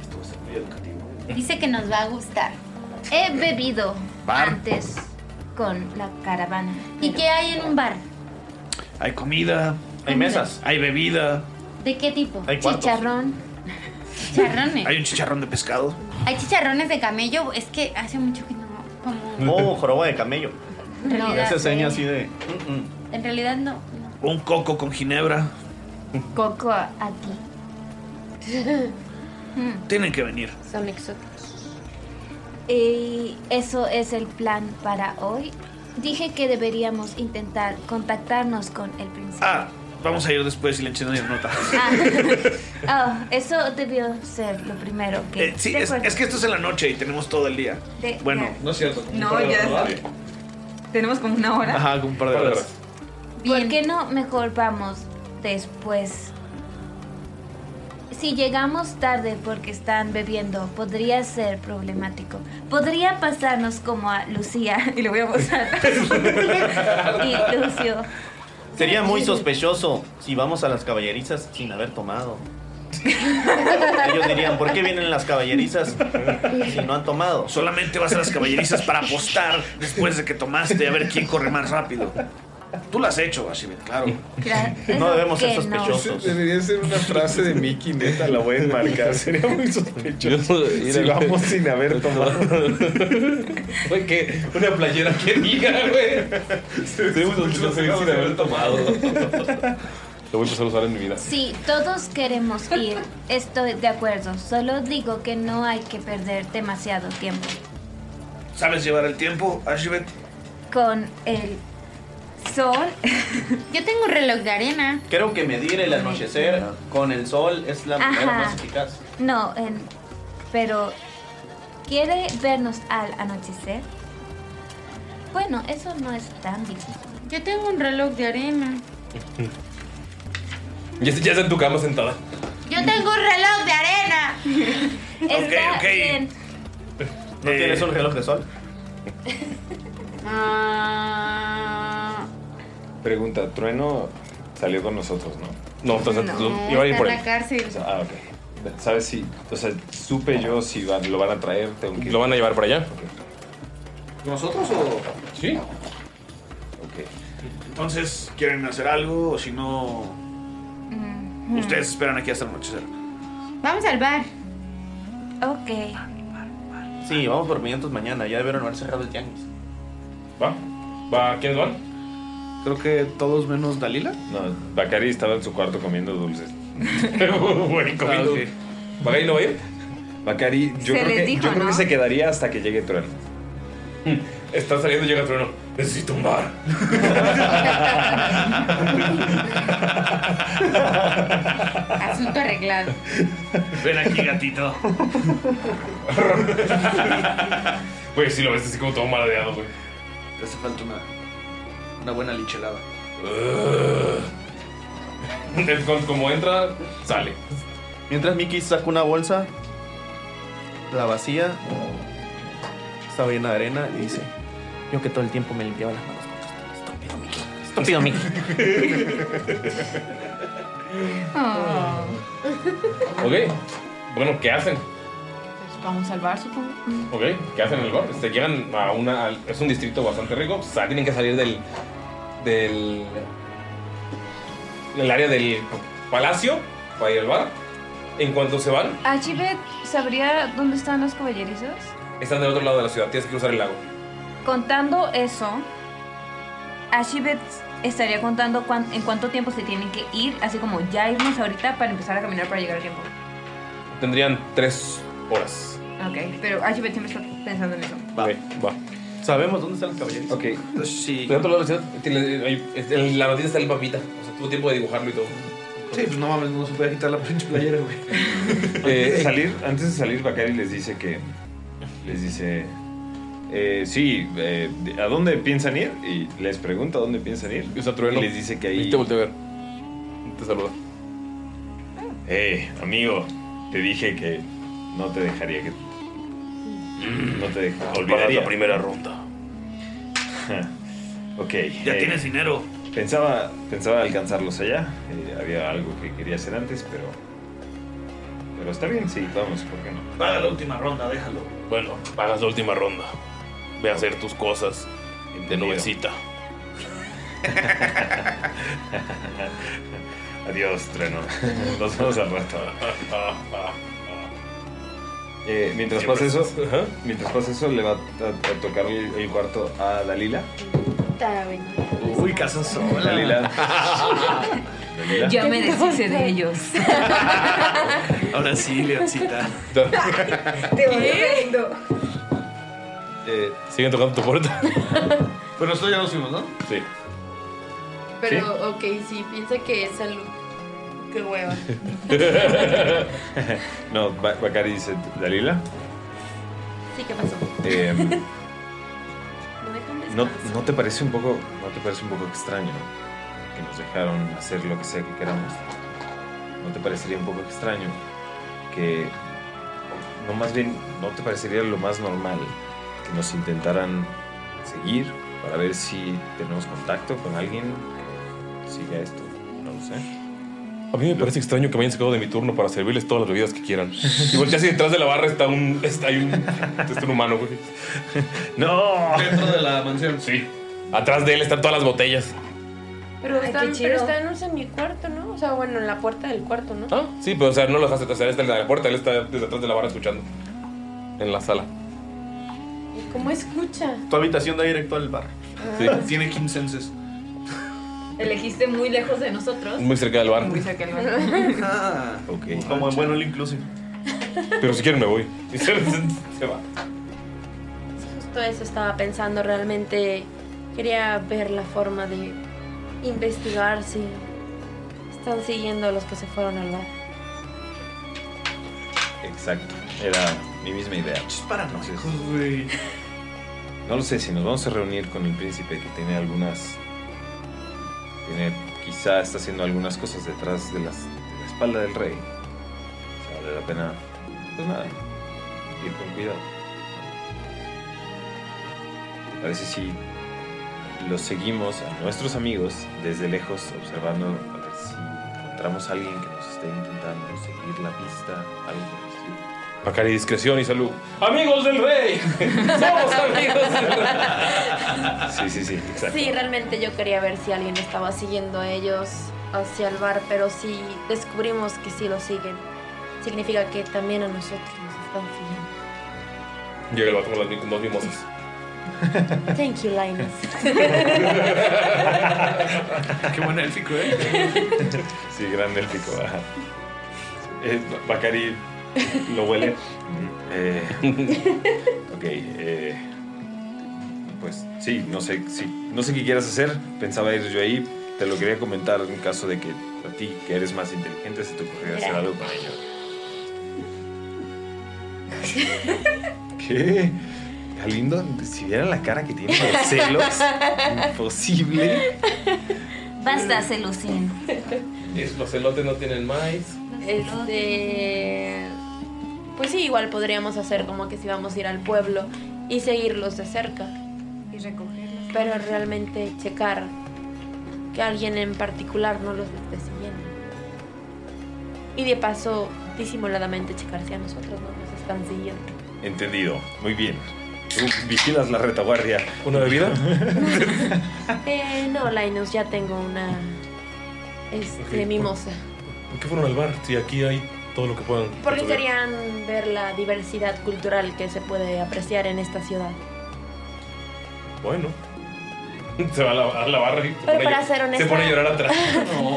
[SPEAKER 7] Esto va a ser muy educativo.
[SPEAKER 8] Dice que nos va a gustar. He bebido
[SPEAKER 7] Bar.
[SPEAKER 8] antes con la caravana. ¿Y qué hay en un bar?
[SPEAKER 7] Hay comida. Hay mesas. Hay bebida.
[SPEAKER 9] ¿De qué tipo?
[SPEAKER 7] Hay cuartos.
[SPEAKER 9] Chicharrón. Chicharrones.
[SPEAKER 7] Hay un chicharrón de pescado.
[SPEAKER 9] Hay chicharrones de camello. Es que hace mucho que no como.
[SPEAKER 3] Oh, joroba de camello.
[SPEAKER 9] En
[SPEAKER 3] Le
[SPEAKER 9] realidad,
[SPEAKER 3] hace seña
[SPEAKER 9] eh,
[SPEAKER 3] así de. "Mm,
[SPEAKER 9] En realidad no.
[SPEAKER 7] Un (laughs) coco con ginebra.
[SPEAKER 8] Coco (laughs) aquí. Mm.
[SPEAKER 7] Tienen que venir.
[SPEAKER 8] Son exóticos. Y eso es el plan para hoy. Dije que deberíamos intentar contactarnos con el príncipe. Ah.
[SPEAKER 7] Ah, vamos a ir después y le eché una nota.
[SPEAKER 8] (laughs) Oh, eso debió ser lo primero que...
[SPEAKER 7] Eh, sí,
[SPEAKER 8] de
[SPEAKER 7] es,
[SPEAKER 8] acuerdo.
[SPEAKER 7] es que esto es en la noche y tenemos todo el día.
[SPEAKER 8] De-
[SPEAKER 7] Bueno, no es cierto.
[SPEAKER 8] un No, par de ya horas,
[SPEAKER 15] está. Tenemos como una hora.
[SPEAKER 7] Ajá, con un par de horas.
[SPEAKER 8] ¿Por qué no mejor vamos después? Si llegamos tarde porque están bebiendo, podría ser problemático. Podría pasarnos como a Lucía. (laughs) Y lo voy a pasar.
[SPEAKER 9] (laughs)
[SPEAKER 8] y Lucio.
[SPEAKER 3] Sería muy sospechoso si vamos a las caballerizas sin haber tomado. (laughs) Ellos dirían, ¿por qué vienen las caballerizas si no han tomado?
[SPEAKER 7] Solamente vas a las caballerizas para apostar después de que tomaste a ver quién corre más rápido. Tú lo has hecho, Ashibet, claro.
[SPEAKER 3] No debemos ser sospechosos.
[SPEAKER 16] Debería ser una frase de Mickey, neta, la voy a enmarcar. Sería muy sospechoso si vamos sin haber tomado.
[SPEAKER 1] Güey, que una playera que diga, güey. Tenemos mucho sin haber tomado.
[SPEAKER 17] Lo voy a empezar a usar en mi vida.
[SPEAKER 8] Sí, todos queremos ir. Estoy de acuerdo. Solo digo que no hay que perder demasiado tiempo
[SPEAKER 7] ¿Sabes llevar el tiempo, Ashibet?
[SPEAKER 8] con el
[SPEAKER 9] Sol. Yo tengo un reloj de arena.
[SPEAKER 3] Creo que medir el anochecer con el sol es la manera
[SPEAKER 8] Ajá.
[SPEAKER 3] más eficaz.
[SPEAKER 8] No, en- pero ¿quiere vernos al anochecer? Bueno, eso no es tan difícil.
[SPEAKER 9] Yo tengo un reloj de arena.
[SPEAKER 1] Ya, ya está en tu cama sentada.
[SPEAKER 9] Yo tengo un reloj de arena.
[SPEAKER 7] Está bien.
[SPEAKER 3] ¿No tienes un reloj de sol?
[SPEAKER 9] Ah,
[SPEAKER 5] Pregunta, Trueno salió con nosotros, ¿no?
[SPEAKER 17] No, entonces
[SPEAKER 9] No,
[SPEAKER 17] tú- iba a ir
[SPEAKER 9] está
[SPEAKER 17] por
[SPEAKER 9] en
[SPEAKER 17] él.
[SPEAKER 9] la cárcel.
[SPEAKER 5] Ah, ok. ¿Sabes si, o sea, supe yo si van- lo van a traer? Tengo que
[SPEAKER 17] ¿Lo van a llevar para allá?
[SPEAKER 7] ¿Nosotros o...?
[SPEAKER 17] Sí.
[SPEAKER 7] Ok. Entonces, ¿quieren hacer algo o si no...?
[SPEAKER 9] Mm.
[SPEAKER 7] Ustedes esperan aquí hasta el anochecer. (laughs)
[SPEAKER 9] Vamos al bar.
[SPEAKER 8] Ok.
[SPEAKER 3] Sí, vamos por minutos mañana, ya debieron haber cerrado el tianguis.
[SPEAKER 17] ¿Va? ¿Va? ¿Quiénes van?
[SPEAKER 7] Creo que todos menos Dalila.
[SPEAKER 5] No, Bacari estaba en su cuarto comiendo dulces. (laughs)
[SPEAKER 1] Güey, comiendo.
[SPEAKER 7] Ah,
[SPEAKER 5] ¿Bacari no va a ir? Bacari, yo,
[SPEAKER 1] Se
[SPEAKER 5] creo
[SPEAKER 1] les
[SPEAKER 5] que,
[SPEAKER 1] dijo,
[SPEAKER 5] yo creo
[SPEAKER 1] ¿no?
[SPEAKER 5] que se quedaría hasta que llegue Trueno.
[SPEAKER 1] Mm. Está saliendo y llega Trueno. Necesito un
[SPEAKER 5] (laughs)
[SPEAKER 1] bar.
[SPEAKER 9] Asunto arreglado.
[SPEAKER 7] Ven aquí, gatito.
[SPEAKER 1] (laughs) Güey, si lo ves así como todo maladeado, güey.
[SPEAKER 7] Te hace falta una, una buena lichelada.
[SPEAKER 1] Él con- como entra, sale.
[SPEAKER 3] Mientras Mickey saca una bolsa, la vacía, está llena de arena y dice: Yo que todo el tiempo me limpiaba las manos. con esto. Estúpido Mickey, estúpido Mickey.
[SPEAKER 6] Oh.
[SPEAKER 1] Ok. Bueno, ¿qué hacen?
[SPEAKER 15] Vamos al bar, supongo.
[SPEAKER 1] Ok, ¿qué hacen en el bar? Se llegan a una. al- es un distrito bastante rico. sa- tienen que salir del. del. del área del palacio para ir al bar. En cuanto se van,
[SPEAKER 6] Archibald, ¿sabría dónde están los caballerizos?
[SPEAKER 1] están del otro lado de la ciudad. Tienes que cruzar el lago.
[SPEAKER 6] Contando eso, Ashibet estaría contando cuán- en cuánto tiempo se tienen que ir, así como ya irnos ahorita para empezar a caminar para llegar a tiempo.
[SPEAKER 1] Tendrían tres horas.
[SPEAKER 6] Ok, pero Ashibet siempre está pensando en eso.
[SPEAKER 1] Va. va.
[SPEAKER 3] ¿Sabemos dónde están los caballeros?
[SPEAKER 1] Ok. Sí. Del otro lado de la ciudad, tiene- hay- es- en la noticia está el papita. O sea, tuvo tiempo de dibujarlo y todo.
[SPEAKER 7] (laughs) Sí, pues no mames, no se puede quitar la pinche playera, güey. (laughs)
[SPEAKER 5] Eh, salir, antes de salir, Bacari les dice que. Les dice. eh, sí, eh, ¿a dónde piensan ir? Y les pregunta a dónde piensan ir.
[SPEAKER 1] Y usa trueno.
[SPEAKER 5] Y les dice que ahí.
[SPEAKER 1] Y te voltea a ver. Te saluda.
[SPEAKER 5] Eh, amigo, te dije que no te dejaría que. No te dejaría. Olvidaría
[SPEAKER 7] la primera ronda.
[SPEAKER 5] (laughs) ok.
[SPEAKER 7] Ya
[SPEAKER 5] eh,
[SPEAKER 7] tienes dinero.
[SPEAKER 5] Pensaba, pensaba alcanzarlos allá. eh, había algo que quería hacer antes, pero. Pero está bien, sí, vamos, ¿por qué no? (laughs)
[SPEAKER 7] Paga la última ronda, déjalo.
[SPEAKER 1] Bueno, pagas la última ronda. Ve a hacer tus cosas de nubecita.
[SPEAKER 5] Adiós, trueno. (laughs) Nos vemos al rato. (laughs) Eh, mientras pasa eso, mientras pasa eso, le va a, a- a tocar el, el cuarto a Dalila.
[SPEAKER 7] Uy, casa sola.
[SPEAKER 5] Dalila.
[SPEAKER 7] (laughs)
[SPEAKER 5] (laughs) Dalila.
[SPEAKER 6] Yo me
[SPEAKER 9] (laughs)
[SPEAKER 6] deshice de (laughs) ellos.
[SPEAKER 1] (laughs)
[SPEAKER 7] Ahora sí, Leoncita.
[SPEAKER 6] Te voy viendo.
[SPEAKER 1] Eh, Siguen tocando tu puerta.
[SPEAKER 18] Pero nosotros ya nos fuimos, ¿no?
[SPEAKER 1] Sí.
[SPEAKER 4] Pero, ok, sí, piensa que es salud. Qué hueva.
[SPEAKER 3] (laughs)
[SPEAKER 5] no, Ba- Bacari dice, Dalila,
[SPEAKER 4] Sí, ¿qué pasó? (laughs)
[SPEAKER 5] eh,
[SPEAKER 4] No dejan de
[SPEAKER 5] ¿no, ¿no te parece un poco, no te parece un poco extraño que nos dejaron hacer lo que sea que queramos? ¿No te parecería un poco extraño que, no más bien, no te parecería lo más normal que nos intentaran seguir para ver si tenemos contacto con alguien que siga esto? No lo sé.
[SPEAKER 1] A mí me parece extraño que me hayan sacado de mi turno para servirles todas las bebidas que quieran. Y volteas y detrás de la barra está un. Está, hay un, está un humano, güey.
[SPEAKER 5] ¡No!
[SPEAKER 1] Dentro de la mansión. Sí. Atrás de él están todas las botellas.
[SPEAKER 4] Pero están,
[SPEAKER 19] chido.
[SPEAKER 4] pero están en mi cuarto, ¿no? O sea, bueno, en la puerta del cuarto, ¿no?
[SPEAKER 5] Ah.
[SPEAKER 1] Sí, pero o sea, no lo dejaste atrás. Él está en la puerta, él está desde atrás de la barra escuchando. En la sala.
[SPEAKER 4] ¿Cómo escucha?
[SPEAKER 20] Tu habitación da directo al bar.
[SPEAKER 1] Sí.
[SPEAKER 18] Tiene 15 senses.
[SPEAKER 6] Elegiste muy lejos de nosotros.
[SPEAKER 1] Muy cerca del bar.
[SPEAKER 6] Muy cerca (laughs) del bar.
[SPEAKER 20] Como en bueno,
[SPEAKER 4] (laughs)
[SPEAKER 20] inclusive.
[SPEAKER 1] Pero si quieren me voy. Y se, (laughs) se va.
[SPEAKER 4] Justo eso estaba pensando realmente. Quería ver la forma de investigar si están siguiendo a los que se fueron al bar.
[SPEAKER 5] Exacto, era mi misma idea. Entonces, No lo sé, si nos vamos a reunir con el príncipe que tiene algunas... Tiene, quizá está haciendo algunas cosas detrás de, las, de la espalda del rey. O sea, vale la pena, pues nada, ir con cuidado. ¿Te parece si los seguimos a nuestros amigos desde lejos, observando a ver si encontramos a alguien que nos esté intentando seguir la pista, algo por el estilo?
[SPEAKER 1] Bacari, discreción y salud.
[SPEAKER 21] ¡Amigos del rey!
[SPEAKER 1] ¡Somos amigos del rey! Sí, sí, sí, exacto.
[SPEAKER 4] Sí, realmente yo quería ver si alguien estaba siguiendo a ellos hacia el bar, pero si descubrimos que sí lo siguen, significa que también a nosotros nos están siguiendo.
[SPEAKER 1] Llega el vato con las mi- con dos mimosas.
[SPEAKER 4] (laughs) Thank you, Linus.
[SPEAKER 1] (laughs)
[SPEAKER 4] (laughs)
[SPEAKER 5] (laughs)
[SPEAKER 1] Qué buen élfico, ¿eh? Sí, gran élfico. ajá.
[SPEAKER 5] Eh, Bacari lo huele. Mm, eh, ok, eh, pues sí, no sé, sí, no sé qué quieras hacer. Pensaba ir yo ahí. Te lo quería comentar en caso de que a ti, que eres más inteligente, se te ocurriera hacer algo para ello. ¿Qué? Galindo, si vieran la cara que tiene
[SPEAKER 8] (laughs)
[SPEAKER 5] de celos, imposible.
[SPEAKER 8] Basta, Celucín.
[SPEAKER 1] Es, los elotes no tienen maíz.
[SPEAKER 4] Este. Pues sí, igual podríamos hacer como que si vamos a ir al pueblo y seguirlos de cerca.
[SPEAKER 6] Y recogerlos.
[SPEAKER 4] Pero realmente checar que alguien en particular no los esté siguiendo. Y de paso, disimuladamente checar si a nosotros no nos están
[SPEAKER 6] (laughs)
[SPEAKER 4] siguiendo.
[SPEAKER 5] Entendido, muy bien. Tú vigilas la retaguardia.
[SPEAKER 1] ¿Una (laughs) bebida?
[SPEAKER 4] Eh, no, Linus, ya tengo una. Este,
[SPEAKER 1] Ok,
[SPEAKER 4] mimosa.
[SPEAKER 1] ¿Por qué fueron al bar? Si aquí hay todo lo que puedan.
[SPEAKER 4] Porque querían ver la diversidad cultural que se puede apreciar en esta ciudad.
[SPEAKER 1] Bueno. Se va a la, a la barra y se
[SPEAKER 4] Pero
[SPEAKER 1] pone, a
[SPEAKER 4] para
[SPEAKER 1] llor-
[SPEAKER 4] ser honesta-
[SPEAKER 1] se pone a llorar atrás.
[SPEAKER 4] (laughs)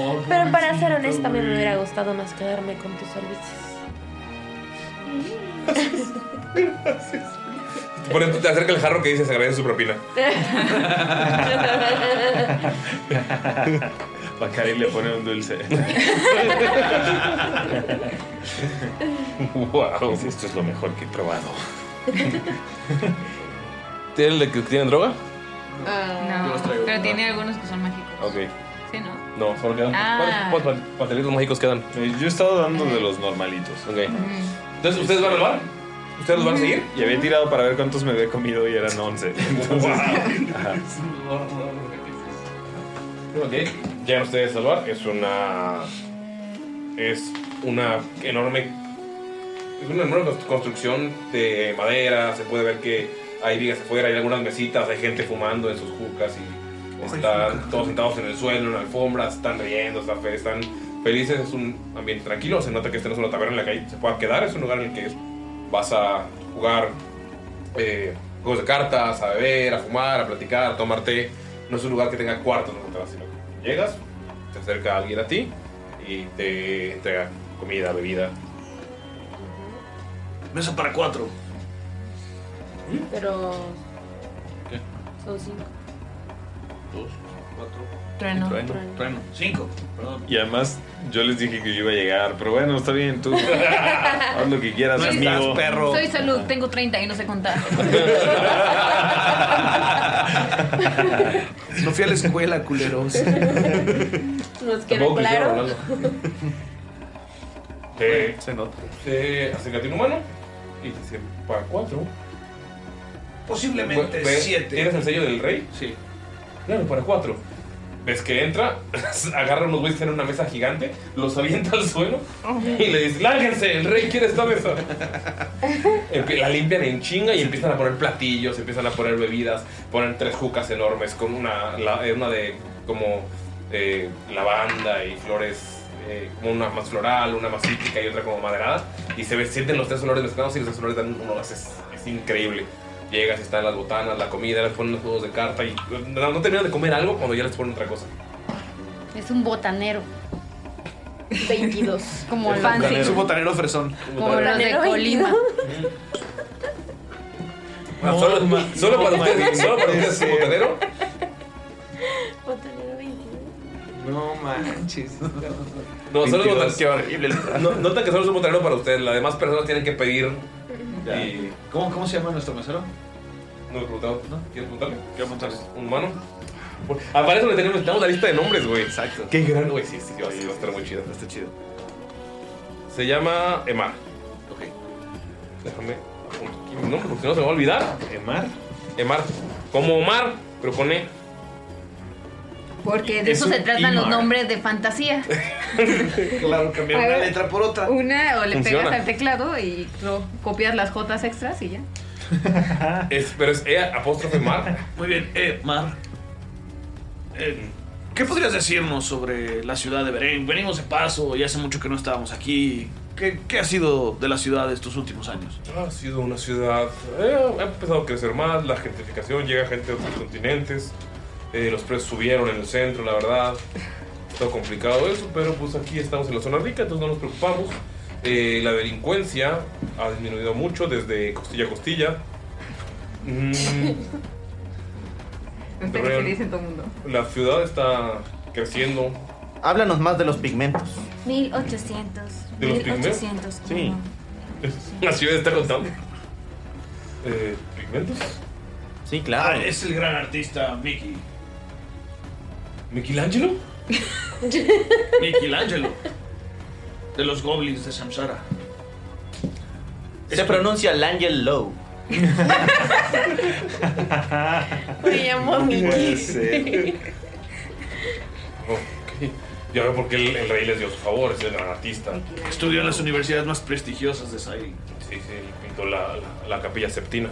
[SPEAKER 13] (laughs)
[SPEAKER 4] Pero para ser honesta, a mí me hubiera gustado más quedarme con tus
[SPEAKER 13] (laughs)
[SPEAKER 4] servicios.
[SPEAKER 1] Te, pone- te acerca el jarro que dice se agradece su
[SPEAKER 4] (laughs)
[SPEAKER 1] propina.
[SPEAKER 5] Bacari le pone un
[SPEAKER 4] (laughs)
[SPEAKER 5] dulce.
[SPEAKER 1] wow.
[SPEAKER 5] Esto es lo mejor que he probado.
[SPEAKER 1] ¿Tienen, de que tienen droga?
[SPEAKER 8] No,
[SPEAKER 6] Ah,
[SPEAKER 1] yo los traigo.
[SPEAKER 8] pero tiene algunos que son mágicos.
[SPEAKER 1] Ok.
[SPEAKER 8] Sí, ¿no?
[SPEAKER 1] No, solo quedan.
[SPEAKER 8] Ah.
[SPEAKER 1] ¿Cuántos pa- pastelitos mágicos quedan?
[SPEAKER 5] Yo he estado dando de los normalitos.
[SPEAKER 1] Ok. Entonces, ¿ustedes van al bar? ¿Ustedes los van a seguir?
[SPEAKER 5] Y había tirado para ver cuántos me había comido y eran
[SPEAKER 1] (laughs)
[SPEAKER 5] 11. Entonces, ajá.
[SPEAKER 1] Ok. Llegan ustedes al bar. Es una. Es una enorme. Es una enorme constru- construcción de madera. Se puede ver que hay vigas afuera, hay algunas mesitas, hay gente fumando en sus jucas y están todos sentados en el suelo, en la alfombra, se están riendo, están, fe- están felices. Es un ambiente tranquilo. Se nota que esta no es una taberna en la que ahí se pueda quedar. Es un lugar en el que vas a jugar eh, juegos de cartas, a beber, a fumar, a platicar, a tomar té. No es un lugar que tenga cuartos, no encontrarás, sino que llegas, se acerca alguien a ti y te entrega comida, bebida.
[SPEAKER 7] Mesa para cuatro.
[SPEAKER 4] Pero
[SPEAKER 7] ¿Qué?
[SPEAKER 13] Son cinco.
[SPEAKER 7] Dos, cuatro.
[SPEAKER 13] Trueno.
[SPEAKER 5] Trueno.
[SPEAKER 7] Trueno. Cinco, perdón.
[SPEAKER 5] Y además, yo les dije que yo iba a llegar, pero bueno, está
[SPEAKER 1] (laughs)
[SPEAKER 5] bien, tú. Haz lo que quieras,
[SPEAKER 6] No
[SPEAKER 5] amigo.
[SPEAKER 6] estás, perro. Soy salud, tengo 30 y no
[SPEAKER 1] (laughs)
[SPEAKER 6] sé contar.
[SPEAKER 7] No fui a la
[SPEAKER 1] (laughs)
[SPEAKER 7] escuela, culeros.
[SPEAKER 13] Nos queda
[SPEAKER 7] Tampoco quisiera
[SPEAKER 13] claro.
[SPEAKER 7] hablarlo.
[SPEAKER 9] (laughs)
[SPEAKER 1] Te,
[SPEAKER 3] Se nota.
[SPEAKER 1] Te acércate un humano y te sirve para cuatro.
[SPEAKER 2] Posiblemente
[SPEAKER 1] Ve- ve-
[SPEAKER 2] siete.
[SPEAKER 1] ¿Tienes el sello del rey?
[SPEAKER 7] Sí.
[SPEAKER 1] Claro, para cuatro. Ves que entra, (laughs) agarra unos güeyes que están en una mesa gigante, los avienta al suelo (laughs) y le dice: ¡Lárguense! El rey quiere esta mesa. Empie- La limpian en chinga y empiezan a poner platillos, empiezan a poner bebidas, ponen tres jucas enormes con una, la- eh, una de como eh, lavanda y flores, eh, como una más floral, una más cítrica y otra como maderada. Y se ve- sienten los tres olores mezclados y los tres olores dan un olor, es, es increíble. Llegas, están las botanas, la comida, les ponen los juegos de carta y eh, no, no terminan de comer algo cuando ya les ponen otra cosa.
[SPEAKER 9] Es un botanero.
[SPEAKER 12] 22.
[SPEAKER 9] (laughs) Como el
[SPEAKER 7] Es
[SPEAKER 9] fancy.
[SPEAKER 7] un botanero fresón.
[SPEAKER 9] Como los de Colima.
[SPEAKER 1] Ah, solo, solo
[SPEAKER 13] (laughs)
[SPEAKER 1] para ustedes, solo para ustedes, como botanero.
[SPEAKER 22] No manches.
[SPEAKER 1] No, solo es
[SPEAKER 22] 22.
[SPEAKER 1] botanero. No, notan que solo es un botanero para ustedes, las demás personas tienen que pedir. Y...
[SPEAKER 2] ¿Cómo, ¿Cómo se llama nuestro mesero?
[SPEAKER 1] No he preguntado, ¿no? ¿Quieres preguntarle? Quiero preguntarle. ¿Un humano? Aparece donde tenemos, tenemos la lista de nombres, güey. Exacto. Qué gran, güey. Sí, sí, sí, va, sí, va a estar muy chido. Está chido. Se llama Emar. Ok. Déjame apunto aquí mi nombre porque si no se me va a olvidar. Emar. Emar. Como Omar, pero con E.
[SPEAKER 6] Porque de
[SPEAKER 1] Es
[SPEAKER 6] eso
[SPEAKER 1] un
[SPEAKER 6] se tratan los
[SPEAKER 1] imar.
[SPEAKER 6] nombres de fantasía.
[SPEAKER 2] (laughs) Claro, cambiar
[SPEAKER 6] A
[SPEAKER 2] una
[SPEAKER 6] ver.
[SPEAKER 2] letra por otra.
[SPEAKER 6] Una, o le
[SPEAKER 1] Funciona.
[SPEAKER 6] pegas al teclado y lo copias las jotas extras y ya.
[SPEAKER 1] Es, pero es E apóstrofe Mar.
[SPEAKER 7] Muy bien, eh, Mar. Eh, ¿Qué podrías decirnos sobre la ciudad de Berén? Venimos de paso y hace mucho que no estábamos aquí. ¿Qué, qué ha sido de la ciudad de estos últimos años?
[SPEAKER 1] Ha sido una ciudad. eh, ha empezado a crecer más, la gentrificación, llega gente de otros continentes. eh, los precios subieron en el centro, la verdad. Está complicado eso, pero pues aquí estamos en la zona rica, entonces no nos preocupamos. Eh, la delincuencia ha disminuido mucho desde costilla a costilla. Mm,
[SPEAKER 6] Hasta que
[SPEAKER 1] Real.
[SPEAKER 6] se (laughs) dice en todo el mundo.
[SPEAKER 1] la ciudad está creciendo.
[SPEAKER 3] Háblanos más de los pigmentos.
[SPEAKER 8] 1800.
[SPEAKER 1] ¿De los pigmeos?
[SPEAKER 8] 1800.
[SPEAKER 3] Sí.
[SPEAKER 1] La ciudad está contando. Eh, ¿Pigmentos?
[SPEAKER 3] Sí,
[SPEAKER 1] Ah,
[SPEAKER 3] claro.
[SPEAKER 7] es el gran artista Mickey.
[SPEAKER 1] ¿Michelangelo?
[SPEAKER 7] Michelangelo. De los goblins de Samsara.
[SPEAKER 3] Se pronuncia Langel Low.
[SPEAKER 13] Me llamo Miki.
[SPEAKER 1] Ok. Ya veo por qué el, el rey les dio su favor, es el gran artista.
[SPEAKER 7] (laughs) Estudió en las universidades más prestigiosas de Zaire.
[SPEAKER 1] Sí, sí, él pintó la, la- la capilla septina.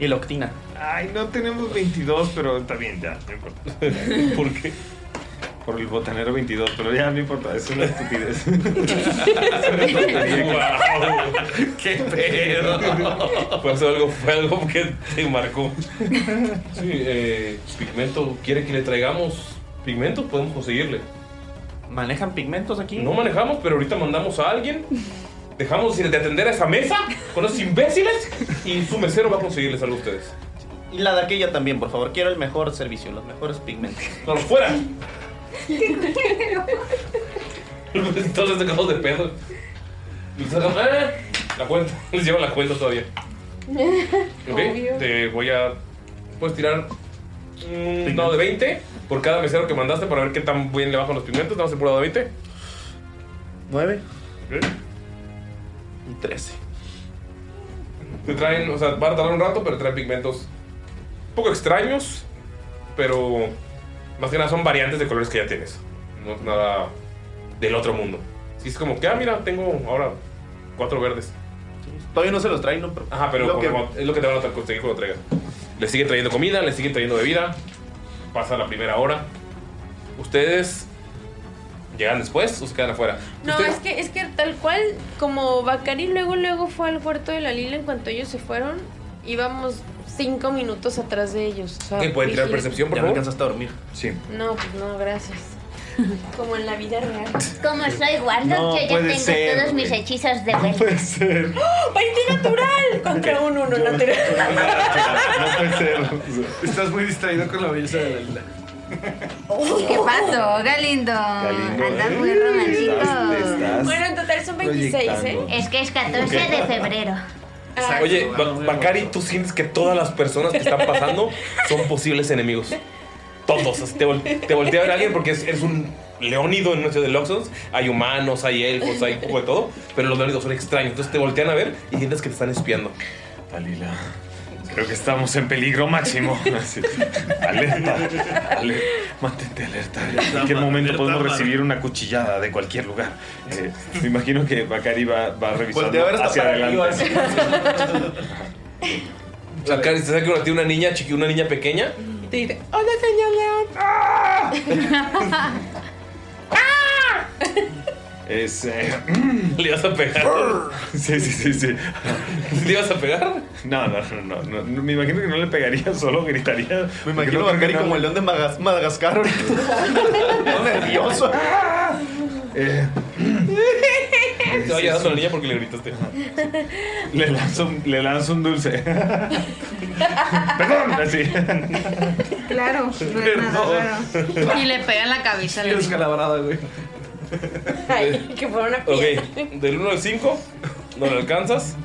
[SPEAKER 3] Y la octina.
[SPEAKER 5] Ay, no tenemos 22, pero está bien, ya, no importa. (laughs) ¿Por qué? Por el botanero 22, pero ya no importa, es
[SPEAKER 1] (laughs)
[SPEAKER 5] una estupidez.
[SPEAKER 1] ¡Qué pedo! Fue algo, fue algo que te marcó. Sí, eh, pigmento, ¿quiere que le traigamos pigmentos? Podemos conseguirle.
[SPEAKER 3] ¿Manejan pigmentos aquí?
[SPEAKER 1] No manejamos, pero ahorita mandamos a alguien. Dejamos de atender a esa mesa con esos imbéciles y su mesero va a conseguirles algo a ustedes.
[SPEAKER 3] Y la de aquella también, por favor. Quiero el mejor servicio, los mejores pigmentos.
[SPEAKER 1] ¡No, fuera! Entonces les sacamos de pedo. Les sacamos, ¡ah! La cuenta, (laughs) les llevo la cuenta todavía. Ok,
[SPEAKER 9] (laughs)
[SPEAKER 1] te voy a. Puedes tirar un dado de 20 por cada mesero que mandaste para ver qué tan bien le bajan los pigmentos. Damos el puro dado de 20.
[SPEAKER 3] 9
[SPEAKER 1] y 13. Te traen, o sea, van a tardar un rato, pero traen pigmentos un poco extraños, pero más que nada son variantes de colores que ya tienes. No es nada del otro mundo. Si es como que, ah, mira, tengo ahora cuatro verdes.
[SPEAKER 3] Todavía no se los traen, ¿no? Pero
[SPEAKER 1] Ajá, pero
[SPEAKER 3] Lo que-
[SPEAKER 1] como- es lo que te van a conseguir cuando traigas. Le siguen trayendo comida, le siguen trayendo bebida. Pasa la primera hora. Ustedes llegan después o se quedan afuera.
[SPEAKER 13] No, es que, es que tal cual, como Bacari luego, luego fue al puerto de la Lila, en cuanto ellos se fueron, íbamos cinco minutos atrás de ellos. o sea,
[SPEAKER 1] ¿Pueden tirar
[SPEAKER 13] vigil-
[SPEAKER 1] percepción, por
[SPEAKER 3] Ya me
[SPEAKER 1] favor?
[SPEAKER 3] alcanzaste a dormir.
[SPEAKER 22] Sí.
[SPEAKER 13] No, pues no, gracias. (laughs) Como en la vida real.
[SPEAKER 9] Como soy Warlock,
[SPEAKER 13] No
[SPEAKER 9] yo ya
[SPEAKER 13] puede
[SPEAKER 9] tengo
[SPEAKER 13] ser,
[SPEAKER 9] todos
[SPEAKER 13] güey.
[SPEAKER 9] mis hechizos de
[SPEAKER 1] (laughs)
[SPEAKER 9] vuelta.
[SPEAKER 22] Puede ser.
[SPEAKER 13] ¡20 natural! Contra un uno lateral.
[SPEAKER 22] No puede ser.
[SPEAKER 2] Estás muy distraído con la belleza de la lila.
[SPEAKER 9] (laughs) ¿Qué pasó, Galindo?
[SPEAKER 13] Ah,
[SPEAKER 22] Galindo,
[SPEAKER 9] Andas
[SPEAKER 22] ¿eh?
[SPEAKER 9] muy romántico.
[SPEAKER 22] Estás- te estás
[SPEAKER 13] Bueno, en total son
[SPEAKER 9] 26,
[SPEAKER 1] ¿eh?
[SPEAKER 9] Es que
[SPEAKER 6] (laughs)
[SPEAKER 9] es 14 de febrero.
[SPEAKER 1] Oye,
[SPEAKER 10] Ba-
[SPEAKER 1] Bacari, tú sientes que todas las personas que están pasando son posibles enemigos. Todos. así Te, vol- te voltea a ver a alguien porque es- eres un leónido en nuestro de Loxos. Hay humanos, hay elfos, hay de todo. Pero los leónidos son extraños. Entonces te voltean a ver y sientes que te están espiando.
[SPEAKER 5] Dalila, creo que estamos en peligro máximo. (laughs) Así, alerta, ale- mantente alerta. En cualquier momento podemos recibir una cuchillada de cualquier lugar. Eh, me imagino que Bacari va, va revisando
[SPEAKER 1] Voltea a ver hasta
[SPEAKER 5] hacia
[SPEAKER 1] para
[SPEAKER 5] adelante.
[SPEAKER 1] (laughs) Bacari, te saca una, tía, una niña chiqui, una niña pequeña.
[SPEAKER 13] Y te dice, hola señor León. (laughs) ¡Ah!
[SPEAKER 5] Es, eh, (clears throat)
[SPEAKER 1] ¿Le vas a pegar?
[SPEAKER 5] sí, sí, sí, sí.
[SPEAKER 1] ¿Le ibas a pegar?
[SPEAKER 5] No, no, no, no, no, no, Me imagino que no le pegaría, (laughs) solo gritaría. Me
[SPEAKER 3] imagino a Bacari como el león de Magas-
[SPEAKER 5] (laughs)
[SPEAKER 3] Madagascar ahorita.
[SPEAKER 1] (laughs)
[SPEAKER 3] nervioso.
[SPEAKER 1] Eh,
[SPEAKER 5] Eh,
[SPEAKER 1] Te va llegando la niña porque le gritaste.
[SPEAKER 5] Le lanzo, un- le lanzo un
[SPEAKER 1] (laughs)
[SPEAKER 5] dulce. (laughs) Perdón, así.
[SPEAKER 9] Claro, no es nada raro. Y le pegan la cabeza al
[SPEAKER 7] Ah,
[SPEAKER 1] Descalabrada, güey.
[SPEAKER 13] Ay, que fuera una
[SPEAKER 1] Ok,
[SPEAKER 13] piedra.
[SPEAKER 1] del 1 al 5 no lo alcanzas.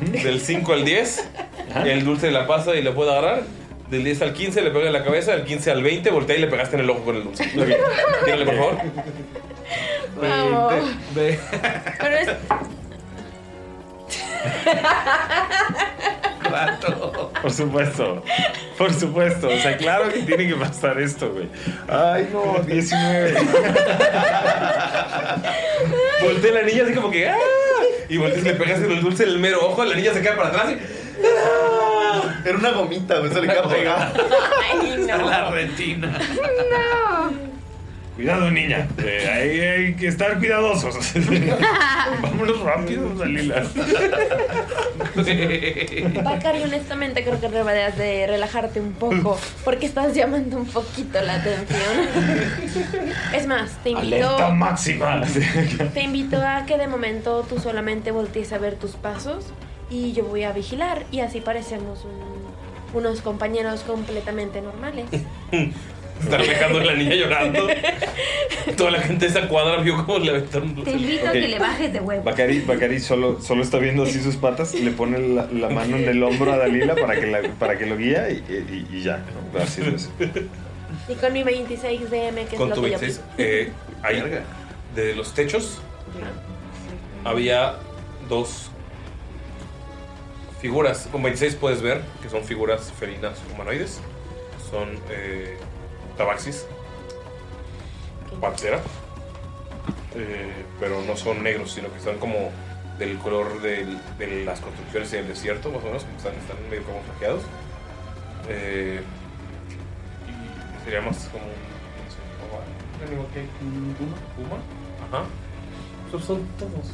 [SPEAKER 1] Del 5 al 10, el dulce la pasa y le puede agarrar. Del 10 al 15 le pega en la cabeza, del 15 al 20 voltea y le pegaste en el ojo con el dulce. Tírale, por favor.
[SPEAKER 13] Vamos. Pero es.
[SPEAKER 5] Por supuesto. Por supuesto. O sea, claro que tiene que pasar esto, güey. Ay, no, 19.
[SPEAKER 1] Voltea la niña así como que. ¡ah! Y volteas y le pegas en el dulce en el mero ojo, la niña se cae para atrás y. ¡ah!
[SPEAKER 3] Era una gomita, güey, se pues, le queda pegada.
[SPEAKER 6] (laughs)
[SPEAKER 7] (laughs)
[SPEAKER 13] Ay, no.
[SPEAKER 7] La retina.
[SPEAKER 5] Cuidado, niña. Eh, hay, hay que estar
[SPEAKER 7] (laughs)
[SPEAKER 5] cuidadosos. Vámonos rápido, Dalila.
[SPEAKER 13] (laughs) Bacari, honestamente creo que deberías de relajarte un poco porque estás llamando un poquito la atención. (laughs) Es más, te invito,
[SPEAKER 5] Alerta máxima.
[SPEAKER 13] te invito a que de momento tú solamente voltees a ver tus pasos y yo voy a vigilar y así parecemos un- unos compañeros completamente
[SPEAKER 1] (laughs)
[SPEAKER 13] normales.
[SPEAKER 1] Está alejando a la niña llorando. Toda la gente de esa cuadra vio cómo le aventaron un dulce.
[SPEAKER 9] Te invito
[SPEAKER 5] Ok.
[SPEAKER 9] a que le bajes de huevo.
[SPEAKER 5] Bacari, Bacari solo, solo está viendo así sus patas, le pone la, la mano en el hombro a Dalila para que, la- para que lo guía y, y- y ya. ¿no? Así es.
[SPEAKER 13] Y con mi 26 DM, que es
[SPEAKER 1] Con
[SPEAKER 13] lo
[SPEAKER 1] tu
[SPEAKER 13] que yo
[SPEAKER 1] 26, eh, ahí, de los techos, había dos figuras. Con 26 puedes ver que son figuras felinas humanoides. Son eh, tabaxis, pantera, eh, pero no son negros, sino que están como del color del- de las construcciones del desierto, más o menos, como están, están medio como flaqueados. Eh, y sería más como un. no sé, como- amigo, ¿qué? ¿Un puma? ¿Puma? Ajá. Esos son todos.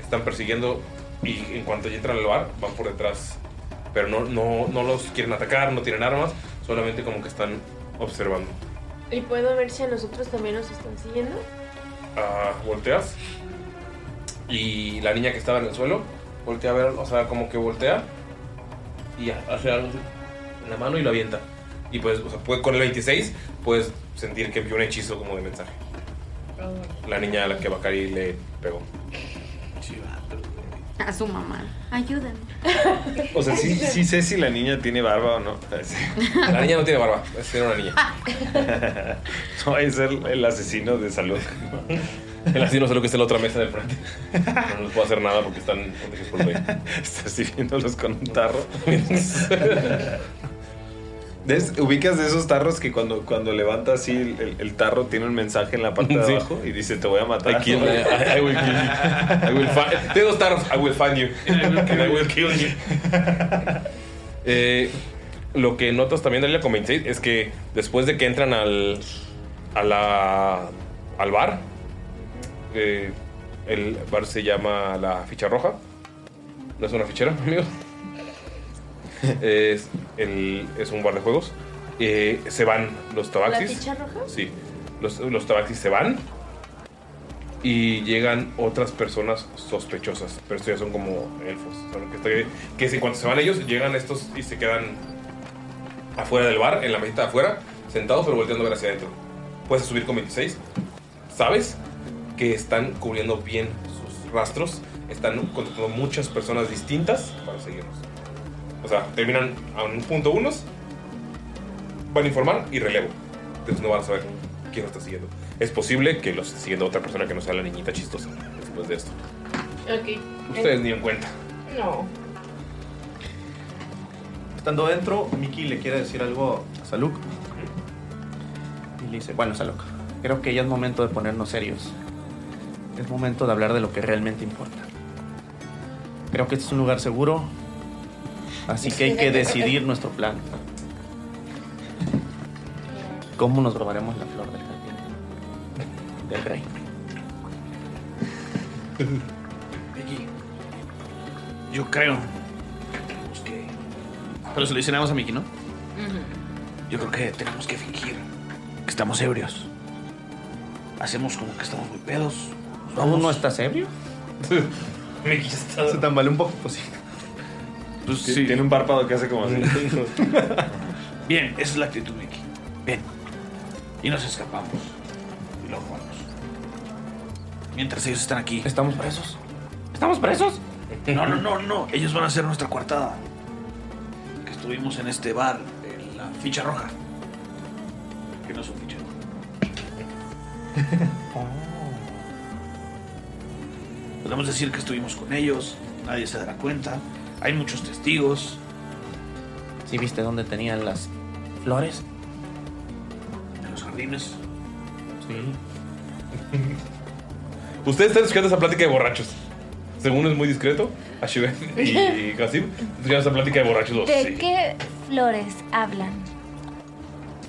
[SPEAKER 1] Están persiguiendo y en cuanto ya entran al bar, van por detrás. Pero no, no, no los quieren atacar, no tienen armas, solamente como que están observando.
[SPEAKER 13] ¿Y puedo ver si a nosotros también nos están siguiendo?
[SPEAKER 1] Ah, volteas y la niña que estaba en el suelo voltea a ver, o sea, como que voltea y hace algo así en la mano y lo avienta. Y pues, o sea, puede- con el 26 puedes sentir que vio un hechizo como de mensaje. La niña a la que Bakari le pegó.
[SPEAKER 9] A su mamá. Ayúdame.
[SPEAKER 5] O sea, sí, sí sé si la niña tiene barba o no.
[SPEAKER 1] La niña no tiene barba, es una niña.
[SPEAKER 5] (laughs) No, es el, el asesino de salud.
[SPEAKER 1] El asesino solo que está en la otra mesa del frente. No les puedo hacer nada porque están protegidos por el rey.
[SPEAKER 5] Estás sirviéndolos con un
[SPEAKER 1] (laughs)
[SPEAKER 5] tarro. ¿Ves? Ubicas de esos tarros que cuando, cuando levanta así el, el- el tarro tiene un mensaje en la parte de
[SPEAKER 1] Sí.
[SPEAKER 5] abajo y dice te voy a matar.
[SPEAKER 1] I kill- I- I will kill you. I will find- Tengo dos tarros. I will find you. And (laughs) I will kill you. Eh, lo que notas también, Dalila, con 26 es que después de que entran al, a la- al bar, eh, el bar se llama La Ficha Roja. No es una fichera, (laughs) amigos. Es, el- es un bar de juegos. Eh, se van los
[SPEAKER 13] ¿La
[SPEAKER 1] tabaxis.
[SPEAKER 13] ficha roja?
[SPEAKER 1] Sí. Los, los tabaxis se van y llegan otras personas sospechosas, pero estos ya son como elfos. O sea, que, estoy- que es en cuanto se van ellos, llegan estos y se quedan afuera del bar, en la mesita de afuera, sentados pero volteando a ver hacia adentro. Puedes subir con 26. Sabes que están cubriendo bien sus rastros, están contratando muchas personas distintas para seguirnos. O sea, terminan a un punto unos, van a informar y relevo. Entonces no van a saber quién los está siguiendo. Es posible que los esté siguiendo otra persona que no sea la niñita chistosa después de esto.
[SPEAKER 12] Ok.
[SPEAKER 1] Ustedes ni en cuenta.
[SPEAKER 12] No.
[SPEAKER 3] Estando dentro, Miki le quiere decir algo a Saluk. Y le dice, bueno, Saluk, creo que ya es momento de ponernos serios. Es momento de hablar de lo que realmente importa. Creo que este es un lugar seguro, así que hay que decidir nuestro plan. ¿Cómo nos robaremos la flor del jardín? Del rey.
[SPEAKER 7] Yo creo. pues, que- Pero se lo mencionamos a Mickey, ¿no? Yo creo que tenemos que fingir que estamos ebrios. Hacemos como que estamos muy pedos.
[SPEAKER 3] ¿Aún no estás ebrio?
[SPEAKER 7] Mickey está.
[SPEAKER 3] Se tambaleó un poco, pues sí.
[SPEAKER 7] Pues sí.
[SPEAKER 22] Tiene un párpado que hace como así.
[SPEAKER 7] Bien, esa es la actitud, Mickey. Bien. Y nos escapamos. Y lo jugamos. Mientras ellos están aquí.
[SPEAKER 3] ¿Estamos presos? ¿Estamos presos?
[SPEAKER 7] No, no, no, no. Ellos van a ser nuestra coartada. Que estuvimos en este bar, en la ficha roja. Que no es un ficha.
[SPEAKER 3] (laughs)
[SPEAKER 7] Podemos decir que estuvimos con ellos, nadie se dará cuenta. Hay muchos testigos.
[SPEAKER 3] ¿Sí viste dónde tenían las flores?
[SPEAKER 7] En los jardines.
[SPEAKER 3] Sí.
[SPEAKER 1] Ustedes están escuchando esa plática de borrachos. Según es muy discreto, Ashibet
[SPEAKER 6] (laughs)
[SPEAKER 1] y Kasim están escuchando esa plática de borrachos. Los,
[SPEAKER 8] ¿De
[SPEAKER 1] sí.
[SPEAKER 8] qué flores hablan?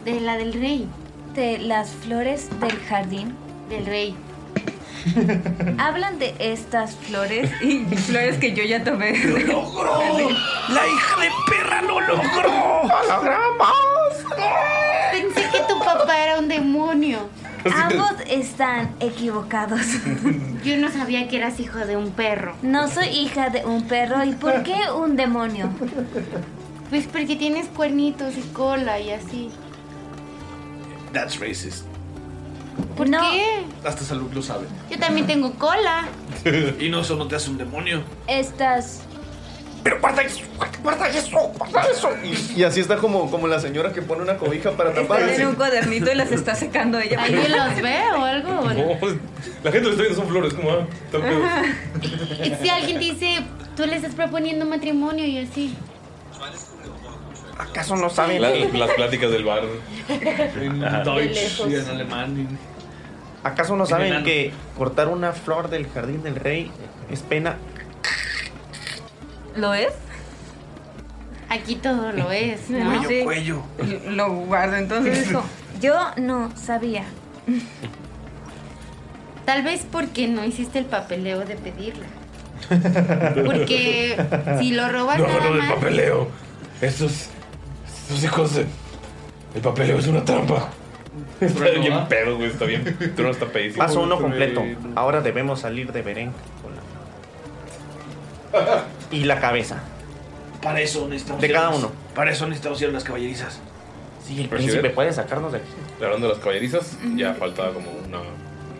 [SPEAKER 9] De la del rey.
[SPEAKER 8] ¿De las flores del jardín?
[SPEAKER 9] Del rey.
[SPEAKER 8] (laughs) Hablan de estas flores
[SPEAKER 6] y flores que yo ya tomé.
[SPEAKER 7] ¡La hija de perra lo logró!
[SPEAKER 9] Pensé que tu papá era un demonio.
[SPEAKER 8] Ambos están equivocados. (laughs)
[SPEAKER 9] Yo no sabía que eras hijo de un perro.
[SPEAKER 8] No soy hija de un perro. ¿Y por qué un demonio?
[SPEAKER 9] Pues porque tienes cuernitos y cola y así.
[SPEAKER 7] That's racist.
[SPEAKER 9] ¿Por qué?
[SPEAKER 7] Hasta Salud lo sabe.
[SPEAKER 9] Yo también tengo cola.
[SPEAKER 7] (laughs) y no, eso no te hace un demonio.
[SPEAKER 8] Estas.
[SPEAKER 7] Pero guarda eso, guarda eso, guarda eso.
[SPEAKER 3] Y así está como, como la señora que pone una cobija para
[SPEAKER 6] Están
[SPEAKER 3] taparse.
[SPEAKER 6] en un cuadernito y las está secando ella.
[SPEAKER 9] ¿Alguien los ve o algo? ¿O no?
[SPEAKER 1] (laughs) La gente lo está viendo, son flores, como. ah, están pedos.
[SPEAKER 9] Ajá. Y si alguien dice, tú le estás proponiendo matrimonio y así.
[SPEAKER 3] ¿Acaso no
[SPEAKER 1] La- las pláticas del bar.
[SPEAKER 7] En Deutsch
[SPEAKER 3] lejos.
[SPEAKER 7] y en alemán.
[SPEAKER 3] ¿Acaso no
[SPEAKER 7] En
[SPEAKER 3] saben
[SPEAKER 7] enano.
[SPEAKER 3] que cortar una flor del jardín del rey es pena?
[SPEAKER 6] ¿Lo es?
[SPEAKER 9] Aquí todo lo es,
[SPEAKER 6] ¿no?
[SPEAKER 8] Cuello,
[SPEAKER 6] cuello. Lo
[SPEAKER 7] (laughs)
[SPEAKER 6] guardo, entonces eso.
[SPEAKER 8] Yo no sabía.
[SPEAKER 9] Tal vez porque no hiciste el papeleo de pedirla. Porque si lo robas
[SPEAKER 10] No,
[SPEAKER 9] nada
[SPEAKER 10] no, el
[SPEAKER 9] más-
[SPEAKER 10] papeleo. Estos, estos hijos de... El papeleo es una trampa.
[SPEAKER 1] Está bien pedo, güey, está bien. Tú no está pedísimo.
[SPEAKER 3] Paso uno completo. Ahora debemos salir de Beren con la y la cabeza.
[SPEAKER 7] Para eso necesitamos.
[SPEAKER 3] De
[SPEAKER 7] ir a
[SPEAKER 3] cada
[SPEAKER 7] las-
[SPEAKER 3] uno.
[SPEAKER 7] Para eso necesitamos ir a las caballerizas.
[SPEAKER 3] Sí, el
[SPEAKER 1] Príncipe,
[SPEAKER 3] príncipe puede sacarnos de aquí.
[SPEAKER 1] Hablando de las caballerizas, ya falta como una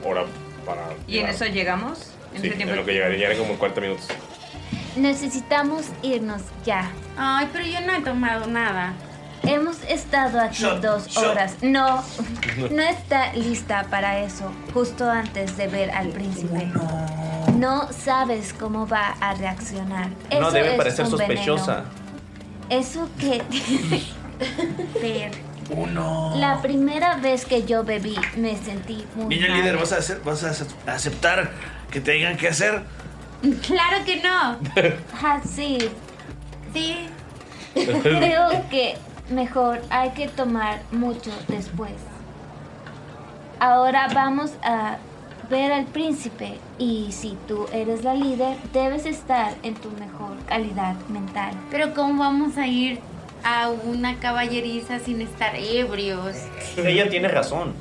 [SPEAKER 1] hora para.
[SPEAKER 6] ¿Y en
[SPEAKER 1] llegar.
[SPEAKER 6] eso llegamos? En
[SPEAKER 1] Sí,
[SPEAKER 6] ese tiempo.
[SPEAKER 1] en lo que llegaría, llegaría como en 40 minutos.
[SPEAKER 8] Necesitamos irnos ya.
[SPEAKER 9] Ay, pero yo no he tomado nada.
[SPEAKER 8] Hemos estado aquí
[SPEAKER 9] Shot,
[SPEAKER 8] dos
[SPEAKER 9] shot.
[SPEAKER 8] horas. No, no está lista para eso. Justo antes de ver al príncipe. No sabes cómo va a reaccionar.
[SPEAKER 3] No
[SPEAKER 8] Eso
[SPEAKER 3] debe
[SPEAKER 8] es
[SPEAKER 3] parecer
[SPEAKER 8] un veneno.
[SPEAKER 3] sospechosa.
[SPEAKER 8] Eso que. (laughs) Ver. La primera vez que yo bebí me sentí muy.
[SPEAKER 7] Niña
[SPEAKER 8] mal.
[SPEAKER 7] líder,
[SPEAKER 9] (laughs)
[SPEAKER 7] ¿vas a, hacer, ¿vas a ace- aceptar que te digan qué hacer?
[SPEAKER 8] Claro que no. Así. Sí.
[SPEAKER 7] (laughs)
[SPEAKER 8] Creo que mejor hay que tomar mucho después. Ahora vamos a ver al príncipe y si tú eres la líder debes estar en tu mejor calidad mental.
[SPEAKER 9] Pero ¿cómo vamos a ir a una caballeriza sin estar ebrios?
[SPEAKER 3] Ella tiene razón.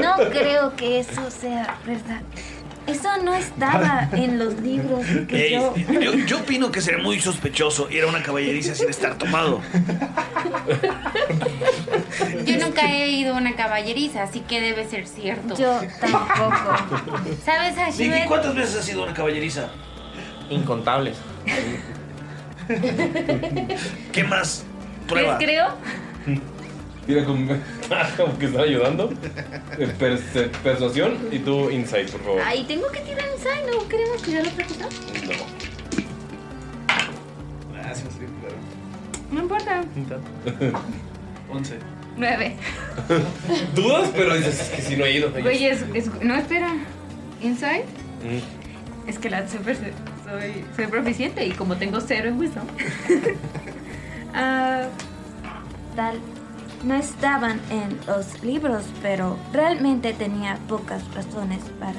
[SPEAKER 8] No creo que eso sea verdad. Eso no estaba en los libros que
[SPEAKER 7] Ey,
[SPEAKER 8] Pues yo...
[SPEAKER 7] yo, yo opino que sería muy sospechoso ir a una caballeriza sin estar tomado.
[SPEAKER 9] Yo nunca he ido a una caballeriza, así que debe ser cierto.
[SPEAKER 8] Yo tampoco.
[SPEAKER 9] ¿Sabes,
[SPEAKER 7] Nicky,
[SPEAKER 9] Ashibet?
[SPEAKER 7] ¿cuántas veces has ido a una caballeriza? Incontables. ¿Qué más?
[SPEAKER 6] ¿Les
[SPEAKER 1] Prueba.
[SPEAKER 6] creo?
[SPEAKER 1] Tira con. (laughs) como que estaba ayudando. Eh, perse- persuasión y tú insight, por favor.
[SPEAKER 9] Ay, tengo que tirar inside, ¿no? ¿Queremos tirar otra cosa? No importa.
[SPEAKER 1] (laughs) No.
[SPEAKER 7] 11.
[SPEAKER 6] Nueve.
[SPEAKER 1] Dudas, pero dices "Es que si no he ido.
[SPEAKER 6] Güey, es, es- No, espera. ¿Inside?
[SPEAKER 1] Mm.
[SPEAKER 6] Es que la super, soy, soy proficiente y como tengo cero en (laughs) wisdom. Ah,
[SPEAKER 8] Tal. No estaban en los libros, pero realmente tenía pocas razones para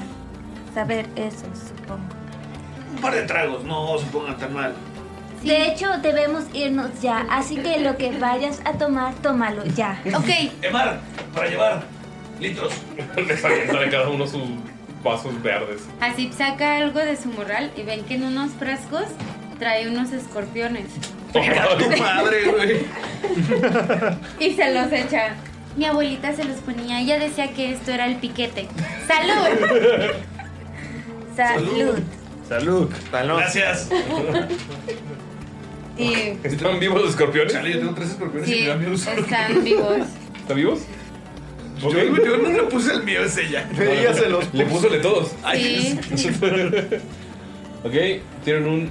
[SPEAKER 8] saber eso, supongo.
[SPEAKER 7] Un par de tragos, no se pongan
[SPEAKER 1] (laughs)
[SPEAKER 7] tan mal.
[SPEAKER 8] De hecho, debemos irnos ya, así que lo que vayas a tomar, tómalo ya. Ok.
[SPEAKER 7] Emar, para llevar.
[SPEAKER 1] (laughs)
[SPEAKER 7] Litros.
[SPEAKER 1] Les avientan a cada uno sus vasos verdes.
[SPEAKER 9] Así saca algo de su morral y ven que en unos frascos trae unos escorpiones.
[SPEAKER 7] tu madre, güey.
[SPEAKER 9] Y se los echa. Mi abuelita se los ponía, ella decía que esto era el piquete. ¡Salud! (laughs)
[SPEAKER 8] Salud.
[SPEAKER 23] Salud.
[SPEAKER 7] Gracias.
[SPEAKER 9] Y
[SPEAKER 1] ¿Están vivos los escorpiones?
[SPEAKER 24] Chale, yo tengo tres escorpiones
[SPEAKER 9] sí,
[SPEAKER 24] y me dan miedo solo.
[SPEAKER 9] están vivos.
[SPEAKER 1] ¿Están vivos?
[SPEAKER 24] Yo, yo no le puse el mío, es ella.
[SPEAKER 1] Ella se los Le puso de todos.
[SPEAKER 9] Sí.
[SPEAKER 1] (laughs) ok, tienen un.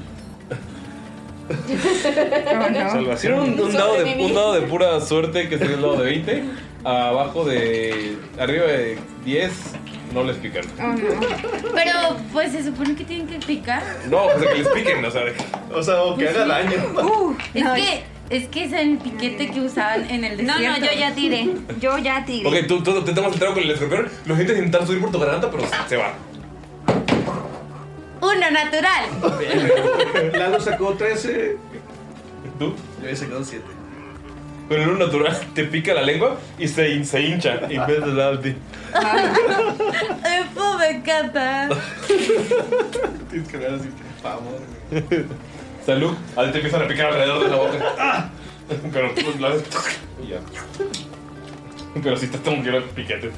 [SPEAKER 23] Salvación.
[SPEAKER 1] Tienen un, un dado de, un dado de pura suerte que sería el dado de 20. Abajo de. Arriba de 10. No les pican.
[SPEAKER 9] Oh, no. Pero pues se supone que tienen que picar.
[SPEAKER 1] No, o sea, que les piquen, o sea.
[SPEAKER 5] O sea, o que haga daño.
[SPEAKER 9] Uh, es que es que es el piquete que usaban en el
[SPEAKER 6] No,
[SPEAKER 9] desierto.
[SPEAKER 6] no, yo ya tiré.
[SPEAKER 9] Yo ya tiré.
[SPEAKER 1] Ok, tú, tú te tomas el trago con el escorpión. Lo intentas intentar subir por tu garganta, pero se va.
[SPEAKER 9] Uno natural.
[SPEAKER 24] (laughs) Lalo sacó 13.
[SPEAKER 1] ¿Tú?
[SPEAKER 24] Yo había sacado 7.
[SPEAKER 1] Con el uno natural te pica la lengua y se, hin- se hincha. Y ves el dado de-
[SPEAKER 9] Epo me encanta.
[SPEAKER 24] (laughs) Tienes que ver así. Vamos.
[SPEAKER 1] Salud, a ti te empiezan a picar alrededor de la boca. ¡Ah! Pero pues, la y ya. Pero sí te como que los piquetes.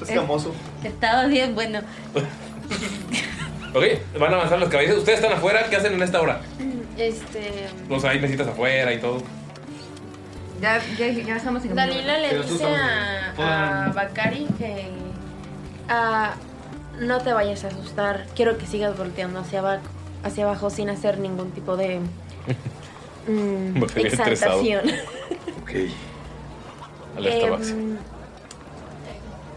[SPEAKER 5] Escamoso.
[SPEAKER 9] Estaba bien bueno.
[SPEAKER 1] Ok, van a avanzar los caballeros. Ustedes están afuera, ¿qué hacen en esta hora?
[SPEAKER 9] Mm,
[SPEAKER 4] Este.
[SPEAKER 1] O sea, hay mesitas afuera y todo.
[SPEAKER 6] Ya, ya, ya estamos en
[SPEAKER 4] Dalila le
[SPEAKER 1] Pero tú
[SPEAKER 4] dice
[SPEAKER 1] estás-
[SPEAKER 4] a, a Bakari que. ah, no te vayas a asustar. Quiero que sigas volteando hacia abajo, hacia abajo sin hacer ningún
[SPEAKER 1] (laughs)
[SPEAKER 4] tipo de. mm,
[SPEAKER 1] Bakari estresado.
[SPEAKER 4] exaltación.
[SPEAKER 1] (laughs) Ok.
[SPEAKER 4] Em,
[SPEAKER 1] Alerta base.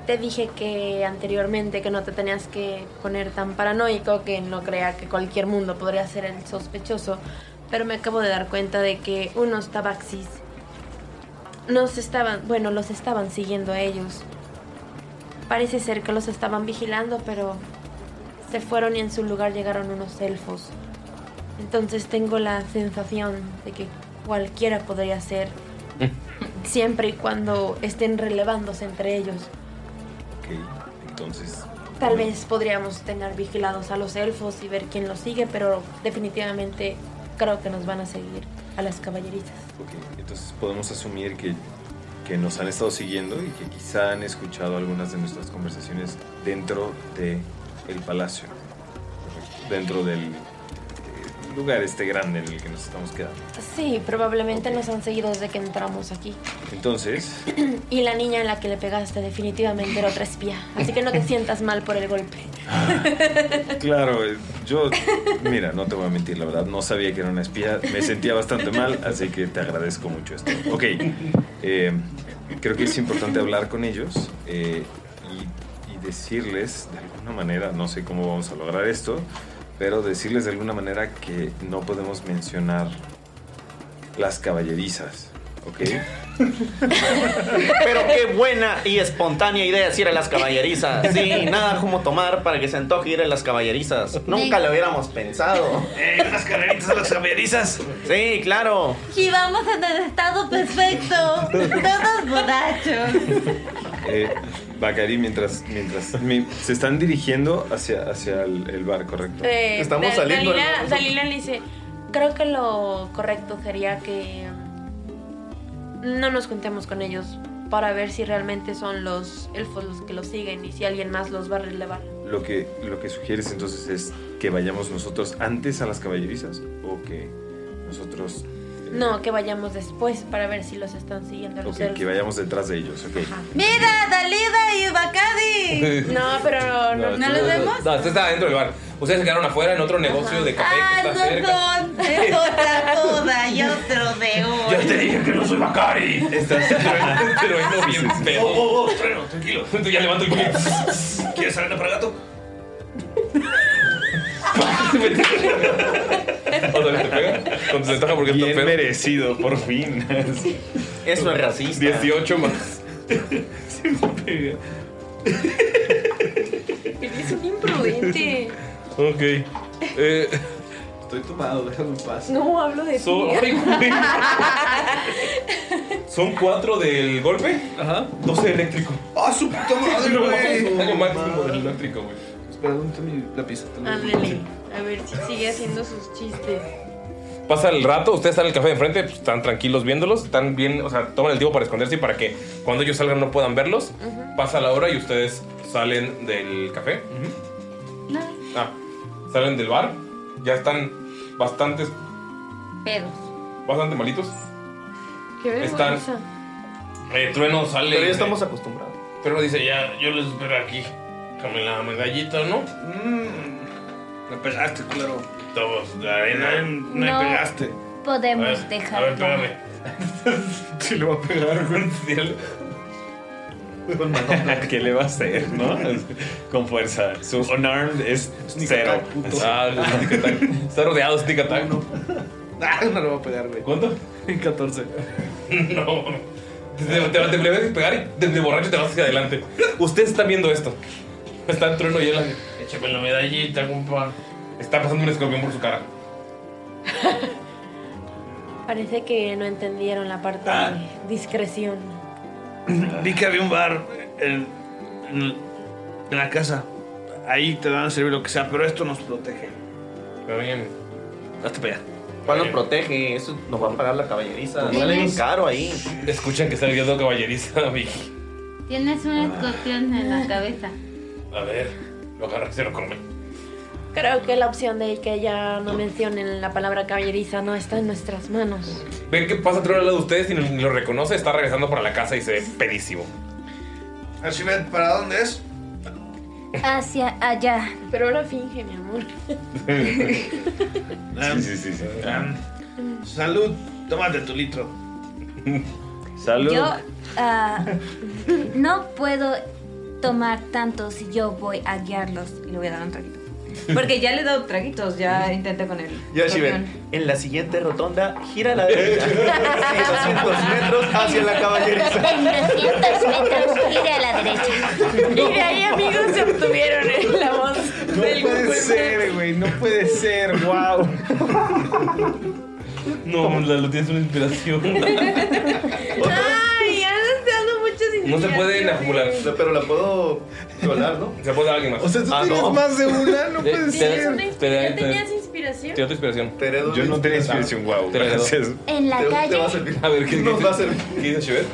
[SPEAKER 4] te dije que anteriormente que no te tenías que poner tan paranoico, que no crea que cualquier mundo podría ser el sospechoso, pero me acabo de dar cuenta de que unos tabaxis nos estaban, bueno, los estaban siguiendo a ellos. Parece ser que los estaban vigilando, pero se fueron y en su lugar llegaron unos elfos. Entonces tengo la sensación de que cualquiera podría ser siempre y cuando estén relevándose entre ellos.
[SPEAKER 1] Ok, entonces.
[SPEAKER 4] Tal vez podríamos tener vigilados a los elfos y ver quién los sigue, pero definitivamente creo que nos van a seguir a las caballerizas.
[SPEAKER 5] Entonces podemos asumir que, que nos han estado siguiendo y que quizá han escuchado algunas de nuestras conversaciones dentro de el palacio, correcto, dentro del eh, lugar este grande en el que nos estamos quedando.
[SPEAKER 4] Sí, probablemente nos han seguido desde que entramos aquí. (clears throat)
[SPEAKER 5] Entonces,
[SPEAKER 4] y la niña en la que le pegaste definitivamente era otra espía, así que no te sientas mal por el golpe.
[SPEAKER 5] claro, eh, yo, mira, no te voy a mentir, la verdad, no sabía que era una espía, me sentía bastante mal, así que te agradezco mucho esto. Ok, eh, creo que es importante hablar con ellos eh, y, y decirles de alguna manera, no sé cómo vamos a lograr esto, pero decirles de alguna manera que no podemos mencionar las caballerizas, ¿ok?
[SPEAKER 3] Pero qué buena y espontánea idea es ir a las caballerizas. Sí, nada como tomar para que se antoje ir a las caballerizas. Nunca lo hubiéramos pensado.
[SPEAKER 7] Eh, unas carreritas a las caballerizas.
[SPEAKER 3] Sí, claro.
[SPEAKER 1] (laughs)
[SPEAKER 9] Y vamos en el estado perfecto. Todos borrachos.
[SPEAKER 5] Eh, Bacari, mientras, mientras mi- se están dirigiendo hacia, hacia el, el bar, correcto.
[SPEAKER 4] Eh, Da- Dalila, Dalila le dice, creo que lo correcto sería que mm, no nos juntemos con ellos para ver si realmente son los elfos los que los siguen y si alguien más los va a relevar.
[SPEAKER 5] Lo que, lo que sugieres entonces es que vayamos nosotros antes a las caballerizas o que nosotros. eh,
[SPEAKER 4] No, que vayamos después para ver si los están siguiendo
[SPEAKER 5] o
[SPEAKER 4] los
[SPEAKER 5] que,
[SPEAKER 4] elfos.
[SPEAKER 5] que vayamos detrás de ellos, ok.
[SPEAKER 9] ¡Mira, Dalida y Bacadi!
[SPEAKER 4] No, pero
[SPEAKER 9] no, ¿No los vemos.
[SPEAKER 1] No, usted está dentro del bar. Ustedes se quedaron afuera en otro negocio de café
[SPEAKER 9] Ah,
[SPEAKER 1] que está cerca.
[SPEAKER 9] no, es otra boda y otro de oro.
[SPEAKER 1] Ya te dije que no soy Macari. (laughs) Estás te lo vendo bien pedo.
[SPEAKER 9] (laughs)
[SPEAKER 7] Oh, oh, freno, tranquilo.
[SPEAKER 1] Tú (laughs) ya levanto el pie.
[SPEAKER 7] ¿Quieres arena para gato?
[SPEAKER 1] Cuando le te pega, cuando se estaja porque está feo.
[SPEAKER 5] merecido, por fin.
[SPEAKER 3] Eso es racista.
[SPEAKER 1] 18 más.
[SPEAKER 4] Eres un imprudente.
[SPEAKER 1] (laughs) Ok. Eh,
[SPEAKER 25] Estoy tomado, déjame en paz.
[SPEAKER 4] No hablo de
[SPEAKER 1] So-
[SPEAKER 4] ti.
[SPEAKER 1] Ay,
[SPEAKER 7] (laughs)
[SPEAKER 1] güey. son 4 del golpe. Ajá. 12 eléctrico.
[SPEAKER 25] ¡Ah, su puta madre,
[SPEAKER 1] (laughs) No,
[SPEAKER 25] güey!
[SPEAKER 1] un daño máximo del eléctrico, güey.
[SPEAKER 25] Espera, ¿dónde está mi lápiz? Te lo digo.
[SPEAKER 9] (laughs)
[SPEAKER 4] Ándele, a ver si sigue haciendo sus chistes.
[SPEAKER 1] Pasa el rato, ustedes están en el café de enfrente, pues, están tranquilos viéndolos, están bien, o sea, toman el tiempo para esconderse y para que cuando ellos salgan no puedan verlos. Pasa la hora y ustedes salen del café. Ah, salen del bar. Ya están bastantes,
[SPEAKER 9] Pedos.
[SPEAKER 1] bastante malitos.
[SPEAKER 9] Qué
[SPEAKER 1] vergüenza. Eh, Trueno sale.
[SPEAKER 3] Pero ya
[SPEAKER 1] de-
[SPEAKER 3] estamos acostumbrados.
[SPEAKER 1] Trueno dice, ya, yo los espero aquí. Dame la medallita, ¿no?
[SPEAKER 8] Em,
[SPEAKER 7] Me pegaste, claro.
[SPEAKER 1] Todos de arena.
[SPEAKER 7] Me
[SPEAKER 8] No.
[SPEAKER 7] pegaste.
[SPEAKER 8] Podemos
[SPEAKER 1] A ver,
[SPEAKER 8] dejarlo.
[SPEAKER 1] A ver,
[SPEAKER 5] (laughs)
[SPEAKER 1] espérame. Si le va a pegar, güey.
[SPEAKER 5] (laughs) ¿Qué le va a hacer, no? Con fuerza. Su unarmed es cero.
[SPEAKER 1] Ah, sneak attack. Está rodeado, sneak attack.
[SPEAKER 25] Ah, no lo voy a pegar, güey.
[SPEAKER 1] ¿Cuánto?
[SPEAKER 25] 14.
[SPEAKER 1] (laughs) No. Te, te, te- te le vas a pegar y de, de borracho te vas hacia adelante. Ustedes están viendo esto. Está el trueno y él. Échame pues la medallita, compa. Está pasando un escorpión por su cara.
[SPEAKER 4] Parece que no entendieron la parte
[SPEAKER 9] Ah.
[SPEAKER 4] de discreción.
[SPEAKER 7] Vi que había un bar en, en- en la casa. Ahí te van a servir lo que sea, pero esto nos protege.
[SPEAKER 1] Está bien.
[SPEAKER 7] Hasta para allá.
[SPEAKER 3] ¿Cuál nos protege? Eso nos va a pagar la caballeriza.
[SPEAKER 9] Nos vale bien
[SPEAKER 3] caro ahí.
[SPEAKER 1] Escuchan que está gritando caballeriza, (laughs) Vicky.
[SPEAKER 9] Tienes un
[SPEAKER 1] Ah.
[SPEAKER 9] escorpión en la cabeza.
[SPEAKER 1] A ver, lo agarra y se lo come.
[SPEAKER 4] Creo que la opción de que ya no mencionen la palabra caballeriza no está en nuestras manos.
[SPEAKER 1] Ven que pasa trueno al lado de ustedes y ni- ni lo reconoce. Está regresando para la casa y se ve pedísimo.
[SPEAKER 25] Archibald, ¿para dónde
[SPEAKER 1] (laughs)
[SPEAKER 25] es?
[SPEAKER 8] Hacia allá.
[SPEAKER 4] Pero ahora finge, mi amor.
[SPEAKER 7] Sí, sí, sí. salud, tómate tu litro.
[SPEAKER 5] Salud.
[SPEAKER 8] Yo ah, no puedo tomar tanto si yo voy a guiarlos.
[SPEAKER 9] Y le voy a dar un traguito. Porque ya le he dado traguitos, ya intenté con él.
[SPEAKER 3] Ya, Shiven, en la siguiente rotonda, gira a la
[SPEAKER 1] (laughs)
[SPEAKER 3] derecha. 200 metros hacia la caballeriza.
[SPEAKER 8] En 200 metros, gire a la derecha.
[SPEAKER 4] Y de ahí, amigos, se obtuvieron eh, la voz
[SPEAKER 5] No
[SPEAKER 4] del
[SPEAKER 5] puede
[SPEAKER 4] Google
[SPEAKER 5] ser, güey. No puede ser. Wow.
[SPEAKER 1] No, la, lo tienes una inspiración.
[SPEAKER 4] Ay, ya no estoy dando muchas
[SPEAKER 1] (laughs) No se pueden acumular.
[SPEAKER 3] Pero la puedo colar, ¿no? Ah,
[SPEAKER 1] Se puede dar alguien más.
[SPEAKER 3] O sea, tú tienes más de una, (laughs) no puede
[SPEAKER 1] ser.
[SPEAKER 4] ¿Ya tenías inspiración?
[SPEAKER 1] Te doy tu inspiración.
[SPEAKER 5] Yo no tenía inspiración, wow.
[SPEAKER 1] Te la doy.
[SPEAKER 5] Gracias.
[SPEAKER 8] En la calle.
[SPEAKER 1] A ver, ¿qué nos va a servir? ¿Qué dice Shiver?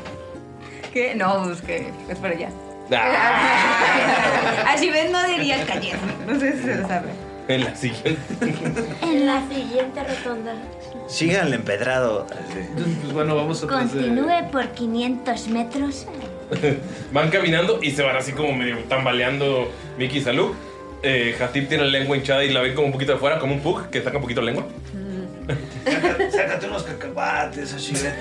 [SPEAKER 6] ¿Qué? No, pues que. Espero ya.
[SPEAKER 1] Ah,
[SPEAKER 6] (laughs) A Shiven no diría cayer. No sé si se lo sabe.
[SPEAKER 1] en la siguiente.
[SPEAKER 8] En la siguiente rotonda.
[SPEAKER 3] Siga al empedrado.
[SPEAKER 25] Pues bueno, vamos a
[SPEAKER 8] Continúe por 500 metros.
[SPEAKER 1] (laughs) Van caminando y se van así como medio tambaleando Mickey y Salud. Eh, Hatip tiene la lengua hinchada y la ven como un poquito de fuera, como un pug que saca un poquito la (laughs) lengua.
[SPEAKER 7] Sácate unos cacahuates,
[SPEAKER 1] (laughs)
[SPEAKER 7] Ashibet.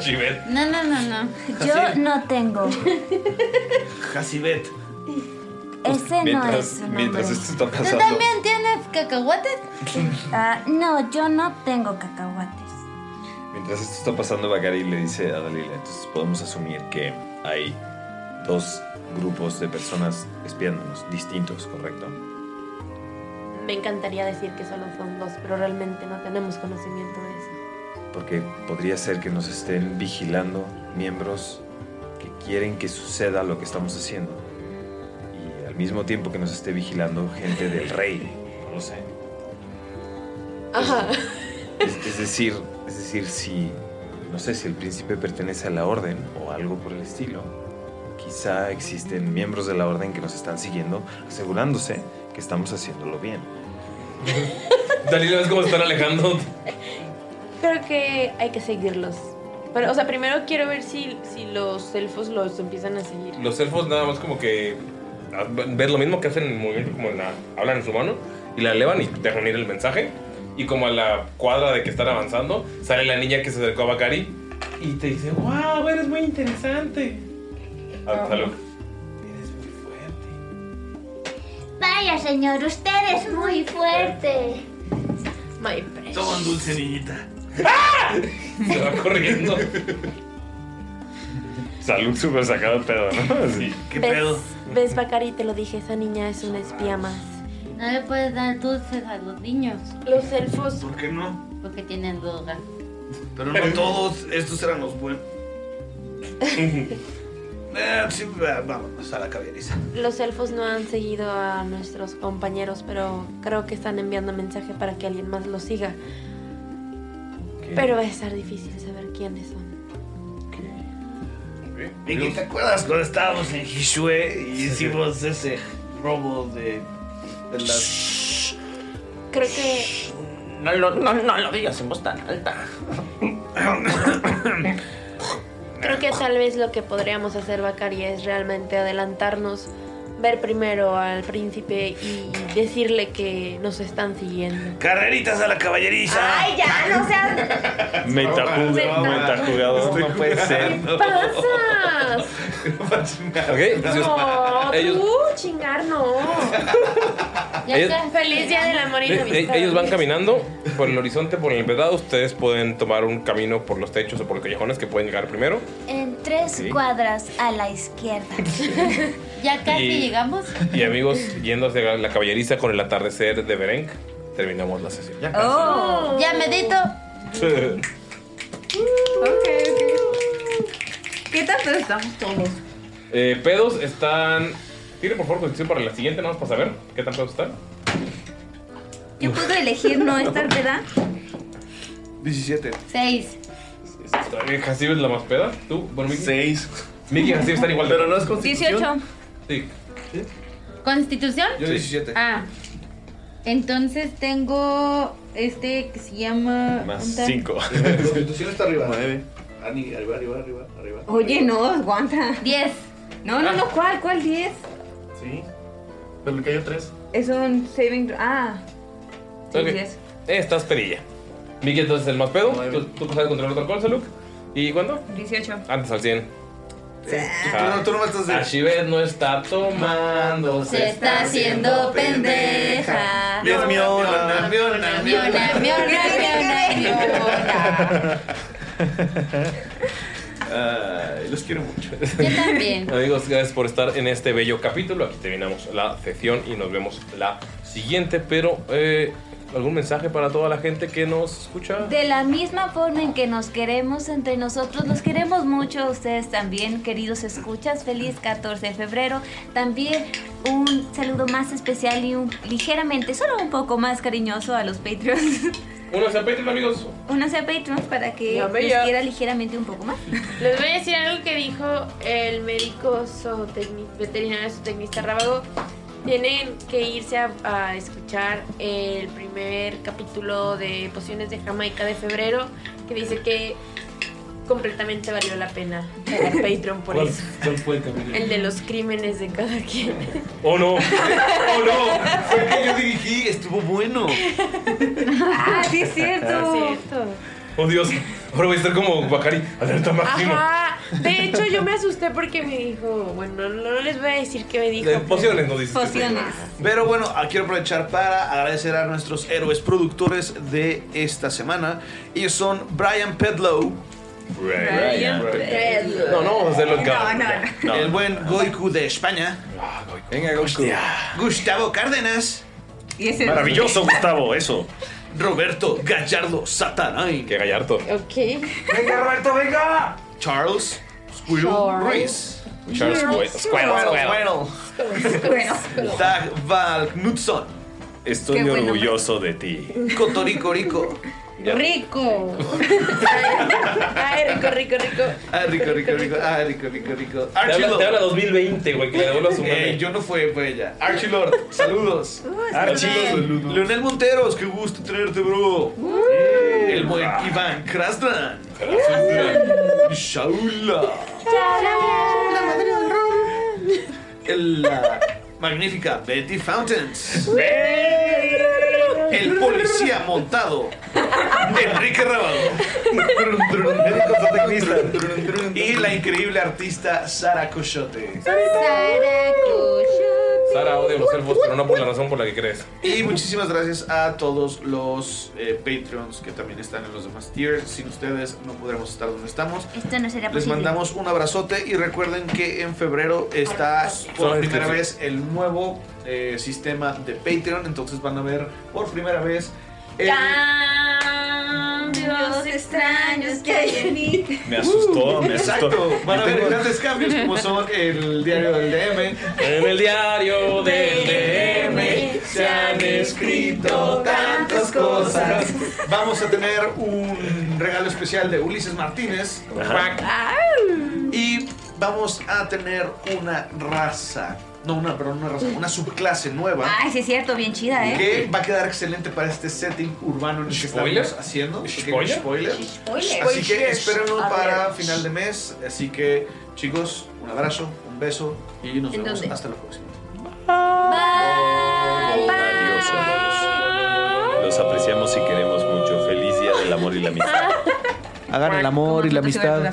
[SPEAKER 1] Shivet.
[SPEAKER 9] No, no, no, no.
[SPEAKER 5] ¿Ah,
[SPEAKER 8] Yo no
[SPEAKER 5] (laughs)
[SPEAKER 8] tengo.
[SPEAKER 7] Hasibet.
[SPEAKER 8] Ese no es
[SPEAKER 5] Mientras,
[SPEAKER 8] su nombre.
[SPEAKER 5] mientras esto está
[SPEAKER 9] ¿Tú
[SPEAKER 5] pasando.
[SPEAKER 9] también tienes
[SPEAKER 5] (laughs)
[SPEAKER 9] cacahuates?
[SPEAKER 8] Ah, no, yo no tengo cacahuates.
[SPEAKER 5] Mientras esto está pasando, Bacari le dice a Dalila, entonces podemos asumir que hay dos grupos de personas espiándonos, distintos, ¿correcto?
[SPEAKER 4] Me encantaría decir que solo son dos, pero realmente no tenemos conocimiento de eso.
[SPEAKER 5] Porque podría ser que nos estén vigilando miembros que que quieren que suceda lo que estamos haciendo. Y al mismo tiempo que nos esté vigilando gente del rey, no lo sé.
[SPEAKER 4] Ajá.
[SPEAKER 5] Es, es decir, es decir, si no sé si el príncipe pertenece a la orden o algo por el estilo. Quizá existen miembros de la orden que nos están siguiendo, asegurándose que estamos haciéndolo bien.
[SPEAKER 1] Dalila, ¿ves cómo se están alejando?
[SPEAKER 4] Creo que hay que seguirlos. Pero, o sea, primero quiero ver si, si los elfos los empiezan a seguir.
[SPEAKER 1] Los elfos nada más como que ah, ves lo mismo que hacen en el movimiento, como en la- hablan en su mano y la elevan y dejan ir el mensaje. Y como a la cuadra de que están avanzando, sale la niña que se acercó a Bakari. Y te dice, ¡Wow! Eres muy interesante. "Ah, salud".
[SPEAKER 26] Vaya, señor, usted es muy fuerte.
[SPEAKER 4] My
[SPEAKER 7] Toma un dulce, niñita.
[SPEAKER 1] ¡Ah! Se va corriendo.
[SPEAKER 27] Salud súper sacado de pedo,
[SPEAKER 5] (laughs)
[SPEAKER 27] ¿no? Sí.
[SPEAKER 7] ¿Qué
[SPEAKER 4] ¿Ves? ¿Ves, Bacari? Te lo dije, esa niña es una espía más.
[SPEAKER 9] No le puedes dar dulces a los niños.
[SPEAKER 4] Los elfos.
[SPEAKER 7] ¿Por qué no?
[SPEAKER 9] Porque tienen droga.
[SPEAKER 7] Pero no todos estos eran los buenos. Eh, sí, va- vámonos a la caballeriza.
[SPEAKER 4] Los elfos no han seguido a nuestros compañeros, pero creo que están enviando mensaje para que alguien más los siga. Pero va a estar difícil saber quiénes son.
[SPEAKER 7] Miguel, ¿te acuerdas cuando estábamos en Hishue y hicimos ese robo de, de las...
[SPEAKER 4] Creo que
[SPEAKER 3] No, lo- no, no lo digas en voz tan alta.
[SPEAKER 4] creo que tal vez lo que podríamos hacer, Bacari, es realmente adelantarnos, ver primero al príncipe y decirle que nos están siguiendo.
[SPEAKER 7] Carreritas a la caballeriza.
[SPEAKER 4] Ay, ya, no seas
[SPEAKER 27] Metajugador. Metajugador. No puede ser.
[SPEAKER 4] pasas. No,
[SPEAKER 1] ellos-
[SPEAKER 4] tú,
[SPEAKER 1] (laughs)
[SPEAKER 4] chingar, no.
[SPEAKER 1] Ya Ellos- está.
[SPEAKER 4] Feliz día del amor y la
[SPEAKER 1] Eh,
[SPEAKER 4] amistad.
[SPEAKER 1] Ellos van caminando por el horizonte, por el empedrado. Ustedes pueden tomar un camino por los techos o por los callejones que pueden llegar primero.
[SPEAKER 8] En tres
[SPEAKER 1] Ok.
[SPEAKER 8] cuadras a la izquierda.
[SPEAKER 5] (laughs)
[SPEAKER 9] ya
[SPEAKER 1] casi Y-
[SPEAKER 9] llegamos.
[SPEAKER 1] Y amigos, yendo hacia la caballeriza con el atardecer de Berenc, terminamos la sesión.
[SPEAKER 9] Oh. Ya medito.
[SPEAKER 6] Ok, ok. ¿Qué tal pero estamos todos?
[SPEAKER 1] Eh, pedos están. Tiene por favor condición para la siguiente, nada más para saber qué tan pedos están.
[SPEAKER 6] Yo puedo elegir no estar peda.
[SPEAKER 1] 17.
[SPEAKER 6] Seis.
[SPEAKER 1] Hasib es la más peda. ¿Tú? Bueno, Miki. 6. Miki y Hasib están igual. Pero no es
[SPEAKER 9] 18.
[SPEAKER 1] Sí.
[SPEAKER 9] ¿Constitución?
[SPEAKER 1] Yo 17.
[SPEAKER 9] Ah. Entonces tengo este que se llama. ¿dónde?
[SPEAKER 28] La constitución está arriba. Ani, arriba, arriba, arriba, arriba.
[SPEAKER 9] Oye, no, aguanta. 10. No, no, no, ¿cuál? ¿Cuál 10?
[SPEAKER 3] Sí. Pero le cayó tres.
[SPEAKER 6] Es un saving. throw. Ah. Sí,
[SPEAKER 1] Ok. Eh,
[SPEAKER 6] diez.
[SPEAKER 1] Estás perilla. Miki entonces es el más pedo. Tú, tú sabes controlar tu alcohol, Saluk. ¿Y cuándo?
[SPEAKER 6] 18.
[SPEAKER 1] Antes al 100.
[SPEAKER 28] no- Eh, tú no me estás de-
[SPEAKER 1] Ashibet no está tomando.
[SPEAKER 9] Se está haciendo pendeja.
[SPEAKER 1] Es Miona,
[SPEAKER 7] miona.
[SPEAKER 9] Miona, miona, miona, miona.
[SPEAKER 1] Ay, los quiero mucho.
[SPEAKER 9] Yo también.
[SPEAKER 1] (laughs) Amigos, gracias por estar en este bello capítulo. Aquí terminamos la sesión y nos vemos la siguiente. Pero, eh, ¿algún mensaje para toda la gente que nos escucha?
[SPEAKER 8] De la misma forma en que nos queremos entre nosotros, los queremos mucho a ustedes también, queridos escuchas. Feliz 14 de febrero. También un saludo más especial y un ligeramente, solo un poco más cariñoso a los Patreons. (laughs)
[SPEAKER 1] Únanse a Patreon, amigos.
[SPEAKER 8] Únanse a Patreons para que
[SPEAKER 4] Ya,
[SPEAKER 8] los
[SPEAKER 4] bella.
[SPEAKER 8] quiera ligeramente un poco más.
[SPEAKER 4] Les voy a decir algo que dijo el médico zootecni- veterinario zootecnista Rábago. Tienen que irse a, a escuchar el primer capítulo de Pociones de Jamaica de febrero, que dice que completamente valió la pena
[SPEAKER 1] (laughs)
[SPEAKER 4] pagar Patreon por eso.
[SPEAKER 1] ¿Cuál fue el capítulo?
[SPEAKER 4] El de los crímenes de cada quien.
[SPEAKER 1] ¡Oh, no!
[SPEAKER 7] ¡Oh, no! Fue el que yo dirigí. Estuvo bueno.
[SPEAKER 6] Ah, sí, es cierto.
[SPEAKER 4] Sí, es cierto.
[SPEAKER 1] ¡Oh, Dios! Ahora voy a estar como Bacari. ¡Alerta máxima!
[SPEAKER 4] Ajá. De hecho, yo me asusté porque me dijo, bueno, no, no les voy a decir qué me dijo.
[SPEAKER 7] De pociones,
[SPEAKER 1] no
[SPEAKER 7] dices.
[SPEAKER 4] Pociones.
[SPEAKER 28] Pero bueno, ah, quiero aprovechar para agradecer a nuestros héroes productores de esta semana. Ellos son Brian Pedlow.
[SPEAKER 1] Brian Pedlow. No, no vamos a hacerlo en cámara.
[SPEAKER 28] no, El buen Goiku de España.
[SPEAKER 1] Ah,
[SPEAKER 5] Venga, Goku.
[SPEAKER 28] Gustavo Cárdenas.
[SPEAKER 6] Y ese
[SPEAKER 5] (laughs) Maravilloso, Gustavo, eso.
[SPEAKER 7] Roberto Gallardo Satanain.
[SPEAKER 1] ¡Qué Gallardo!
[SPEAKER 4] Ok.
[SPEAKER 7] ¡Venga, Roberto, venga! Charles Squirrel Ruiz.
[SPEAKER 1] Charles Squirrel. Squirrel,
[SPEAKER 7] Squirrel.
[SPEAKER 9] Pues,
[SPEAKER 7] Dag Val Knudson.
[SPEAKER 22] Estoy
[SPEAKER 9] Qué buen nombre.
[SPEAKER 22] orgulloso de ti.
[SPEAKER 7] Cotorico Rico.
[SPEAKER 9] (laughs) Rico.
[SPEAKER 12] Ay, rico, rico, rico.
[SPEAKER 7] Ah, rico, rico, rico. Ah, rico, rico, rico.
[SPEAKER 1] habla- te habla
[SPEAKER 7] 2020, güey, que le devuelva su Eh, yo no fue, fue ella. Archie Lord, saludos.
[SPEAKER 1] Archie.
[SPEAKER 7] saludos. Leonel Monteros, qué gusto tenerte, bro. El buen Iván Krasdan. Shaula.
[SPEAKER 29] La madre del
[SPEAKER 7] El, la magnífica Betty Fountains. El policía montado. Enrique Rábago. y la increíble artista Sara Cochote.
[SPEAKER 1] Sara, odio a los elfos, pero no por la razón por la que crees.
[SPEAKER 7] Y muchísimas gracias a todos los eh, Patreons que también están en los demás tiers. Sin ustedes no podremos estar donde estamos.
[SPEAKER 8] Esto no será
[SPEAKER 7] Les
[SPEAKER 8] posible.
[SPEAKER 7] mandamos un abrazote y recuerden que en febrero está por
[SPEAKER 1] Solo
[SPEAKER 7] primera
[SPEAKER 1] inscripción.
[SPEAKER 7] vez el nuevo eh, sistema de Patreon. Entonces van a ver por primera vez el-
[SPEAKER 9] Cambios extraños que hay en mí.
[SPEAKER 22] Me asustó, me asustó.
[SPEAKER 7] Exacto. Van a
[SPEAKER 22] Yo
[SPEAKER 7] ver
[SPEAKER 22] tengo-
[SPEAKER 7] grandes cambios como son el diario del DM.
[SPEAKER 1] En el diario del
[SPEAKER 7] DM se han escrito tantas cosas. Vamos a tener un regalo especial de Ulises Martínez. Quack. Y vamos a tener una raza. No, una, perdón, una raza, una subclase nueva.
[SPEAKER 6] Ay, sí es cierto, bien chida, ¿eh?
[SPEAKER 7] Que va a quedar excelente para este setting urbano en el que
[SPEAKER 1] ¿Spoiler?
[SPEAKER 7] estamos haciendo.
[SPEAKER 1] ¿Spoiler?
[SPEAKER 7] Pequeño spoiler.
[SPEAKER 1] Spoiler.
[SPEAKER 7] Así que
[SPEAKER 1] Spoilers.
[SPEAKER 7] espérenlo
[SPEAKER 1] A
[SPEAKER 7] para
[SPEAKER 1] ver.
[SPEAKER 7] final de mes. Así que, chicos, un abrazo, un beso y nos
[SPEAKER 9] ¿En
[SPEAKER 7] vemos
[SPEAKER 9] dónde?
[SPEAKER 7] hasta la próxima.
[SPEAKER 22] Adiós, hermanos. Los apreciamos y queremos mucho. Feliz día del amor y la amistad.
[SPEAKER 7] Hagan el amor y la amistad.